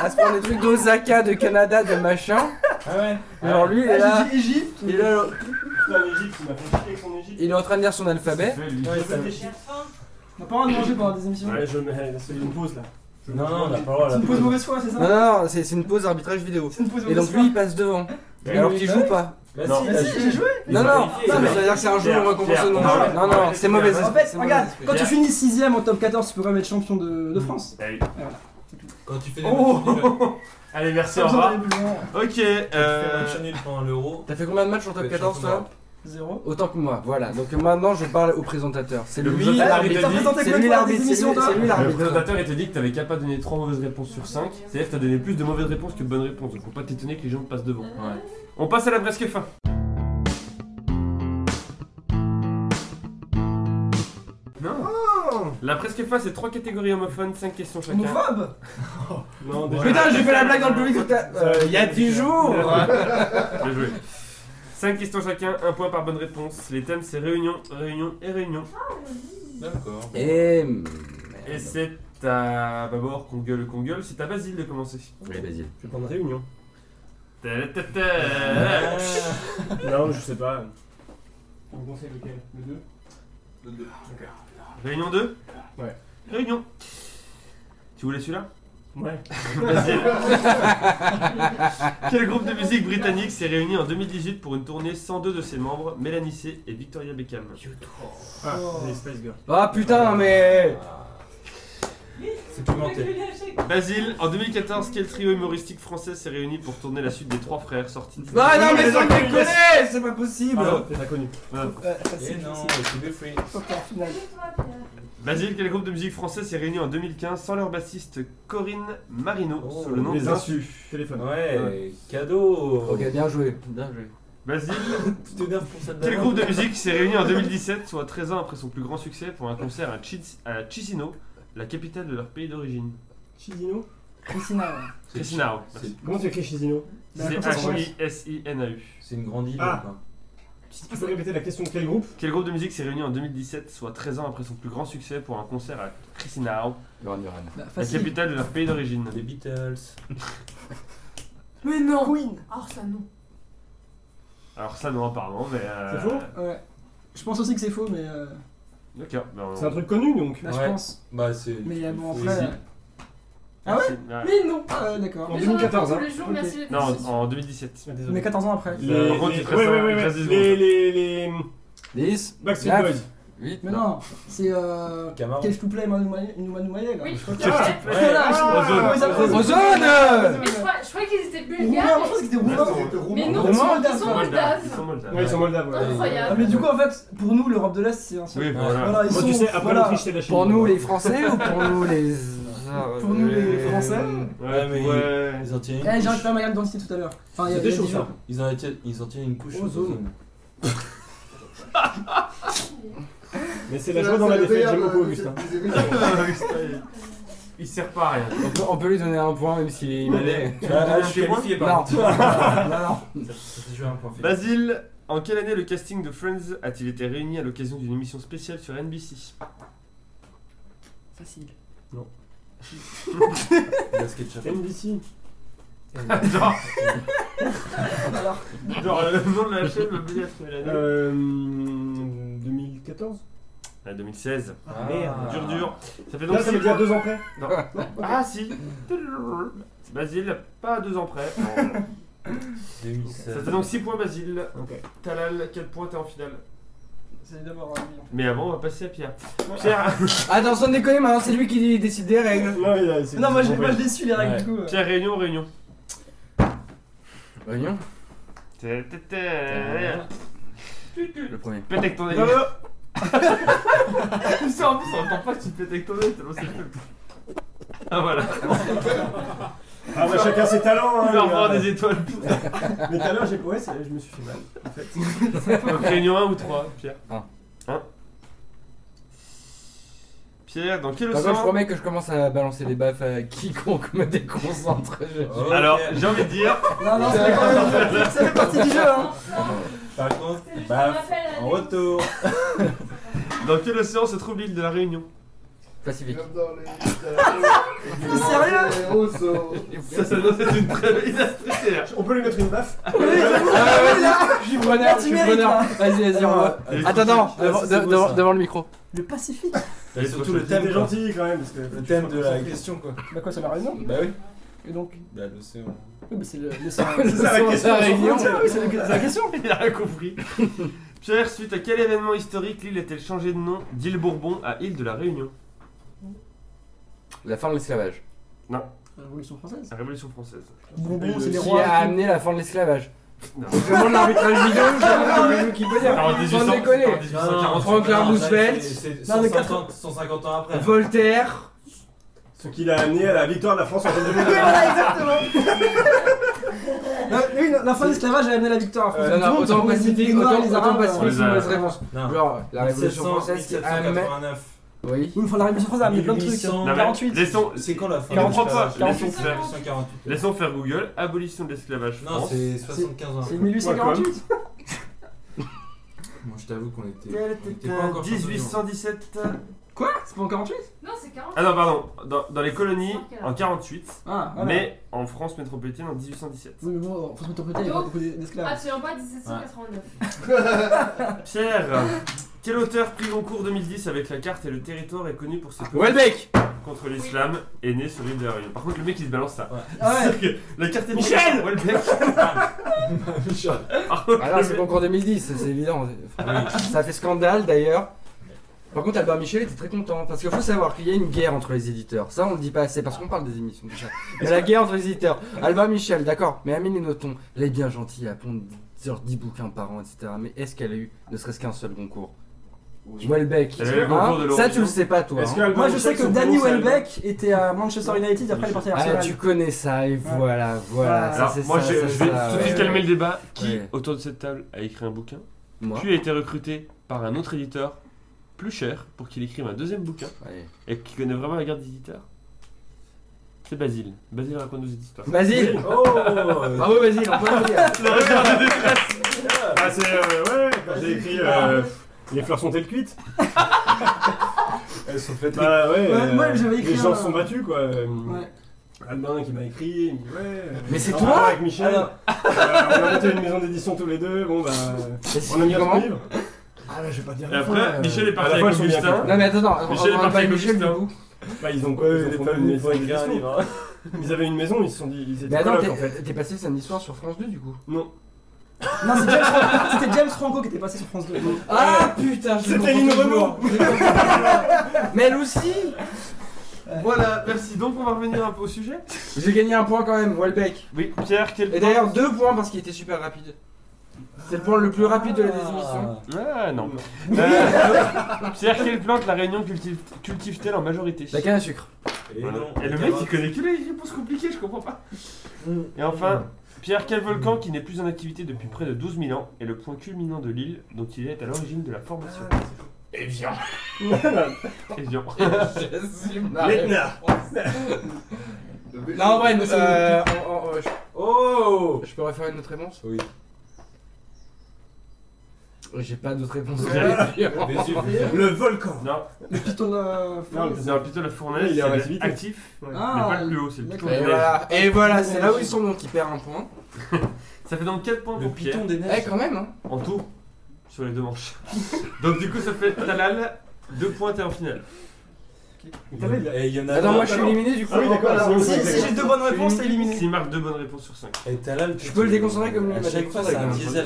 Speaker 6: à se prendre des trucs d'Osaka, de Canada, de machin.
Speaker 9: Ah ouais
Speaker 6: Alors lui, il est
Speaker 3: Ah,
Speaker 6: là,
Speaker 3: J'ai dit Égypte.
Speaker 6: il est là,
Speaker 1: Putain, l'Egypte, il m'a fait chier avec son Égypte.
Speaker 6: il est en train de lire son alphabet.
Speaker 9: Ouais, ça-
Speaker 3: On n'a pas le droit de manger pendant des émissions.
Speaker 1: Ouais, je mets. C'est une pause là. Je-
Speaker 9: Non, non, on
Speaker 1: je-
Speaker 9: n'a pas le droit
Speaker 3: C'est
Speaker 9: là.
Speaker 3: une pause mauvaise foi, c'est ça
Speaker 6: Non, non, non, c'est c'est une pause arbitrage vidéo.
Speaker 3: C'est une pause
Speaker 6: Et
Speaker 3: mauvaise
Speaker 6: donc
Speaker 3: foi.
Speaker 6: lui, il passe devant. Alors qu'il joue pas.
Speaker 9: Bah
Speaker 4: Non.
Speaker 9: si,
Speaker 3: Bah
Speaker 9: là,
Speaker 3: si, j'ai joué.
Speaker 6: Non, non,
Speaker 9: Non,
Speaker 6: non, mais
Speaker 9: mais-
Speaker 6: c'est-à-dire que c'est un jeu où on va compenser le
Speaker 4: Pierre,
Speaker 6: nombre.
Speaker 4: Pierre,
Speaker 6: Non, non,
Speaker 4: Pierre,
Speaker 6: c'est mauvais
Speaker 4: Pierre,
Speaker 3: En
Speaker 6: esprit,
Speaker 3: fait,
Speaker 6: c'est mauvais
Speaker 3: regarde,
Speaker 6: esprit.
Speaker 3: quand tu finis 6 en top 14, tu peux quand même être champion de, de France.
Speaker 9: quand tu fais des
Speaker 4: Oh.
Speaker 9: matchs nuls,
Speaker 4: Allez, merci,
Speaker 3: Pas
Speaker 4: au
Speaker 3: besoin
Speaker 4: revoir.
Speaker 3: d'aller plus loin.
Speaker 4: Ok,
Speaker 9: quand tu fais un match
Speaker 4: euh...
Speaker 9: nul pendant l'euro,
Speaker 6: T'as fait combien de matchs en
Speaker 9: tu
Speaker 6: top
Speaker 9: es
Speaker 6: 14
Speaker 9: champion
Speaker 6: toi
Speaker 9: d'Europe.
Speaker 3: Zéro.
Speaker 6: Autant que moi, voilà. Donc euh, maintenant je parle au présentateur. C'est
Speaker 4: Le
Speaker 6: lui
Speaker 4: présentateur, il
Speaker 6: l'arbitre.
Speaker 4: te dit-
Speaker 6: C'est lui l'arbitre. C'est lui- c'est lui
Speaker 4: Le
Speaker 6: l'arbitre.
Speaker 4: présentateur, il te dit que t'avais qu'à pas donner 3 mauvaises réponses sur 5, c'est-à-dire que t'as donné plus de mauvaises réponses que de bonnes réponses, donc faut pas t'étonner que les gens te passent devant.
Speaker 9: Ouais.
Speaker 4: On passe à la presque fin. Non La presque fin, c'est 3 catégories homophones, 5 questions chacun.
Speaker 3: Homophobe
Speaker 1: Non, déjà.
Speaker 6: Putain, j'ai fait la blague dans le public tout à- euh, il y a 10 jours.
Speaker 4: Bien joué. 5 questions chacun, 1 point par bonne réponse. Les thèmes c'est réunion, réunion et réunion.
Speaker 9: D'accord.
Speaker 6: Et
Speaker 4: Et c'est à Babor qu'on gueule, qu'on gueule. C'est à Basile de commencer.
Speaker 6: Allez, vas-y.
Speaker 1: Je vais prendre Réunion.
Speaker 4: Ta- ta- ta-
Speaker 1: Non, je sais pas. On me conseille lequel Le 2 Le 2.
Speaker 4: Réunion 2
Speaker 1: Ouais.
Speaker 4: Réunion. Tu voulais celui-là
Speaker 1: Ouais. Ah.
Speaker 4: Quel groupe de musique britannique s'est réuni en 2018 pour une tournée sans deux de ses membres, Mélanie C et Victoria Beckham
Speaker 1: Ah,
Speaker 3: Oh.
Speaker 1: les Spice Girls.
Speaker 6: Ah putain, mais.
Speaker 9: C'est pimenté.
Speaker 4: Basile, en 2014, quel trio humoristique français s'est réuni pour tourner la suite des Trois Frères sortis de...
Speaker 6: Ah non, mais
Speaker 1: les
Speaker 6: sans
Speaker 1: inconnus,
Speaker 6: déconner, c'est pas possible.
Speaker 1: Pardon, Ah, t'es inconnu.
Speaker 3: Ouais, ça,
Speaker 9: Et
Speaker 3: c'est
Speaker 9: non,
Speaker 3: Eh c'est-
Speaker 9: c'est Be Free.
Speaker 3: c'est encore final.
Speaker 4: Basile, quel groupe de musique français s'est réuni en 2015 sans leur bassiste Corinne Marino
Speaker 9: Oh,
Speaker 4: sous le nom
Speaker 1: les
Speaker 4: de...
Speaker 1: insus. Téléphone.
Speaker 9: Ouais, cadeau.
Speaker 6: Ok, bien joué, bien joué.
Speaker 4: Basile,
Speaker 9: Tu t'énerves pour ça de
Speaker 4: quel groupe de musique s'est réuni en 2017, soit 13 ans après son plus grand succès, pour un concert à, Chis- à Chisinau, la capitale de leur pays d'origine
Speaker 1: Chizino
Speaker 3: Christina, ouais.
Speaker 4: Chisinau.
Speaker 9: C'est-
Speaker 1: Comment tu écris Chizino
Speaker 3: Bah, comme ça, ça marche.
Speaker 4: C-H-I-S-I-N-A-U.
Speaker 9: C'est une grande île.
Speaker 1: Ah.
Speaker 9: quoi.
Speaker 1: Tu peux répéter la question de quel groupe
Speaker 4: Quel groupe de musique s'est réuni en 2017, soit 13 ans après son plus grand succès, pour un concert à Chisinau,
Speaker 6: Laurent Duran.
Speaker 4: la
Speaker 3: Bah, facile.
Speaker 4: capitale de leur pays d'origine
Speaker 9: Les Beatles.
Speaker 7: Mais non
Speaker 3: Queen.
Speaker 7: Ah, ça non.
Speaker 4: Alors ça non apparemment, mais... euh,
Speaker 1: C'est faux
Speaker 3: Ouais. Je pense aussi que c'est faux, mais euh,
Speaker 4: D'accord, ben on-
Speaker 1: C'est un truc connu donc.
Speaker 3: là je
Speaker 9: Ouais.
Speaker 3: pense.
Speaker 9: Bah c'est.
Speaker 3: Mais bon,
Speaker 9: Oui,
Speaker 3: après.
Speaker 9: si.
Speaker 3: euh, Ah ouais Mais non Ah, D'accord.
Speaker 1: En
Speaker 7: Mais j'en ai
Speaker 1: 2014,
Speaker 7: pas tous
Speaker 1: hein.
Speaker 7: les jours,
Speaker 1: Ok.
Speaker 7: merci les
Speaker 4: Non,
Speaker 7: décisions.
Speaker 4: en 2017.
Speaker 1: Ah,
Speaker 3: Mais
Speaker 1: Désolé.
Speaker 3: 14 ans après.
Speaker 1: Les,
Speaker 4: Euh,
Speaker 1: les,
Speaker 4: par contre, il reste
Speaker 1: ouais,
Speaker 4: un-
Speaker 1: ouais,
Speaker 4: il
Speaker 1: ouais,
Speaker 4: reste des
Speaker 1: ouais. les, les, les
Speaker 6: 10,
Speaker 1: Backstreet
Speaker 6: Neuf.
Speaker 1: Boys.
Speaker 6: 8,
Speaker 3: Mais non, c'est euh.
Speaker 9: Camaro.
Speaker 3: Cage to play, Manu Manu- Manu Manuel, là.
Speaker 7: Oui, je
Speaker 1: Ah,
Speaker 7: crois-
Speaker 3: Voilà, je
Speaker 1: Ah,
Speaker 3: comment ils appellent
Speaker 6: Ozone
Speaker 7: mais je crois- je croyais qu'ils étaient
Speaker 3: Roumain,
Speaker 7: bulgares.
Speaker 3: je pense qu'ils étaient
Speaker 4: Ouais,
Speaker 3: roumains.
Speaker 4: c'est-
Speaker 7: Mais non,
Speaker 3: Roumain,
Speaker 7: ils sont
Speaker 4: Moldaves, Ils
Speaker 7: moldaves.
Speaker 4: sont moldaves.
Speaker 1: Ouais, ils sont moldaves. ouais.
Speaker 3: Ah,
Speaker 7: Incroyable.
Speaker 3: mais du coup, en fait, pour nous, l'Europe de l'Est, c'est un seul.
Speaker 4: Oui,
Speaker 9: Ouais.
Speaker 4: voilà.
Speaker 3: Voilà, Ah, ils
Speaker 1: Moi,
Speaker 3: sont.
Speaker 1: tu sais, après
Speaker 3: voilà.
Speaker 1: l'Autriche, c'est la Chine.
Speaker 6: Pour nous les Français ou pour nous les.
Speaker 3: Pour nous,
Speaker 6: Euh,
Speaker 3: les Français.
Speaker 4: Ouais, mais...
Speaker 9: Ouais.
Speaker 4: Ouais.
Speaker 9: Ils ont tiré.
Speaker 3: Eh,
Speaker 9: une
Speaker 3: j'ai
Speaker 9: couche.
Speaker 3: récupéré ma gamme d'identité tout à l'heure. Enfin, il y a
Speaker 1: C'était
Speaker 3: il y a
Speaker 1: chaud,
Speaker 3: dix
Speaker 1: ça.
Speaker 6: hein.
Speaker 3: jours.
Speaker 9: Ils ont tiré, ils ont tiré une couche.
Speaker 3: Ozone.
Speaker 9: ozone.
Speaker 1: Mais c'est la joie dans la défaite, hein. j'aime beaucoup Augustin.
Speaker 4: Il sert pas à rien.
Speaker 6: On peut, on peut lui donner un point même s'il est
Speaker 4: Allez,
Speaker 6: immolé.
Speaker 4: tu
Speaker 9: Ah,
Speaker 4: vas
Speaker 9: je
Speaker 4: me
Speaker 9: suis
Speaker 4: donner un point
Speaker 9: qualifié par
Speaker 6: Non.
Speaker 9: contre.
Speaker 6: non,
Speaker 9: Ça s'est joué à un point fait.
Speaker 4: Basile, en quelle année le casting de Friends a-t-il été réuni à l'occasion d'une émission spéciale sur NBC
Speaker 3: Facile.
Speaker 9: Basket shop.
Speaker 1: NBC.
Speaker 4: Genre,
Speaker 3: Alors,
Speaker 4: genre, euh, le nom de la chaîne me plaît à trouver l'année.
Speaker 1: Euh, 2014
Speaker 4: Ah, 2016.
Speaker 9: Ah,
Speaker 1: merde.
Speaker 4: Dur, dur. Ça fait donc
Speaker 1: Là, ça
Speaker 4: six
Speaker 1: veut dire
Speaker 4: points.
Speaker 1: deux ans près.
Speaker 4: Non. Ah si Basile, pas à deux ans près. Ça
Speaker 9: 2016.
Speaker 4: fait donc 6 points Basile.
Speaker 1: Ok.
Speaker 4: Talal, 4 points, t'es en finale.
Speaker 3: c'est d'abord. euh, Milan.
Speaker 4: Mais avant, on va passer à Pierre. Pierre,
Speaker 6: Attends, sans déconner, maintenant c'est lui qui décide des règles.
Speaker 1: Non, il a- c'est-
Speaker 3: Non, moi,
Speaker 1: c'est
Speaker 3: je
Speaker 1: bon,
Speaker 3: moi, je
Speaker 1: ouais.
Speaker 3: les suis, les règles,
Speaker 9: Ouais.
Speaker 3: du coup. euh.
Speaker 4: Pierre Réunion, Réunion.
Speaker 6: Réunion
Speaker 4: Té, té, té.
Speaker 6: Le premier.
Speaker 4: Pète avec ton nez.
Speaker 1: Non, non,
Speaker 4: Ça, en plus, on entend pas que tu pètes avec ton nez, tellement c'est cool. Ah voilà,
Speaker 1: Ah bah chacun ses
Speaker 9: Oh,
Speaker 1: talents. hein,
Speaker 4: il va
Speaker 1: les gars.
Speaker 4: avoir des étoiles.
Speaker 1: Mais tout à l'heure, j'ai ouais, c'est- je me suis fait mal. En fait.
Speaker 4: Donc, Réunion 1 ou 3, Pierre
Speaker 6: Un.
Speaker 4: 1. Pierre, dans quel
Speaker 6: Par contre, je
Speaker 4: océan
Speaker 6: promets que je commence à balancer des baffes à quiconque me déconcentre. Je-
Speaker 9: Ok.
Speaker 4: Alors, j'ai envie de dire,
Speaker 3: Non, non, c'est pas Ça fait partie du jeu, hein.
Speaker 9: Par contre,
Speaker 7: C'est juste un
Speaker 9: bah,
Speaker 7: rappel à la-
Speaker 9: en retour.
Speaker 4: dans quel océan se trouve l'île de la Réunion
Speaker 6: Pacifique.
Speaker 3: T'es sérieux
Speaker 4: Ça, ça doit être une très belle idée
Speaker 1: On peut lui mettre une baffe
Speaker 6: Je suis
Speaker 3: Là,
Speaker 6: preneur,
Speaker 3: tu
Speaker 6: je suis
Speaker 3: mérites,
Speaker 6: preneur.
Speaker 3: là.
Speaker 6: Vas-y, vas-y, on va. Attends, attends,
Speaker 9: Ah,
Speaker 6: devant-
Speaker 9: c'est beau,
Speaker 6: devant-
Speaker 9: ça.
Speaker 6: devant le micro.
Speaker 3: Le Pacifique
Speaker 9: Et surtout le
Speaker 1: T'es
Speaker 9: thème, quoi.
Speaker 1: gentil quand même. Parce que
Speaker 9: le thème de la question quoi.
Speaker 3: Bah, quoi, ça m'a raison.
Speaker 9: Bah oui.
Speaker 3: Et donc
Speaker 9: Bah l'océan.
Speaker 3: Oui, bah, c'est le. le-
Speaker 1: C'est
Speaker 3: c'est
Speaker 1: ça la
Speaker 6: Sur
Speaker 1: question.
Speaker 6: la Réunion.
Speaker 3: Oui, c'est le- c'est la question.
Speaker 4: Il a rien compris. Pierre, suite à quel événement historique l'île a-t-elle changé de nom d'île Bourbon à île de la Réunion
Speaker 6: La fin de l'esclavage.
Speaker 3: La Révolution française.
Speaker 4: La Révolution française.
Speaker 3: Bonbon, c'est les
Speaker 6: Qui
Speaker 3: rois.
Speaker 6: a amené la fin de l'esclavage
Speaker 4: Non.
Speaker 6: Je demande l'arbitrage vidéo, je demande qui peut dire.
Speaker 4: C'était en
Speaker 6: Sans
Speaker 4: 1800, c'était en
Speaker 6: déconner.
Speaker 4: 1840.
Speaker 6: Franck Larmousfeld.
Speaker 9: C'est
Speaker 3: Non, mais
Speaker 9: 150 150 ans après.
Speaker 6: Voltaire.
Speaker 1: Ce qui l'a amené à la victoire de la France en 2020.
Speaker 3: Oui, voilà, exactement. La, oui, la fin de l'esclavage a amené la victoire en France.
Speaker 6: Euh, Non, non, autant Pacifique, autant autant
Speaker 3: hein.
Speaker 4: euh,
Speaker 6: Pacifique, c'est une mauvaise
Speaker 4: euh,
Speaker 6: réponse.
Speaker 9: Non.
Speaker 6: Genre, la révolution
Speaker 9: 1700,
Speaker 6: française qui amène.
Speaker 9: 1789.
Speaker 6: Oui.
Speaker 3: Oui, enfin, la Révolution française a amené plein de trucs. hein.
Speaker 9: 1800.
Speaker 4: Non, mais
Speaker 3: 48.
Speaker 4: Laissons,
Speaker 9: C'est quand la fin
Speaker 4: Il comprend pas.
Speaker 9: l'esclavage
Speaker 4: Laissons faire,
Speaker 9: 1848.
Speaker 4: laissons faire Google. Abolition de l'esclavage
Speaker 9: Non,
Speaker 4: France.
Speaker 9: c'est 75 ans.
Speaker 3: C'est 1848
Speaker 9: Moi, je t'avoue qu'on était.
Speaker 4: Quelle
Speaker 9: on était
Speaker 4: était,
Speaker 9: pas encore
Speaker 4: euh, 1817.
Speaker 3: Quoi C'est pas en 48
Speaker 7: Non, c'est 40.
Speaker 4: euh, Ah non, pardon. Dans, dans les colonies, en 48.
Speaker 3: Ah, voilà.
Speaker 4: Mais en France métropolitaine, en 1817.
Speaker 3: Oui, mais bon, faut se mettre en côté, il y a beaucoup d'esclaves.
Speaker 4: Bah.
Speaker 7: Absolument pas 1789.
Speaker 4: Pierre, Quel auteur pris au cours 2010 avec la carte et le territoire est connu pour ses
Speaker 3: Ah
Speaker 6: Welbeck
Speaker 4: contre l'islam est né sur l'île de la Réunion Par contre, le mec il se balance ça.
Speaker 3: Ah ouais.
Speaker 4: C'est-à-dire que la carte est Michel Welbeck Par contre,
Speaker 6: Ah non,
Speaker 4: le
Speaker 6: c'est
Speaker 4: mec-
Speaker 6: concours 2010, ça, c'est évident. Enfin, Ça a fait scandale d'ailleurs. Par contre, Albert Michel était très content parce qu'il faut savoir qu'il y a une guerre entre les éditeurs. Ça, on le dit pas assez parce qu'on parle des émissions déjà. Mais la guerre entre les éditeurs. Albert Michel, d'accord, mais Amine Noton, elle est bien gentille à pondre genre 10 bouquins par an, etc. Mais est-ce qu'elle a eu ne serait-ce qu'un seul concours Welbeck,
Speaker 4: Elle a eu le
Speaker 6: hein
Speaker 4: concours de
Speaker 6: ça
Speaker 4: l'Eurovision.
Speaker 6: tu le sais pas toi.
Speaker 1: Est-ce
Speaker 6: hein.
Speaker 1: que Albert
Speaker 3: Moi je
Speaker 1: Michel,
Speaker 3: sais que
Speaker 1: son
Speaker 3: Danny
Speaker 1: prénom, c'est Albert
Speaker 3: Welbeck était à Manchester United et après il est parti à
Speaker 6: Ah,
Speaker 3: Arsenal.
Speaker 6: tu connais ça et voilà, voilà.
Speaker 3: Ouais.
Speaker 6: ça,
Speaker 4: Alors,
Speaker 6: c'est
Speaker 4: moi
Speaker 6: ça,
Speaker 4: je,
Speaker 6: ça,
Speaker 4: je vais
Speaker 6: ça, euh,
Speaker 4: tout de suite
Speaker 6: Ah ouais.
Speaker 4: calmer le débat. Qui
Speaker 6: Ouais.
Speaker 4: autour de cette table a écrit un bouquin
Speaker 6: Moi.
Speaker 4: puis a été recruté par un autre éditeur plus cher pour qu'il écrive un deuxième bouquin
Speaker 6: Allez.
Speaker 4: et qui connaît vraiment la guerre d'éditeur C'est Basile. Basile raconte nos histoires.
Speaker 6: Basile
Speaker 1: Oh
Speaker 6: Bravo Basile, on peut le dire.
Speaker 4: Le regard de détresse.
Speaker 1: Ah, c'est. euh, ouais, ouais, quand j'ai écrit. euh, Les fleurs sont-elles cuites
Speaker 9: Elles sont faites.
Speaker 1: Bah ouais,
Speaker 3: Ouais,
Speaker 1: euh,
Speaker 3: moi, j'avais écrit
Speaker 1: les gens
Speaker 3: un-
Speaker 1: se sont battus quoi. Euh,
Speaker 3: Ouais.
Speaker 1: Albin qui m'a écrit, il me dit ouais. euh,
Speaker 6: Mais c'est
Speaker 1: en
Speaker 6: toi
Speaker 1: rapport Avec Michel.
Speaker 3: Alors-
Speaker 1: Euh, on a monté une maison d'édition tous les deux, bon bah.
Speaker 6: Mais c'est
Speaker 1: On a mis un
Speaker 6: comment
Speaker 1: petit livre.
Speaker 3: Ah là je vais pas dire.
Speaker 4: Et après, Michel est parti
Speaker 1: à la fois,
Speaker 4: avec
Speaker 1: ils sont bien
Speaker 4: Augustin.
Speaker 6: Non mais attends, attends, on
Speaker 4: Michel est
Speaker 6: va
Speaker 4: parti
Speaker 6: pas
Speaker 4: avec
Speaker 6: Michel du
Speaker 4: Augustin.
Speaker 6: coup.
Speaker 1: Bah, ils ont
Speaker 9: Ouais,
Speaker 1: ils ont
Speaker 9: les
Speaker 1: fondé
Speaker 9: familles,
Speaker 1: une
Speaker 9: ils
Speaker 1: maison
Speaker 9: ont écrit un
Speaker 1: d'édition.
Speaker 9: livre. hein.
Speaker 1: Ils avaient une maison, ils se sont dit. Ils étaient
Speaker 6: Mais attends,
Speaker 1: colocs,
Speaker 6: t'es
Speaker 1: en fait.
Speaker 6: t'es passé le samedi soir sur France 2 du coup
Speaker 1: Non.
Speaker 3: Non c'est James Franco- c'était James Franco qui était passé sur France 2.
Speaker 6: Ah putain, je
Speaker 1: C'était
Speaker 6: comprends
Speaker 1: Lino
Speaker 6: toujours. Mais elle aussi
Speaker 4: Voilà, merci. Donc on va revenir un peu au sujet.
Speaker 6: J'ai gagné un point quand même, Welbeck.
Speaker 4: Oui, Pierre, quel
Speaker 6: Et d'ailleurs deux points parce qu'il était super rapide. C'est le point le plus rapide de la désémission.
Speaker 4: Ah non. Euh, Pierre, quelle plante la Réunion cultive- cultive-t-elle en majorité
Speaker 6: La canne à sucre.
Speaker 9: Et
Speaker 4: Voilà.
Speaker 9: non,
Speaker 4: Et le mec il connaît que les réponses compliquées, je comprends pas. Et enfin, Pierre, quel volcan qui n'est plus en activité depuis près de 12 000 ans est le point culminant de l'île dont il est à l'origine de la formation Eh bien Eh bien
Speaker 6: J'assume la réponse. Non en vrai, euh, on- on- on- je-
Speaker 9: Oh
Speaker 6: je peux refaire une autre réponse
Speaker 9: Oui.
Speaker 6: J'ai pas d'autre réponse.
Speaker 1: Le volcan.
Speaker 4: Non,
Speaker 3: Le piton de
Speaker 1: Non,
Speaker 4: c'est un piton de la fournaise,
Speaker 1: Il est en
Speaker 4: c'est
Speaker 1: activité.
Speaker 4: actif, mais
Speaker 3: Ah,
Speaker 4: pas le plus haut, c'est le piton
Speaker 3: d'accord.
Speaker 4: de neige.
Speaker 6: Et voilà, et voilà c'est là où ils sont donc ils perdent un point.
Speaker 4: Ça fait donc 4 points
Speaker 9: Le
Speaker 4: pour Pierre,
Speaker 9: piton des
Speaker 6: Eh
Speaker 9: neiges.
Speaker 6: quand même hein
Speaker 4: en tout, sur les deux manches. donc du coup ça fait Talal, 2 points et en finale.
Speaker 9: Et il y en a.
Speaker 6: Attends,
Speaker 9: un.
Speaker 6: moi je suis éliminé du coup.
Speaker 1: Ah oui, d'accord,
Speaker 6: Voilà.
Speaker 1: c'est bon,
Speaker 3: Si,
Speaker 1: c'est
Speaker 3: si j'ai deux bonnes réponses, t'es éliminé.
Speaker 4: S'il marque 2 bonnes réponses sur 5.
Speaker 9: Et t'as là le
Speaker 6: Je peux le déconcentrer comme
Speaker 9: À
Speaker 6: lui,
Speaker 9: chaque fois, c'est un diesel.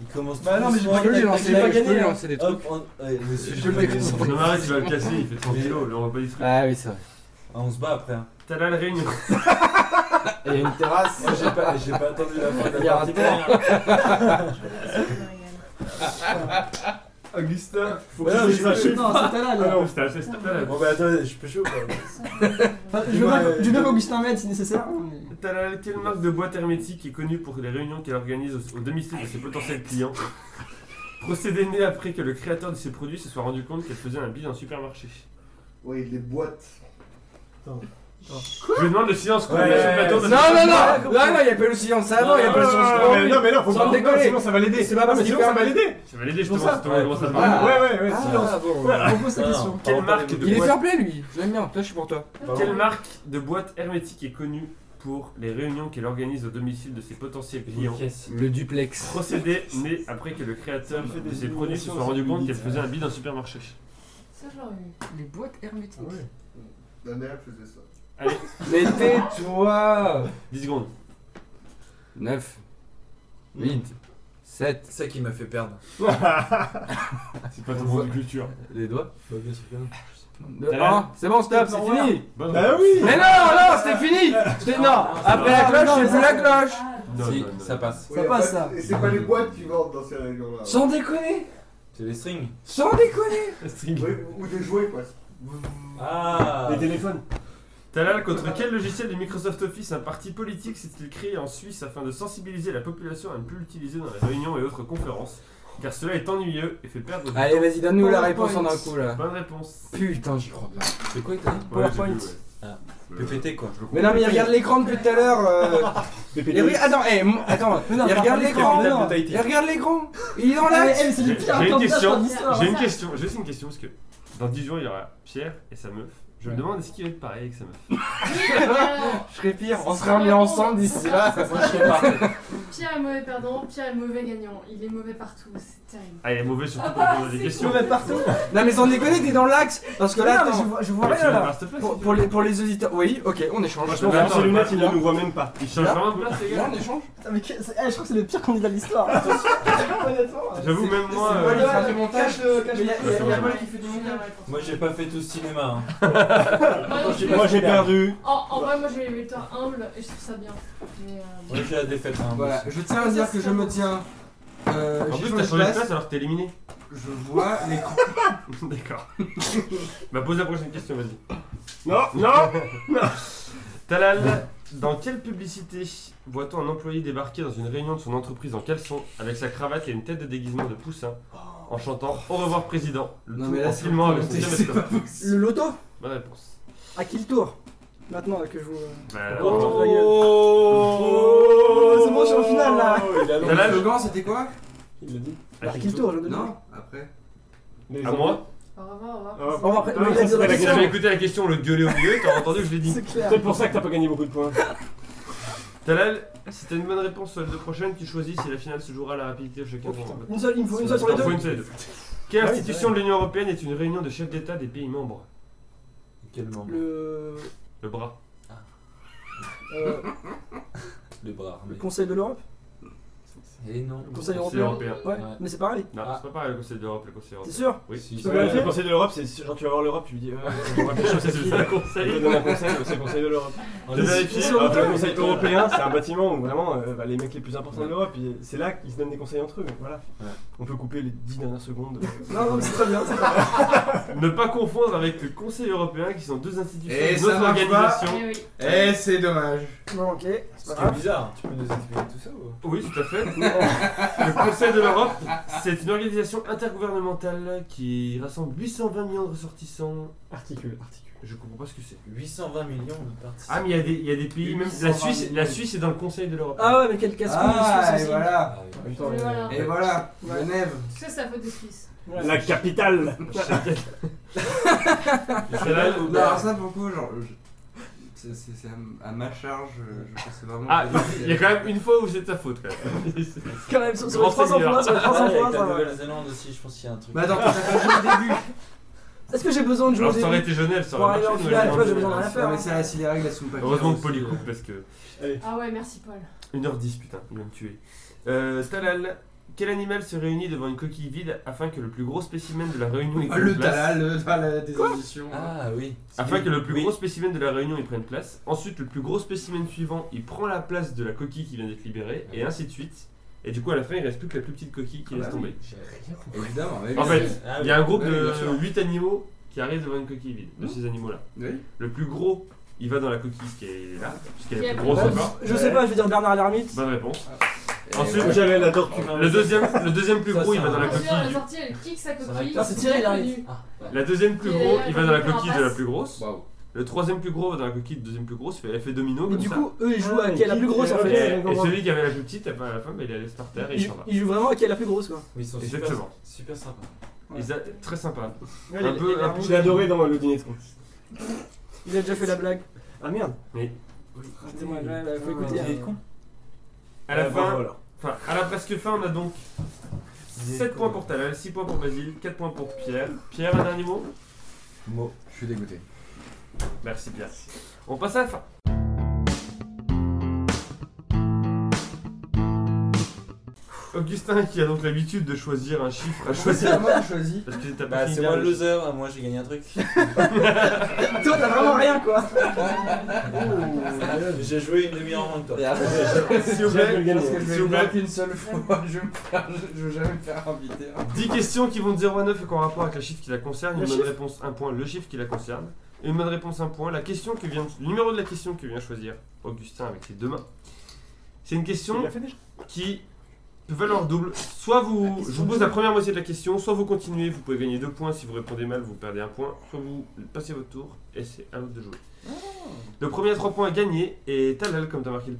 Speaker 9: Il commence
Speaker 3: Bah non, mais j'ai
Speaker 9: doucement,
Speaker 3: pas-
Speaker 6: Je peux
Speaker 9: tac,
Speaker 6: lui lancer, je
Speaker 9: tac, tac, tac,
Speaker 6: peux lui lancer des trucs.
Speaker 9: Hop, on- ouais, mais c'est-
Speaker 6: Je peux le déconcentrer.
Speaker 4: Non, arrête, tu vas le casser, il fait 30 kilos, là on va pas détruire.
Speaker 6: Ah oui, c'est vrai.
Speaker 9: Ah, on se bat après. hein.
Speaker 4: Talal Réunion.
Speaker 6: Et il y a une terrasse.
Speaker 9: Moi, j'ai pas, j'ai pas attendu la fin de
Speaker 6: Il
Speaker 9: la
Speaker 6: y a un
Speaker 9: partie.
Speaker 6: terrain.
Speaker 1: Augustin. Faut
Speaker 9: Bah non,
Speaker 1: que
Speaker 9: mais
Speaker 1: tu
Speaker 9: je
Speaker 1: saches.
Speaker 9: suis-
Speaker 3: euh, Non, c'était là.
Speaker 1: Ah
Speaker 3: là.
Speaker 1: non.
Speaker 4: C'était assez stable.
Speaker 9: Bon, bah attendez, je peux chaud quoi.
Speaker 3: Enfin, Je veux
Speaker 9: Ouais.
Speaker 3: bien- je veux bien qu'Augustin m'aide si nécessaire. hein, mais-
Speaker 4: Talal, quelle marque de boîte hermétique est connue pour les réunions qu'elle organise au, au domicile de ses potentiels clients Procédé né après que le créateur de ses produits se soit rendu compte qu'elle faisait un bid en supermarché.
Speaker 10: Oui, les boîtes.
Speaker 4: je lui demande le silence qu'on
Speaker 1: Ouais,
Speaker 4: a sur le plateau
Speaker 6: Non, non,
Speaker 4: parce
Speaker 6: non Non, non, il n'y a pas eu le silence avant, il n'y a pas eu le silence
Speaker 1: Non, mais-
Speaker 6: avant.
Speaker 1: non, mais là, faut
Speaker 6: Sans
Speaker 1: pas.
Speaker 6: déconner.
Speaker 1: non, Sinon, ça va l'aider.
Speaker 6: C'est pas
Speaker 1: Non,
Speaker 6: parce
Speaker 1: mais
Speaker 6: qu'il
Speaker 1: sinon, ça
Speaker 6: fait
Speaker 1: va
Speaker 6: un-
Speaker 1: l'aider.
Speaker 4: que- Ça va l'aider
Speaker 1: C'est pour
Speaker 4: justement,
Speaker 1: ça.
Speaker 4: c'est ton commence à parler.
Speaker 6: Ah.
Speaker 1: Ouais, ouais, ouais.
Speaker 6: Ah, bon.
Speaker 3: On pose sa question.
Speaker 4: Quelle
Speaker 9: on va parler
Speaker 4: marque de
Speaker 6: Il est
Speaker 4: boîte-
Speaker 6: fair play lui, j'aime bien, toi je suis pour toi.
Speaker 4: Quelle marque de boîte hermétique est connue pour les réunions qu'elle organise au domicile de ses potentiels clients
Speaker 6: Le duplex.
Speaker 4: Procédé né après que le créateur
Speaker 1: Ça fait
Speaker 4: de
Speaker 1: des
Speaker 4: ses produits se soit
Speaker 1: émulations,
Speaker 4: rendu
Speaker 1: ça
Speaker 4: compte
Speaker 1: me
Speaker 4: qu'elle
Speaker 1: dit.
Speaker 4: faisait un bid en supermarché.
Speaker 7: Ça, je l'aurais eu.
Speaker 6: Les boîtes hermétiques.
Speaker 10: La mère faisait ça.
Speaker 6: Mais tais-toi
Speaker 4: 10 secondes.
Speaker 6: 9, 8, 7,
Speaker 5: C'est ça qui m'a fait perdre.
Speaker 4: C'est pas ton monde de culture.
Speaker 6: les doigts.
Speaker 9: Bah, bien sûr que non.
Speaker 6: 1, c'est bon, stop, c'est fini
Speaker 4: Bonne
Speaker 1: Bah oui.
Speaker 6: Mais non, non, c'était fini C'était- Non, après la cloche, c'est plus la cloche
Speaker 7: Ah,
Speaker 4: Non,
Speaker 5: si,
Speaker 4: non, non.
Speaker 5: ça passe.
Speaker 10: Oui, y a
Speaker 3: passe,
Speaker 10: pas-
Speaker 3: ça.
Speaker 10: Et c'est pas les boîtes qui vendent dans ces réunions-là.
Speaker 6: Sans déconner
Speaker 9: C'est les strings.
Speaker 6: Sans déconner
Speaker 10: Oui, ou des jouets, quoi.
Speaker 9: Ah
Speaker 1: Les téléphones.
Speaker 4: Talal, contre quel logiciel de Microsoft Office un parti politique s'est-il créé en Suisse afin de sensibiliser la population à ne plus l'utiliser dans les réunions et autres conférences Car cela est ennuyeux et fait perdre du
Speaker 6: Allez,
Speaker 4: temps.
Speaker 6: vas-y, donne-nous la réponse en un coup là.
Speaker 4: Bonne réponse.
Speaker 6: Putain, j'y crois pas.
Speaker 9: C'est quoi que t'as dit
Speaker 4: Ouais, j'ai
Speaker 3: PowerPoint.
Speaker 4: vu, ouais.
Speaker 9: Ah.
Speaker 4: Euh,
Speaker 9: PPT quoi.
Speaker 6: Mais non, mais il regarde l'écran depuis tout à l'heure. euh,
Speaker 1: PPD.
Speaker 6: il regarde- Attends, eh, mon- attends,
Speaker 3: Mais non,
Speaker 6: il regarde
Speaker 3: pas
Speaker 6: l'écran.
Speaker 3: les grands, non.
Speaker 6: Il regarde l'écran. Il est dans
Speaker 3: Ah, mais
Speaker 6: l'axe.
Speaker 3: elle, c'est le
Speaker 4: J'ai-
Speaker 3: pire
Speaker 4: j'ai une
Speaker 3: candidat
Speaker 1: Ah,
Speaker 4: question.
Speaker 3: de l'histoire.
Speaker 4: J'ai une question, juste une question parce que dans 10 jours il y aura Pierre et sa meuf. Je me demande est-ce qu'il va être pareil avec sa meuf.
Speaker 6: Je serais pire, on serait remis ensemble d'ici là.
Speaker 7: Pierre est mauvais perdant, Pierre est mauvais gagnant. Il est mauvais partout, c'est terrible.
Speaker 4: Ah, il est mauvais surtout
Speaker 1: bah,
Speaker 4: pour poser des questions.
Speaker 3: mauvais partout.
Speaker 6: Non mais sans déconner, t'es dans l'axe Parce que
Speaker 3: Mais
Speaker 6: là,
Speaker 3: non, mais je
Speaker 6: attends,
Speaker 3: vois- je vois
Speaker 4: Bah, tu
Speaker 3: rien
Speaker 4: vas
Speaker 3: là.
Speaker 4: voir, s'il te plaît,
Speaker 6: pour,
Speaker 4: s'il te
Speaker 6: pour
Speaker 4: plaît.
Speaker 6: les, pour les auditeurs, oui, ok, on échange.
Speaker 4: Moi, je
Speaker 1: Bon,
Speaker 4: pense
Speaker 1: Ses
Speaker 4: que
Speaker 1: lunettes, il ne nous voit même pas.
Speaker 4: Il change vraiment de place, les
Speaker 6: Là,
Speaker 4: gars.
Speaker 6: on échange.
Speaker 3: Putain, mais que- c'est- eh, je crois que c'est le pire candidat de l'histoire. Honnêtement.
Speaker 4: J'avoue, même moi.
Speaker 6: c'est
Speaker 4: euh,
Speaker 6: pas
Speaker 3: Ouais,
Speaker 6: lui. faire du montage.
Speaker 3: cache le- cache le-
Speaker 4: y a- y a
Speaker 6: moi
Speaker 7: qui fait du montage.
Speaker 9: Moi j'ai pas fait tout ce cinéma. hein.
Speaker 7: Ah,
Speaker 1: Moi j'ai perdu.
Speaker 7: En, en vrai, moi j'ai les victoires humbles et je trouve ça bien. Mais euh,
Speaker 9: Moi j'ai la défaite. hein,
Speaker 6: Voilà,
Speaker 9: boss.
Speaker 6: je tiens à dire que je me tiens. Euh,
Speaker 4: En
Speaker 6: j'ai
Speaker 4: plus,
Speaker 6: changé
Speaker 4: t'as
Speaker 6: de
Speaker 4: changé de
Speaker 6: place.
Speaker 4: place alors que t'es éliminé.
Speaker 6: Je vois les
Speaker 4: D'accord. bah, pose la prochaine question, vas-y.
Speaker 1: Non, non
Speaker 4: Talal, dans quelle publicité voit-on un employé débarquer dans une réunion de son entreprise en caleçon, avec sa cravate et une tête de déguisement de poussin, en chantant Au revoir président Le
Speaker 6: Non,
Speaker 4: tout
Speaker 6: mais là,
Speaker 4: en
Speaker 6: c'est
Speaker 4: filmant avec son
Speaker 6: c'est-
Speaker 4: caméscope.
Speaker 3: Le loto
Speaker 4: Bonne réponse.
Speaker 3: À qui le tour Maintenant là, que je vous.
Speaker 4: Bah,
Speaker 3: Oh,
Speaker 4: bravo.
Speaker 3: la gueule.
Speaker 4: Oh,
Speaker 3: c'est bon, je suis en finale là.
Speaker 1: Oh,
Speaker 6: Le
Speaker 4: Talal,
Speaker 6: slogan, c'était quoi
Speaker 8: Il l'a dit.
Speaker 4: à
Speaker 3: À qui le tour je vous donne.
Speaker 6: Non, après.
Speaker 8: Mais
Speaker 4: À moi
Speaker 7: au revoir, au revoir.
Speaker 1: Ah,
Speaker 3: Au revoir, après,
Speaker 1: Ah,
Speaker 3: le gars
Speaker 1: ça,
Speaker 3: de
Speaker 1: c'était
Speaker 3: la
Speaker 1: la
Speaker 4: Si
Speaker 3: question.
Speaker 4: j'avais écouté la question, le gueuler au milieu, t'as entendu que je l'ai dit.
Speaker 3: C'est clair.
Speaker 8: C'est pour ça que t'as pas gagné beaucoup de points.
Speaker 4: Talal, si t'as une bonne réponse sur les deux prochaines, tu choisis si la finale se jouera à la rapidité de chacun.
Speaker 3: Oh,
Speaker 4: de
Speaker 3: putain.
Speaker 4: vous.
Speaker 3: Une seule, il me faut une seule sur les
Speaker 4: T'en
Speaker 3: deux.
Speaker 4: faut une, sur les deux. Quelle
Speaker 8: Oh, Ah oui, c'est
Speaker 4: institution de l'Union Européenne est une réunion de chefs d'État des pays membres
Speaker 9: Quel membre
Speaker 3: Le.
Speaker 4: Le bras.
Speaker 3: euh,
Speaker 9: Les bras
Speaker 3: le
Speaker 9: armés.
Speaker 3: Conseil de l'Europe
Speaker 9: Et non.
Speaker 3: Le Conseil
Speaker 4: C'est
Speaker 3: européen
Speaker 4: européen.
Speaker 3: Ouais,
Speaker 9: Ouais.
Speaker 3: mais c'est pareil.
Speaker 4: Non,
Speaker 9: Ah.
Speaker 4: c'est pas pareil le Conseil d'Europe, le Conseil
Speaker 3: T'es
Speaker 4: européen.
Speaker 3: sûr
Speaker 4: Oui.
Speaker 9: Si,
Speaker 3: Tu peux
Speaker 9: si.
Speaker 3: vérifier
Speaker 8: Le conseil de l'Europe, c'est genre tu vas voir l'Europe, tu lui
Speaker 1: euh,
Speaker 8: dis.
Speaker 4: On va faire changer le
Speaker 8: Je
Speaker 4: conseil.
Speaker 8: te donne un conseil, c'est le conseil de l'Europe.
Speaker 9: On
Speaker 4: Je
Speaker 9: est-
Speaker 4: vérifie.
Speaker 8: Alors que le conseil européen, c'est un bâtiment où vraiment euh, bah, les mecs les plus importants de l'Europe, ils- c'est là qu'ils se donnent des conseils entre eux. Voilà.
Speaker 9: Ouais.
Speaker 8: On peut couper les 10 dernières secondes.
Speaker 1: euh,
Speaker 3: Non, non, mais c'est très bien. c'est très bien.
Speaker 4: Ne pas confondre avec le Conseil européen qui sont deux institutions
Speaker 6: Et
Speaker 4: de
Speaker 6: ça
Speaker 4: notre
Speaker 6: marche
Speaker 4: organisation.
Speaker 7: Eh oui.
Speaker 6: Eh, c'est dommage.
Speaker 3: Bon, ok.
Speaker 9: C'est trop bizarre.
Speaker 8: Tu peux nous expliquer tout ça ou
Speaker 4: Oui, tout à fait. le Conseil de l'Europe, c'est une organisation intergouvernementale qui rassemble 820 millions de ressortissants.
Speaker 8: Articule, articule.
Speaker 4: Je comprends pas ce que c'est.
Speaker 9: 820 millions de
Speaker 4: Ah,
Speaker 9: participants.
Speaker 4: mais il y a des- il y, a des pays, même la Suisse, la Suisse est dans le Conseil de l'Europe.
Speaker 3: Ah ouais, mais quel casse-couille.
Speaker 6: Ah,
Speaker 3: je
Speaker 6: et
Speaker 3: suis
Speaker 6: voilà.
Speaker 9: Ah oui.
Speaker 8: Ah, putain,
Speaker 7: Mais
Speaker 8: ouais.
Speaker 7: voilà.
Speaker 6: Et voilà, Genève.
Speaker 7: Tout ça, c'est la faute des Suisses.
Speaker 3: sensible.
Speaker 1: euh, La capitale
Speaker 4: Talal,
Speaker 6: Non, alors ça, pour le coup, genre. je- c'est- C'est c'est à, à ma charge, je, je pensais vraiment.
Speaker 4: Ah,
Speaker 6: que-
Speaker 4: il y a quand même une fois où c'est de ta faute, quand même.
Speaker 3: Quand même, sur, sur
Speaker 4: Grand
Speaker 3: les 300
Speaker 4: seigneur. Ah,
Speaker 3: points, sur les 300
Speaker 9: Ouais,
Speaker 3: points,
Speaker 9: avec
Speaker 3: ça hein.
Speaker 9: la
Speaker 3: va.
Speaker 9: Nouvelle-Zélande aussi, je pense qu'il y a un truc.
Speaker 6: Mais Bah, attends, t'as pas joué au début.
Speaker 3: Est-ce que j'ai besoin de jouer
Speaker 4: Alors,
Speaker 3: au
Speaker 4: ça aurait
Speaker 3: début
Speaker 4: été Genève, ça
Speaker 3: Pour
Speaker 4: aurait
Speaker 3: arriver en
Speaker 4: marché.
Speaker 3: finale, tu vois, j'ai
Speaker 4: mais-
Speaker 3: besoin de rien
Speaker 6: Non,
Speaker 3: faire.
Speaker 6: mais c'est là, si les règles elles sont pas claires
Speaker 4: Heureusement que
Speaker 6: aussi,
Speaker 4: Paul y
Speaker 6: euh,
Speaker 4: coupe parce que
Speaker 7: Ah ouais, merci Paul.
Speaker 4: 1h10 putain, il va me tuer. Euh, Talal, quel animal se réunit devant une coquille vide afin que le plus gros spécimen de la réunion y
Speaker 6: Ah,
Speaker 4: prenne
Speaker 6: Le
Speaker 4: place
Speaker 6: talal, le talal des émissions.
Speaker 9: Ah oui.
Speaker 4: Afin que le plus
Speaker 9: Oui.
Speaker 4: gros spécimen de la réunion y prenne place. Ensuite, le plus gros spécimen suivant, il prend la place de la coquille qui vient d'être libérée, et ainsi de suite. Et du coup, à la fin, il reste plus que la plus petite coquille qui
Speaker 6: Ah
Speaker 4: laisse
Speaker 6: bah
Speaker 4: tomber.
Speaker 6: Évidemment, oui.
Speaker 4: En fait,
Speaker 9: Ah
Speaker 4: Il
Speaker 9: oui.
Speaker 4: y a un groupe
Speaker 6: Oui, bien sûr.
Speaker 4: de 8 animaux qui arrivent devant une coquille vide, de
Speaker 6: Mmh.
Speaker 4: ces animaux-là.
Speaker 6: Oui.
Speaker 4: Le plus gros, il va dans la coquille qui est là, puisqu'elle
Speaker 7: Qui
Speaker 4: est
Speaker 7: est
Speaker 4: la plus
Speaker 7: la
Speaker 4: grosse
Speaker 7: plus
Speaker 4: encore.
Speaker 3: Je sais pas, je vais dire Bernard Lermite.
Speaker 4: Bonne réponse.
Speaker 6: Et
Speaker 4: Ensuite,
Speaker 6: voilà.
Speaker 1: J'avais la tortue.
Speaker 4: Le deuxième, le deuxième plus
Speaker 9: Ça,
Speaker 4: gros,
Speaker 9: c'est
Speaker 4: il va dans
Speaker 9: un-
Speaker 4: la
Speaker 7: Bien sûr, à
Speaker 4: coquille
Speaker 7: la
Speaker 4: du
Speaker 7: sortie, elle kick sa coquille.
Speaker 3: Ah, c'est Thierry, il arrive.
Speaker 7: connu.
Speaker 9: Ah, ouais.
Speaker 4: La deuxième plus
Speaker 7: Et
Speaker 4: gros,
Speaker 7: la
Speaker 4: il va dans la
Speaker 7: coquille
Speaker 4: coquille
Speaker 7: en
Speaker 4: de la
Speaker 7: face.
Speaker 4: plus grosse.
Speaker 6: Waouh.
Speaker 4: Le troisième plus gros va dans la coquille de deuxième plus grosse. Fait, elle fait domino
Speaker 3: Mais
Speaker 4: comme
Speaker 3: du
Speaker 4: ça.
Speaker 3: coup, eux ils jouent
Speaker 1: Ah,
Speaker 3: à qui est la plus grosse en
Speaker 1: ok.
Speaker 3: fait.
Speaker 4: Et celui qui avait la plus petite, elle va à la fin, bah, il est allé se terre et il
Speaker 3: Ils
Speaker 4: s'en va.
Speaker 3: ils jouent vraiment à qui est la plus grosse quoi.
Speaker 9: Mais ils sont super,
Speaker 4: Exactement.
Speaker 9: super sympas.
Speaker 4: Et ça, très sympa.
Speaker 1: Ouais,
Speaker 4: Un
Speaker 1: les-
Speaker 4: peu-
Speaker 1: les-
Speaker 4: un peu-
Speaker 1: Je l'ai adoré dans le dîner de con.
Speaker 3: Il a déjà fait la blague.
Speaker 1: Ah merde
Speaker 3: Ah, c'est moi, ouais, ouais, faut écouter. hein.
Speaker 9: Il est con.
Speaker 4: À la
Speaker 1: Ah,
Speaker 4: fin,
Speaker 1: bravo, alors.
Speaker 4: enfin, à la presque fin, on a donc
Speaker 9: Il est
Speaker 4: 7 points pour Talal, 6 points pour Basile, 4 points pour Pierre. Pierre, un dernier mot
Speaker 9: Mot.
Speaker 6: Je suis dégoûté.
Speaker 4: Merci Pierre. On passe à la fin. Augustin qui a donc l'habitude de choisir un chiffre à choisir.
Speaker 6: C'est moi qui choisis.
Speaker 4: Parce que t'as pas
Speaker 9: Bah,
Speaker 4: fini
Speaker 9: c'est
Speaker 4: de
Speaker 9: moi
Speaker 4: dire
Speaker 9: le
Speaker 4: le
Speaker 9: loser, hein, moi j'ai gagné un truc.
Speaker 3: Toi t'as vraiment rien quoi.
Speaker 9: j'ai joué une demi-heure en moins que toi.
Speaker 6: Et après,
Speaker 4: S'il vous
Speaker 1: J'ai hâte de
Speaker 4: plaît,
Speaker 1: le
Speaker 6: parce
Speaker 1: gagner.
Speaker 6: que je
Speaker 4: S'il vous
Speaker 6: vais
Speaker 4: plaît.
Speaker 6: me qu'une seule fois, je vais me faire- je vais jamais me faire inviter. hein.
Speaker 4: 10 questions qui vont de 0 à 9 et qui ont rapport avec le chiffre qui la concerne.
Speaker 3: Le
Speaker 4: Une bonne
Speaker 3: chiffre
Speaker 4: réponse, un point. Le chiffre qui la concerne. Une bonne réponse, un point. La question que vient, le numéro de la question que vient choisir Augustin avec ses deux mains. C'est une question qui peut valoir double. Soit vous, je vous pose la première moitié de la question, soit vous continuez, vous pouvez gagner deux points. Si vous répondez mal, vous perdez un point. Soit vous passez votre tour et c'est à l'autre de jouer. Le premier à 3 points à gagner et Talal, comme tu as marqué le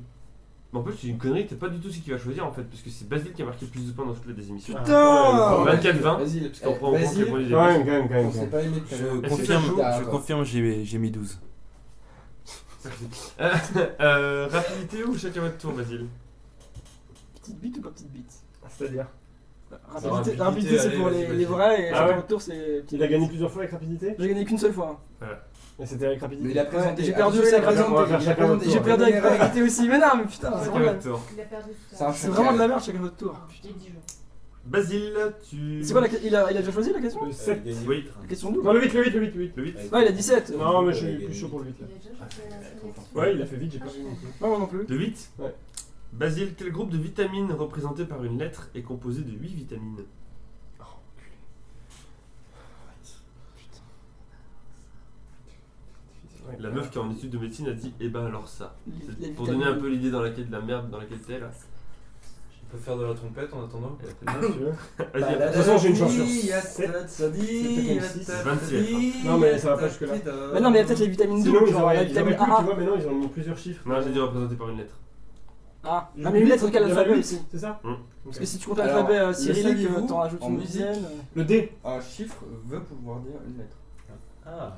Speaker 4: Mais en plus, c'est une connerie, t'es pas du tout ce qui va choisir en fait, parce que c'est Basile qui a marqué le plus de points dans toutes les des
Speaker 1: Ah.
Speaker 4: émissions.
Speaker 3: Putain
Speaker 4: 24-20,
Speaker 6: Vas-y,
Speaker 4: Ah, parce qu'on prend en compte les points des
Speaker 1: Quand même,
Speaker 4: émissions.
Speaker 1: quand même, quand
Speaker 6: On
Speaker 1: même.
Speaker 6: s'est pas aimé tout à l'heure.
Speaker 5: Je
Speaker 4: c'est
Speaker 5: confirme,
Speaker 4: chaud,
Speaker 5: je
Speaker 6: quoi.
Speaker 5: confirme, j'ai j'ai mis 12.
Speaker 4: Euh, euh, rapidité ou chacun votre tour, Basile
Speaker 3: Petite bite ou pas petite bite
Speaker 1: C'est-à-dire
Speaker 3: Rapidité,
Speaker 9: rapidité,
Speaker 3: rapidité, c'est
Speaker 9: allez,
Speaker 3: pour les,
Speaker 9: vas-y,
Speaker 3: les
Speaker 9: vas-y.
Speaker 3: vrais et
Speaker 1: Ah
Speaker 3: chacun
Speaker 1: ouais.
Speaker 3: votre tour c'est petite
Speaker 1: Il a gagné
Speaker 3: bite.
Speaker 1: plusieurs fois avec rapidité
Speaker 3: J'ai gagné qu'une seule fois.
Speaker 1: Et c'était avec
Speaker 6: Mais
Speaker 1: rapidité
Speaker 6: il a présenté.
Speaker 3: J'ai perdu,
Speaker 6: Ah,
Speaker 3: il a
Speaker 6: présenté,
Speaker 1: présenté.
Speaker 6: il a présenté.
Speaker 3: J'ai perdu avec rapidité aussi, mais non, mais putain, Ah, c'est
Speaker 4: Chacun
Speaker 3: vraiment,
Speaker 4: votre tour.
Speaker 7: Il a perdu tout
Speaker 6: C'est
Speaker 7: à
Speaker 6: un
Speaker 7: l'heure.
Speaker 3: c'est vraiment de la merde chacun votre tour.
Speaker 7: Ah, putain, dis-je.
Speaker 4: Basile, tu.
Speaker 3: C'est quoi la il a, il a déjà choisi la
Speaker 9: Ah,
Speaker 3: question
Speaker 1: Le 7.
Speaker 4: Oui.
Speaker 3: La question double
Speaker 1: Non, le 8, le 8, le 8, le 8.
Speaker 4: Le 8
Speaker 3: Non, il a 17. Non,
Speaker 1: Non, mais je suis plus chaud pour le 8 là.
Speaker 7: Il a déjà joué à la euh, sélection.
Speaker 1: Ouais, il a fait vite, j'ai
Speaker 7: Ah,
Speaker 1: pas vu.
Speaker 7: je
Speaker 1: non plus.
Speaker 3: moi non plus.
Speaker 4: Le 8
Speaker 1: Ouais.
Speaker 4: Basile, quel groupe de vitamines représenté par une lettre est composé de 8 vitamines
Speaker 1: Ouais.
Speaker 4: La meuf qui est en étude de médecine a dit Eh ben alors ça.
Speaker 3: Les- les
Speaker 4: Pour
Speaker 3: vitamines.
Speaker 4: donner un peu l'idée dans laquelle de la merde dans laquelle t'es là.
Speaker 9: Je peux faire de la trompette en attendant.
Speaker 4: Elle a fait-
Speaker 1: Si tu veux.
Speaker 3: Bah,
Speaker 4: Vas-y,
Speaker 1: Ah, De toute façon, j'ai une chance sur
Speaker 6: hein.
Speaker 1: Non, mais ça va pas jusque-là.
Speaker 3: Mais Bah non, mais il y a peut-être les vitamines
Speaker 1: Sinon,
Speaker 3: doubles,
Speaker 1: ils
Speaker 3: genre
Speaker 1: auraient
Speaker 3: la
Speaker 1: ils auraient
Speaker 3: vitamine
Speaker 1: pu, tu
Speaker 3: AA.
Speaker 1: vois, mais non, ils ont mis plusieurs chiffres.
Speaker 4: Non, j'ai dit représenté par une lettre.
Speaker 3: Ah,
Speaker 1: Il y
Speaker 3: non,
Speaker 1: en
Speaker 3: mais
Speaker 1: a
Speaker 3: une
Speaker 1: huit,
Speaker 3: lettre, c'est
Speaker 1: il y en a
Speaker 3: l'alphabet
Speaker 1: huit.
Speaker 3: aussi.
Speaker 1: C'est ça
Speaker 4: Hum.
Speaker 3: Parce que si tu comptes
Speaker 6: Alors,
Speaker 3: l'alphabet euh,
Speaker 6: le
Speaker 3: cyrillique,
Speaker 6: saviez-vous,
Speaker 3: euh, t'en rajoutes
Speaker 6: en
Speaker 3: une
Speaker 6: musique
Speaker 3: dizaine.
Speaker 1: Le D.
Speaker 6: Un chiffre veut pouvoir dire une lettre.
Speaker 9: Ah.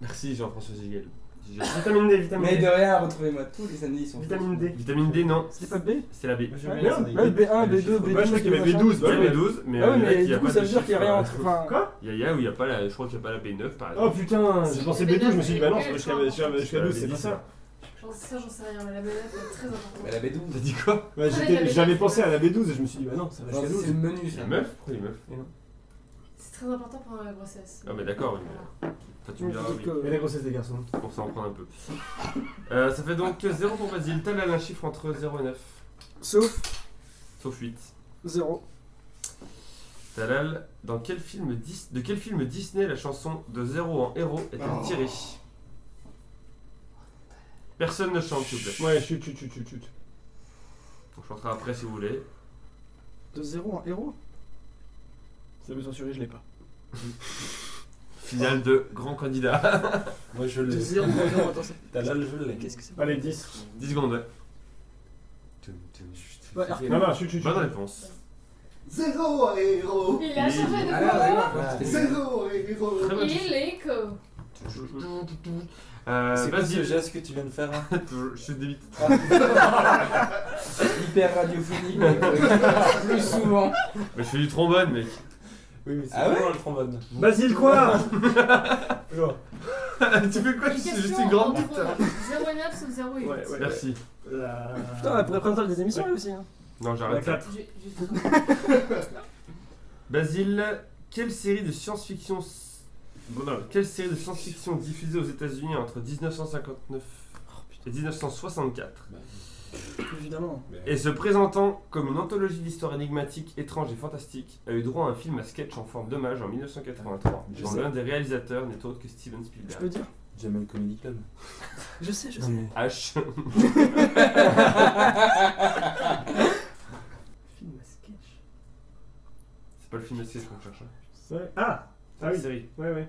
Speaker 4: Merci Jean-François Giguel. Giguel. Vitamine D,
Speaker 6: Mais
Speaker 4: vitamine
Speaker 6: de
Speaker 4: D.
Speaker 6: rien, retrouvez-moi tous les samedis, ils sont
Speaker 1: Vitamine D.
Speaker 4: Vitamine D, non,
Speaker 3: C'était pas B
Speaker 4: c'est la B.
Speaker 9: Moi,
Speaker 4: C'est
Speaker 9: j'aime
Speaker 3: Ouais,
Speaker 9: bien, ça, des-
Speaker 3: Ouais, B1, B2, B12.
Speaker 1: Moi, je crois qu'il y avait
Speaker 3: machin.
Speaker 1: B12.
Speaker 4: la
Speaker 1: ouais, mais-
Speaker 4: B12, mais,
Speaker 3: Ah
Speaker 4: euh,
Speaker 3: ouais,
Speaker 4: il y en a
Speaker 3: mais
Speaker 4: qui a
Speaker 3: du coup,
Speaker 4: pas
Speaker 3: ça
Speaker 4: de
Speaker 3: veut dire qu'il y a
Speaker 4: chiffre,
Speaker 3: rien
Speaker 4: euh,
Speaker 3: entre. Enfin,
Speaker 1: Quoi
Speaker 4: Il y a, il y a où il y a pas la. Je crois qu'il n'y a pas la B9 par
Speaker 1: Oh
Speaker 4: exemple.
Speaker 1: putain, je pensais B12, je me suis dit, bah non,
Speaker 7: Mais
Speaker 1: c'est jusqu'à
Speaker 7: B12,
Speaker 1: jusqu'à- jusqu'à 12, c'est pas ça.
Speaker 7: J'en- Ça, j'en sais rien, mais la manette est très importante.
Speaker 6: Mais la B12.
Speaker 4: T'as dit quoi
Speaker 1: Ouais,
Speaker 7: Ah,
Speaker 1: j'étais-
Speaker 7: il y avait
Speaker 1: J'avais
Speaker 7: B12.
Speaker 1: pensé à la B12 et je me suis dit, bah non, ça va
Speaker 6: Non,
Speaker 1: jusqu'à
Speaker 6: C'est
Speaker 1: 12.
Speaker 6: le menu, ça.
Speaker 4: La meuf Pourquoi les meufs
Speaker 7: C'est très important pendant la grossesse.
Speaker 4: Ah, mais d'accord, oui.
Speaker 7: Voilà.
Speaker 4: Toi, tu me diras, oui.
Speaker 1: Et la grossesse des garçons.
Speaker 4: On s'en prend un peu. Euh, ça fait donc 0 pour Basile. Talal un chiffre entre 0 et 9.
Speaker 3: Sauf
Speaker 4: Sauf 8.
Speaker 3: 0.
Speaker 4: Talal, dans quel film Dis- de quel film Disney la chanson de 0 en héros est-elle
Speaker 6: Oh.
Speaker 4: tirée Personne ne chante, s'il vous plaît.
Speaker 1: Ouais, chut, chut, chut, chut, chut.
Speaker 4: On chantera après si vous voulez.
Speaker 3: De 0 en héros
Speaker 1: Ça veut censurer, je l'ai pas.
Speaker 4: Finale de grand candidat.
Speaker 9: Moi, je
Speaker 3: De
Speaker 9: l'ai.
Speaker 3: 0 en héros, attends, c'est-
Speaker 9: T'as là, je l'ai.
Speaker 3: qu'est-ce que c'est
Speaker 1: Allez, 10.
Speaker 4: 10 secondes, ouais.
Speaker 3: Ouais, alors-
Speaker 1: Ah, Non, non, chut, chut, chut.
Speaker 4: Bonne réponse.
Speaker 10: Zéro héros
Speaker 7: Il a
Speaker 4: Il-
Speaker 7: changé de
Speaker 6: Ah, là, là,
Speaker 7: couleur.
Speaker 6: là, là, c'était-
Speaker 10: Zéro héros
Speaker 4: Très bonne
Speaker 7: Il est co.
Speaker 4: Euh,
Speaker 9: C'est quoi ce
Speaker 4: Basile,
Speaker 9: geste que tu viens de faire hein
Speaker 4: je suis débite.
Speaker 6: Hyper radiophonique, plus souvent.
Speaker 4: Mais je fais du trombone, mec.
Speaker 9: Oui, mais c'est
Speaker 6: Ah
Speaker 9: ah
Speaker 6: ouais
Speaker 9: ouais le trombone.
Speaker 1: Basile, quoi
Speaker 4: tu fais quoi Tu suis juste une grande bite.
Speaker 7: 09 sauf 08.
Speaker 1: Ouais, ouais.
Speaker 4: Merci.
Speaker 1: La-
Speaker 3: Putain, elle pourrait présenter des émissions elle aussi. hein.
Speaker 4: Non,
Speaker 1: La
Speaker 4: j'arrête.
Speaker 1: 4.
Speaker 7: J'ai- j'ai-
Speaker 4: Basile, quelle série de science-fiction s- bon, non, quelle série de science-fiction diffusée aux États-Unis entre 1959 et 1964
Speaker 3: Évidemment.
Speaker 4: et se présentant comme une anthologie d'histoires énigmatiques, étranges et fantastiques, a eu droit à un film à sketch en forme d'hommage en 1983,
Speaker 9: Je
Speaker 4: dont
Speaker 9: sais.
Speaker 4: l'un des réalisateurs n'est autre que Steven
Speaker 3: Je peux
Speaker 4: Spielberg.
Speaker 3: dire
Speaker 9: Jamel Comedy Club.
Speaker 3: Je sais, je
Speaker 9: Non,
Speaker 3: sais.
Speaker 9: mais
Speaker 4: H.
Speaker 3: Film à sketch.
Speaker 4: C'est pas le film à sketch qu'on cherche. hein.
Speaker 1: Ouais. Ah
Speaker 4: C'est
Speaker 1: Ah
Speaker 4: une
Speaker 1: oui,
Speaker 4: série.
Speaker 1: ouais, ouais.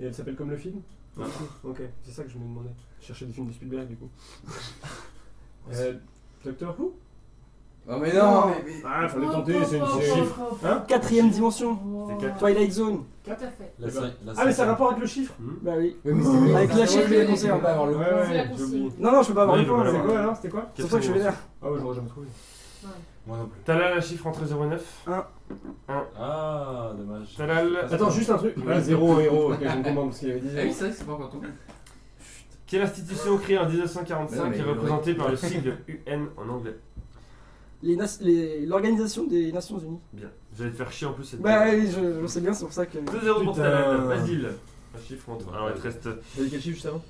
Speaker 1: Et elle s'appelle comme le film
Speaker 4: Non.
Speaker 1: Ok, c'est ça que je me demandais. Je cherchais des films de Spielberg, du coup. Euh, Doctor Who
Speaker 6: Non, mais non
Speaker 1: Ah, fallait tenter, c'est une
Speaker 7: Oh, oh,
Speaker 1: série.
Speaker 7: oh, oh, oh.
Speaker 1: Hein
Speaker 3: Quatrième dimension.
Speaker 7: Wow.
Speaker 4: C'est quatre.
Speaker 3: Twilight Zone.
Speaker 7: Tout à fait.
Speaker 9: la
Speaker 1: Eh ben.
Speaker 9: cin- la
Speaker 1: Ah, mais ça a
Speaker 9: cinquième.
Speaker 1: rapport avec le chiffre
Speaker 4: Hmm
Speaker 3: Bah oui.
Speaker 6: Mais oui, c'est
Speaker 3: Avec la chaîne,
Speaker 6: je vais
Speaker 7: je
Speaker 6: conseiller, on va avoir le.
Speaker 7: C'est la consigne.
Speaker 1: oublié.
Speaker 3: Non, non, je peux pas avoir
Speaker 4: Oui,
Speaker 3: le point.
Speaker 4: voilà,
Speaker 1: C'est
Speaker 3: là.
Speaker 1: quoi alors C'était quoi
Speaker 3: C'est pour ça que je suis vénère.
Speaker 1: Ah, ouais, j'aurais jamais trouvé.
Speaker 9: Moi non plus.
Speaker 4: Talal, un chiffre entre 0 et 9.
Speaker 9: Ah, dommage.
Speaker 4: Talal,
Speaker 1: Attends, juste un truc. Ah, zéro héros, ok, je me comprends parce qu'il avait dit
Speaker 6: Ah
Speaker 1: zéro.
Speaker 6: oui, c'est vrai que c'est pas encore tout.
Speaker 4: quelle institution créée en 1945
Speaker 6: Non, mais
Speaker 4: est
Speaker 6: oui.
Speaker 4: représentée par le sigle UN en anglais
Speaker 3: Les nas- les- L'organisation des Nations Unies.
Speaker 4: Bien. J'allais te faire chier en plus cette
Speaker 3: Bah oui, je, je sais bien, c'est pour ça que.
Speaker 4: 2-0 pour
Speaker 1: Putain.
Speaker 4: Talal, Basile. Un chiffre entre. Alors il te reste.
Speaker 1: T'as dit quel chiffre juste avant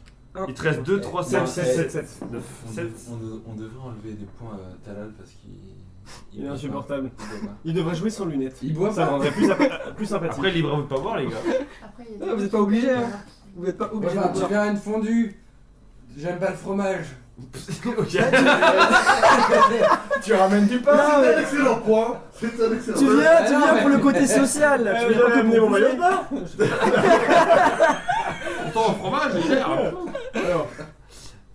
Speaker 4: Il te reste 2, 3, 7,
Speaker 6: Non,
Speaker 4: 7,
Speaker 6: sept,
Speaker 4: 7,
Speaker 1: 7.
Speaker 4: 9,
Speaker 9: On,
Speaker 4: 7.
Speaker 9: dev- on de- on devrait enlever des points à Talal parce qu'il.
Speaker 1: Il est
Speaker 9: peut
Speaker 1: insupportable.
Speaker 9: pas. Il peut pas.
Speaker 1: Il devrait jouer sans lunettes.
Speaker 6: Il boit
Speaker 1: Ça
Speaker 6: pas
Speaker 1: rendrait plus, sympa- euh, plus sympathique.
Speaker 4: Après, libre à vous de pas voir, les gars.
Speaker 7: Après, il y a
Speaker 3: Non,
Speaker 7: des-
Speaker 3: vous êtes pas obligés, hein. Vous n'êtes pas obligé
Speaker 6: Enfin,
Speaker 3: de
Speaker 6: tu
Speaker 3: dire.
Speaker 6: viens une fondue J'aime pas le fromage
Speaker 4: ok.
Speaker 6: Tu ramènes du pain
Speaker 3: Non, mais-
Speaker 10: C'est un excellent point C'est un excellent
Speaker 3: Tu
Speaker 10: point
Speaker 3: viens, tu
Speaker 6: Ah, non,
Speaker 3: viens
Speaker 6: mais-
Speaker 3: pour le côté social.
Speaker 1: Euh,
Speaker 3: tu viens
Speaker 1: j'avais
Speaker 3: pas
Speaker 1: amené
Speaker 3: pour
Speaker 1: mon maillot
Speaker 3: bouffer.
Speaker 1: de bain
Speaker 4: Pourtant, en fromage, il gère.
Speaker 1: Alors,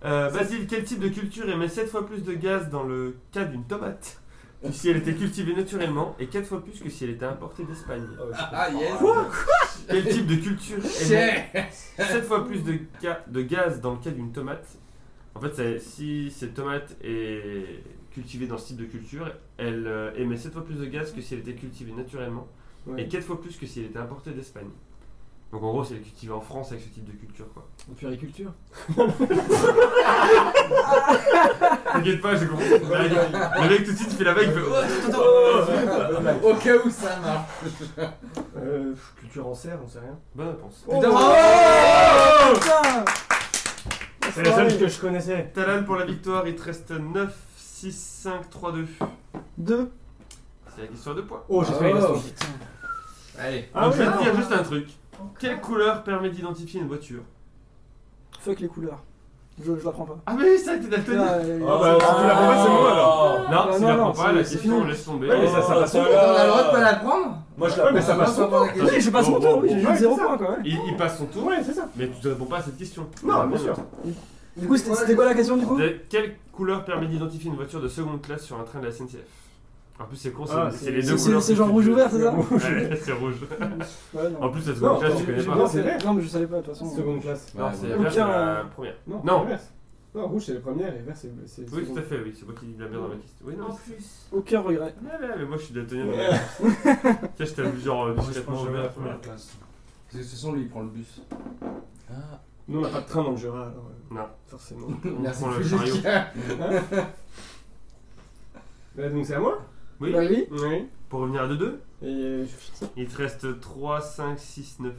Speaker 4: Euh, Basile, quel type de culture émet 7 fois plus de gaz dans le cas d'une tomate que si elle était cultivée naturellement et 4 fois plus que si elle était importée d'Espagne
Speaker 6: Ah, yes.
Speaker 4: Quel type de culture
Speaker 1: Eh ben,
Speaker 4: émet 7 fois plus de, ga- de gaz dans le cas d'une tomate En fait, c'est- si cette tomate est cultivée dans ce type de culture, elle euh, émet 7 fois plus de gaz que si elle était cultivée naturellement
Speaker 1: Ouais.
Speaker 4: et 4 fois plus que si elle était importée d'Espagne. Donc en gros, c'est cultivée en France avec ce type de culture quoi.
Speaker 1: En puriculture
Speaker 4: T'inquiète pas, j'ai compris. Le mec tout de suite il fait la vague, il
Speaker 1: eh ben,
Speaker 4: fait Oh, attends, attends, oh.
Speaker 6: Au cas où ça marche.
Speaker 1: euh, pff, Culture en serre, on sait rien.
Speaker 4: Bonne réponse.
Speaker 3: Oh.
Speaker 6: Putain, bravo.
Speaker 3: Putain
Speaker 1: C'est la seule que je connaissais.
Speaker 4: Talan pour la victoire, il te reste 9, 6, 5, 3, 2.
Speaker 3: Deux.
Speaker 4: C'est la question à deux points.
Speaker 1: Oh, j'espère qu'il reste.
Speaker 6: Allez.
Speaker 1: Ah
Speaker 4: Donc je vais
Speaker 1: oui,
Speaker 4: te dire juste un truc. Quelle couleur permet d'identifier une voiture
Speaker 3: Fuck les couleurs. Je, je la prends pas.
Speaker 4: Ah mais oui, ça t'es daltonien
Speaker 3: Ah, euh,
Speaker 1: Ah bah, si tu la prends pas, c'est bon alors.
Speaker 4: Non, si tu
Speaker 3: non,
Speaker 4: la
Speaker 3: non,
Speaker 4: prends pas,
Speaker 3: c'est-
Speaker 4: la
Speaker 3: c'est
Speaker 4: question,
Speaker 3: fini.
Speaker 4: laisse tomber.
Speaker 1: Ouais, mais oh, ça, ça passe son
Speaker 6: On
Speaker 1: tour.
Speaker 6: a le droit de pas la prendre
Speaker 1: Moi, je la Euh, mais ça passe son tour.
Speaker 3: Oui, j'ai pas son tour, oui, j'ai
Speaker 1: Ouais,
Speaker 3: juste zéro
Speaker 1: c'est ça.
Speaker 3: point quand même.
Speaker 4: Il, il passe son tour,
Speaker 1: Ouais, c'est ça.
Speaker 4: mais tu ne réponds pas à cette question.
Speaker 1: Non, bien sûr.
Speaker 3: Du coup, c'était c'était quoi la question du coup
Speaker 4: De- quelle couleur permet d'identifier une voiture de seconde classe sur un train de la SNCF En plus, c'est con, c'est
Speaker 1: Ah,
Speaker 4: c'est
Speaker 1: c'est-
Speaker 4: les deux
Speaker 3: C'est-
Speaker 4: couleurs.
Speaker 3: C'est c'est
Speaker 4: que
Speaker 3: genre
Speaker 4: tu-
Speaker 3: rouge ouvert, c'est ça
Speaker 4: Ouais, c'est rouge.
Speaker 3: Ouais,
Speaker 1: Oh,
Speaker 3: non.
Speaker 4: En plus, la seconde
Speaker 1: Non,
Speaker 4: classe, tu
Speaker 1: j'ai-
Speaker 4: connais
Speaker 1: j'ai
Speaker 4: pas.
Speaker 1: bien- c'est vrai.
Speaker 3: Non, mais je savais pas de toute façon.
Speaker 1: Seconde classe.
Speaker 4: Non, c'est
Speaker 3: Aucun,
Speaker 4: vert, c'est la
Speaker 3: euh,
Speaker 4: première.
Speaker 1: Non,
Speaker 4: Non.
Speaker 1: inverse. Non, rouge c'est la première et vert c'est. c'est-
Speaker 4: Oui,
Speaker 1: c'est-
Speaker 4: tout à fait, oui. C'est moi qui dis de la merde dans ma question. Oui, non,
Speaker 7: En
Speaker 4: mais
Speaker 7: plus.
Speaker 3: Aucun regret.
Speaker 4: c'est- Ouais, ouais, mais moi, je suis daltonien. dans la- Tiens, je t'ai vu genre euh, discrètement ouvert la première.
Speaker 9: classe.
Speaker 6: Parce que de toute façon, lui, il prend le bus.
Speaker 9: Ah,
Speaker 1: Nous on n'a pas de train dans le Jura alors. euh,
Speaker 4: Non.
Speaker 1: Forcément.
Speaker 4: On
Speaker 6: Merci
Speaker 4: prend le
Speaker 6: plus
Speaker 4: chariot.
Speaker 6: efficace.
Speaker 1: Bah, donc c'est à moi
Speaker 4: Oui,
Speaker 3: Bah oui.
Speaker 1: Oui.
Speaker 4: pour revenir à 2-2,
Speaker 1: Et. euh,
Speaker 4: il te reste 3, 5, 6, 9.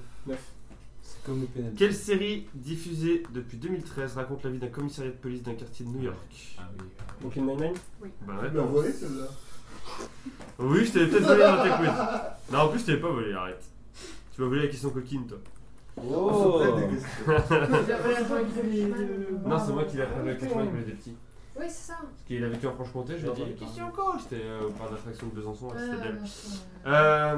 Speaker 9: c'est comme le pénal.
Speaker 4: Quelle série diffusée depuis 2013 raconte la vie d'un commissariat de police d'un quartier de New York
Speaker 9: Ah oui.
Speaker 1: Donc une 9
Speaker 4: Bonne
Speaker 10: Tu l'as
Speaker 4: réponse.
Speaker 10: volé celle-là
Speaker 4: Oui, je t'avais peut-être volé dans tes quiz. Non, en plus, je t'avais pas volé, arrête. Tu m'as volé la question coquine, toi.
Speaker 10: Oh
Speaker 6: euh,
Speaker 4: Non, c'est moi qui l'ai fait la question avec mes des petits.
Speaker 7: Oui, c'est ça.
Speaker 4: Parce qu'il a vécu en Franche-Comté, je lui ai dit.
Speaker 7: Quelle question
Speaker 4: encore J'étais euh, au parc d'attraction de Besançon,
Speaker 7: Ouais,
Speaker 4: c'était
Speaker 7: ouais,
Speaker 4: belle.
Speaker 7: ouais, ouais.
Speaker 4: Euh.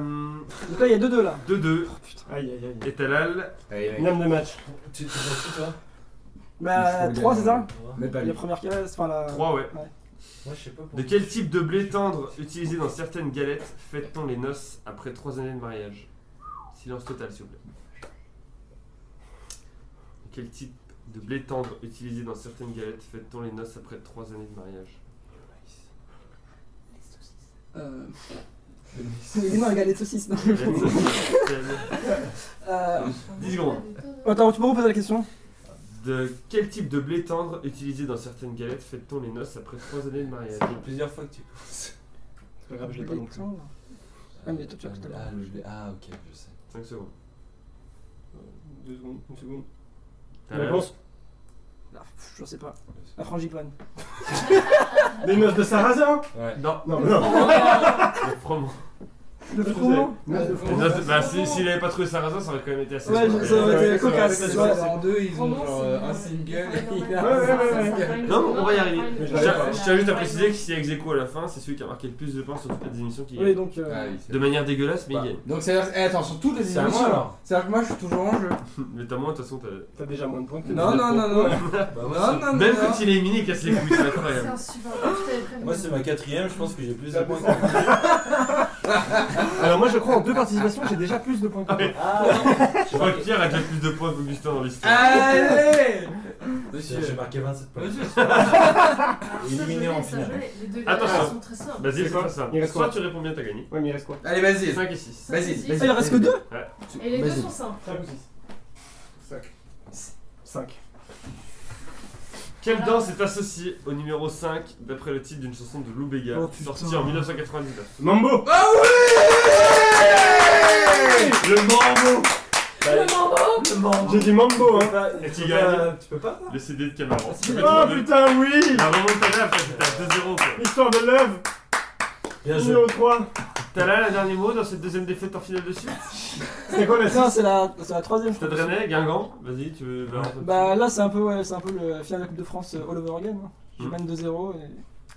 Speaker 3: Donc là, il y a deux deux là.
Speaker 4: 2-2,
Speaker 1: Aïe aïe aïe.
Speaker 4: et Talal.
Speaker 1: Nam de match.
Speaker 9: Tu t'es sorti toi
Speaker 3: Bah,
Speaker 6: Mais c'est
Speaker 3: 3 c'est ça
Speaker 6: Mais pas
Speaker 3: La
Speaker 6: lui.
Speaker 3: première qui reste, enfin la.
Speaker 4: 3, ouais.
Speaker 9: Moi je sais pas pourquoi.
Speaker 4: De quel type de blé tendre utilisé dans certaines galettes fête-t-on les noces après 3 années de mariage Silence total, s'il vous plaît. De quel type de blé tendre utilisé dans certaines galettes fête-t-on les noces après 3 années de mariage
Speaker 3: Euh... non, il y a les saucisses. non. Euh...
Speaker 4: 10 secondes.
Speaker 6: Oh,
Speaker 3: Attends, tu peux reposer la question
Speaker 4: De quel type de blé tendre utilisé dans certaines galettes fête-t-on les noces après 3 années de mariage
Speaker 9: Ça fait plusieurs fois que tu penses.
Speaker 1: C'est pas grave, je l'ai pas non plus.
Speaker 3: Ah, mais toi, tu as tout à l'heure.
Speaker 9: Ah, le blé- Ah, ok, je sais.
Speaker 4: 5 secondes.
Speaker 1: Deux secondes, une seconde.
Speaker 4: Talal.
Speaker 1: Réponse.
Speaker 3: Ah, pff, Je sais pas. La frangipane.
Speaker 1: Ah. Les noces de Sarrazin
Speaker 9: Ouais.
Speaker 4: Non,
Speaker 1: Non, mais non.
Speaker 4: le froment.
Speaker 3: Le froment
Speaker 1: Noces de
Speaker 4: Les
Speaker 1: Sarrazin.
Speaker 4: noces- bah, si- S'il avait pas trouvé Sarrazin, ça aurait quand même été assez.
Speaker 3: Ouais, je- ça aurait été cocasse. tu vois.
Speaker 6: En deux, ils ont
Speaker 7: Vraiment,
Speaker 6: genre
Speaker 7: c'est-
Speaker 6: euh, un single. et il a-
Speaker 1: Ouais, ouais, ouais, ouais.
Speaker 4: Non, on va y arriver.
Speaker 1: Mais
Speaker 4: Je
Speaker 1: l'avais
Speaker 4: tiens-
Speaker 1: pas.
Speaker 4: je tiens juste à préciser que s'il y a Execo à la fin, c'est celui qui a marqué le plus de points sur toutes les émissions qui
Speaker 3: Oui, donc. euh,
Speaker 6: Ah oui,
Speaker 4: De
Speaker 6: c'est-
Speaker 4: manière dégueulasse, mais il
Speaker 6: Bah,
Speaker 4: gagne.
Speaker 6: Donc c'est eh, attends sur toutes les
Speaker 9: C'est à moi,
Speaker 6: émissions
Speaker 9: alors.
Speaker 6: C'est à dire que moi je suis toujours en jeu.
Speaker 4: Mais t'as moins, de toute façon, t'as.
Speaker 1: T'as déjà moins de points que
Speaker 6: Non non non non.
Speaker 9: Bah, moi,
Speaker 6: Ah, Non non non.
Speaker 4: Même
Speaker 6: non.
Speaker 4: quand il est éliminé, il casse les couilles, c'est
Speaker 7: C'est
Speaker 4: incroyable.
Speaker 7: insupportable, je t'avais
Speaker 9: c'est-
Speaker 7: prévenu.
Speaker 9: Moi c'est ma quatrième, je pense que j'ai plus de points.
Speaker 1: Alors moi je crois en deux participations j'ai déjà plus de points que toi.
Speaker 4: Je crois que Pierre a déjà plus de points qu'Augustin dans l'histoire.
Speaker 6: Allez.
Speaker 9: J'ai j'ai marqué 27 points.
Speaker 6: Monsieur.
Speaker 7: Alors, ça,
Speaker 9: éliminé
Speaker 7: je l'ai,
Speaker 9: en
Speaker 7: ça,
Speaker 9: finale.
Speaker 7: je l'ai. Les deux
Speaker 4: Attention.
Speaker 7: dernières sont très simples.
Speaker 4: Vas-y,
Speaker 1: C'est
Speaker 4: c'est
Speaker 1: quoi
Speaker 4: pas ça.
Speaker 1: Il reste
Speaker 4: Soit
Speaker 1: quoi
Speaker 4: tu réponds bien, t'as gagné.
Speaker 1: Ouais mais il reste quoi
Speaker 6: Allez vas-y.
Speaker 4: 5 et 6.
Speaker 7: Ça,
Speaker 6: Vas-y
Speaker 7: c'est-
Speaker 6: vas-y.
Speaker 3: Ah, il reste que deux
Speaker 7: Et les deux
Speaker 6: Vas-y.
Speaker 7: sont simples.
Speaker 1: 5 ou 6
Speaker 10: Cinq.
Speaker 1: 5.
Speaker 4: Quelle danse est associée au numéro 5 d'après le titre d'une chanson de Lou Bega
Speaker 3: Oh, putain.
Speaker 4: sortie en 1999
Speaker 1: Mambo
Speaker 6: Ah oui.
Speaker 4: Le mambo
Speaker 7: Le mambo
Speaker 1: J'ai dit Mambo hein
Speaker 4: Et qui gagne
Speaker 1: Tu peux pas
Speaker 4: le CD de Camaro.
Speaker 1: Oh putain oui
Speaker 4: La remontada, après, c'était à 2-0 quoi.
Speaker 1: Histoire de l'œuvre
Speaker 9: Bien joué.
Speaker 1: Numéro 3
Speaker 4: T'as là le dernier mot dans cette deuxième défaite en finale de suite
Speaker 1: C'était quoi la
Speaker 3: Non, c'est la, c'est la troisième, je
Speaker 4: T'as
Speaker 3: crois.
Speaker 4: drainé, Guingamp Vas-y, tu veux. bah,
Speaker 3: Bah là, c'est un peu, ouais, c'est un peu le final de la Coupe de France euh, all over again. hein. Je
Speaker 4: Mm.
Speaker 3: mène 2-0 et.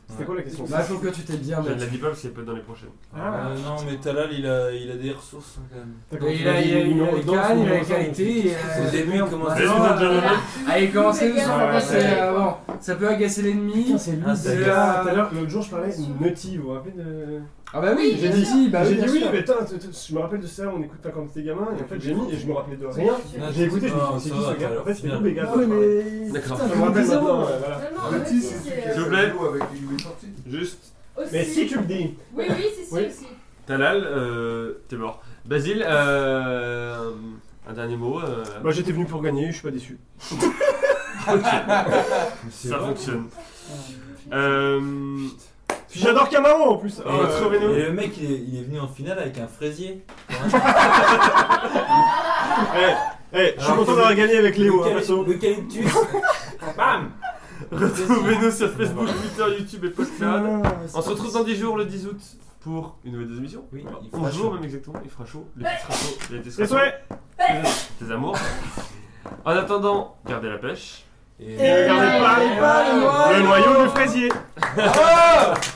Speaker 1: C'était quoi la question
Speaker 6: Bah, faut que tu t'es
Speaker 9: Ah,
Speaker 4: Je
Speaker 6: bien
Speaker 4: ne la
Speaker 6: battu.
Speaker 4: dis pas parce qu'elle peut être dans les prochaines.
Speaker 1: Ah,
Speaker 9: Euh, non, mais Talal, il a, il a des ressources hein, quand même.
Speaker 1: d'accord.
Speaker 6: Et Il a, il a, il a les cannes, il a les qualités. et,
Speaker 9: Au
Speaker 6: euh,
Speaker 9: début, il commence
Speaker 6: bah,
Speaker 9: à-
Speaker 4: Vas-y,
Speaker 6: non,
Speaker 4: donne, donne, donne.
Speaker 6: Allez, commencez nous
Speaker 7: Ah,
Speaker 6: sans
Speaker 1: ouais,
Speaker 6: passer
Speaker 7: ouais.
Speaker 6: euh, avant. Ça peut agacer l'ennemi.
Speaker 3: Putain, c'est lui.
Speaker 9: Ah,
Speaker 1: Tout
Speaker 9: ça-
Speaker 1: à l'heure, l'autre jour, je parlais de Nutty, vous vous rappelez de...
Speaker 6: Ah bah oui,
Speaker 7: Oui,
Speaker 6: j'ai
Speaker 7: bien
Speaker 6: dit,
Speaker 7: sûr.
Speaker 6: si, bah
Speaker 1: J'ai dit
Speaker 6: bien
Speaker 1: oui,
Speaker 6: sûr.
Speaker 1: mais putain, t- t- je me rappelle de ça, on écoute pas quand t'es gamin, et en fait j'ai mis et je me rappelais de rien.
Speaker 9: Ah,
Speaker 1: J'ai écouté, je me
Speaker 9: non,
Speaker 1: suis dit, c'est
Speaker 9: ça
Speaker 1: qui
Speaker 9: va,
Speaker 1: ce gars En fait, c'est
Speaker 9: bien.
Speaker 1: tous les gars.
Speaker 3: Non, mais.
Speaker 4: D'accord.
Speaker 3: Putain,
Speaker 1: Je
Speaker 3: je
Speaker 1: me rappelle
Speaker 3: zéro.
Speaker 1: maintenant, ouais, voilà.
Speaker 7: Non, non,
Speaker 10: Le
Speaker 7: mais
Speaker 10: petit,
Speaker 7: si,
Speaker 10: c'est
Speaker 7: c'est,
Speaker 10: celui
Speaker 4: vous
Speaker 7: euh,
Speaker 4: plaît.
Speaker 10: qui a avec les nouvelles sorties.
Speaker 4: Juste,
Speaker 7: aussi-
Speaker 1: Mais si tu me dis
Speaker 7: Oui, oui, si, si,
Speaker 1: Oui.
Speaker 7: si.
Speaker 4: Talal, euh, t'es mort. Basile, euh, un dernier mot. euh,
Speaker 1: Bah j'étais venu pour gagner, je suis pas déçu.
Speaker 4: ça fonctionne.
Speaker 9: Ah,
Speaker 4: Euh,
Speaker 1: J'adore Camaro en plus
Speaker 9: Et,
Speaker 1: Ah,
Speaker 4: Retrouvez-nous.
Speaker 9: et le mec, il est, il est venu en finale avec un fraisier.
Speaker 1: Eh, eh, je suis
Speaker 9: Alors,
Speaker 1: content d'avoir gagné avec Léo, hein, perso.
Speaker 9: L'eucalyptus. l'eucalyptus. Bam
Speaker 4: Retrouvez-nous sur Facebook, Twitter, YouTube et Postcard. On se retrouve dans 10 jours, le 10 août, pour une nouvelle émission.
Speaker 9: Oui, il fera
Speaker 4: 11 jours,
Speaker 9: chaud.
Speaker 4: même exactement. Il fera chaud. Les petits sera chaud. Les petits
Speaker 1: Les
Speaker 4: sera chaud.
Speaker 1: souhaits
Speaker 4: Tes amours. En attendant, gardez la pêche.
Speaker 9: Et-
Speaker 1: Regardez
Speaker 7: regardez
Speaker 1: pas
Speaker 7: pas
Speaker 1: le noyau du fraisier
Speaker 9: Ah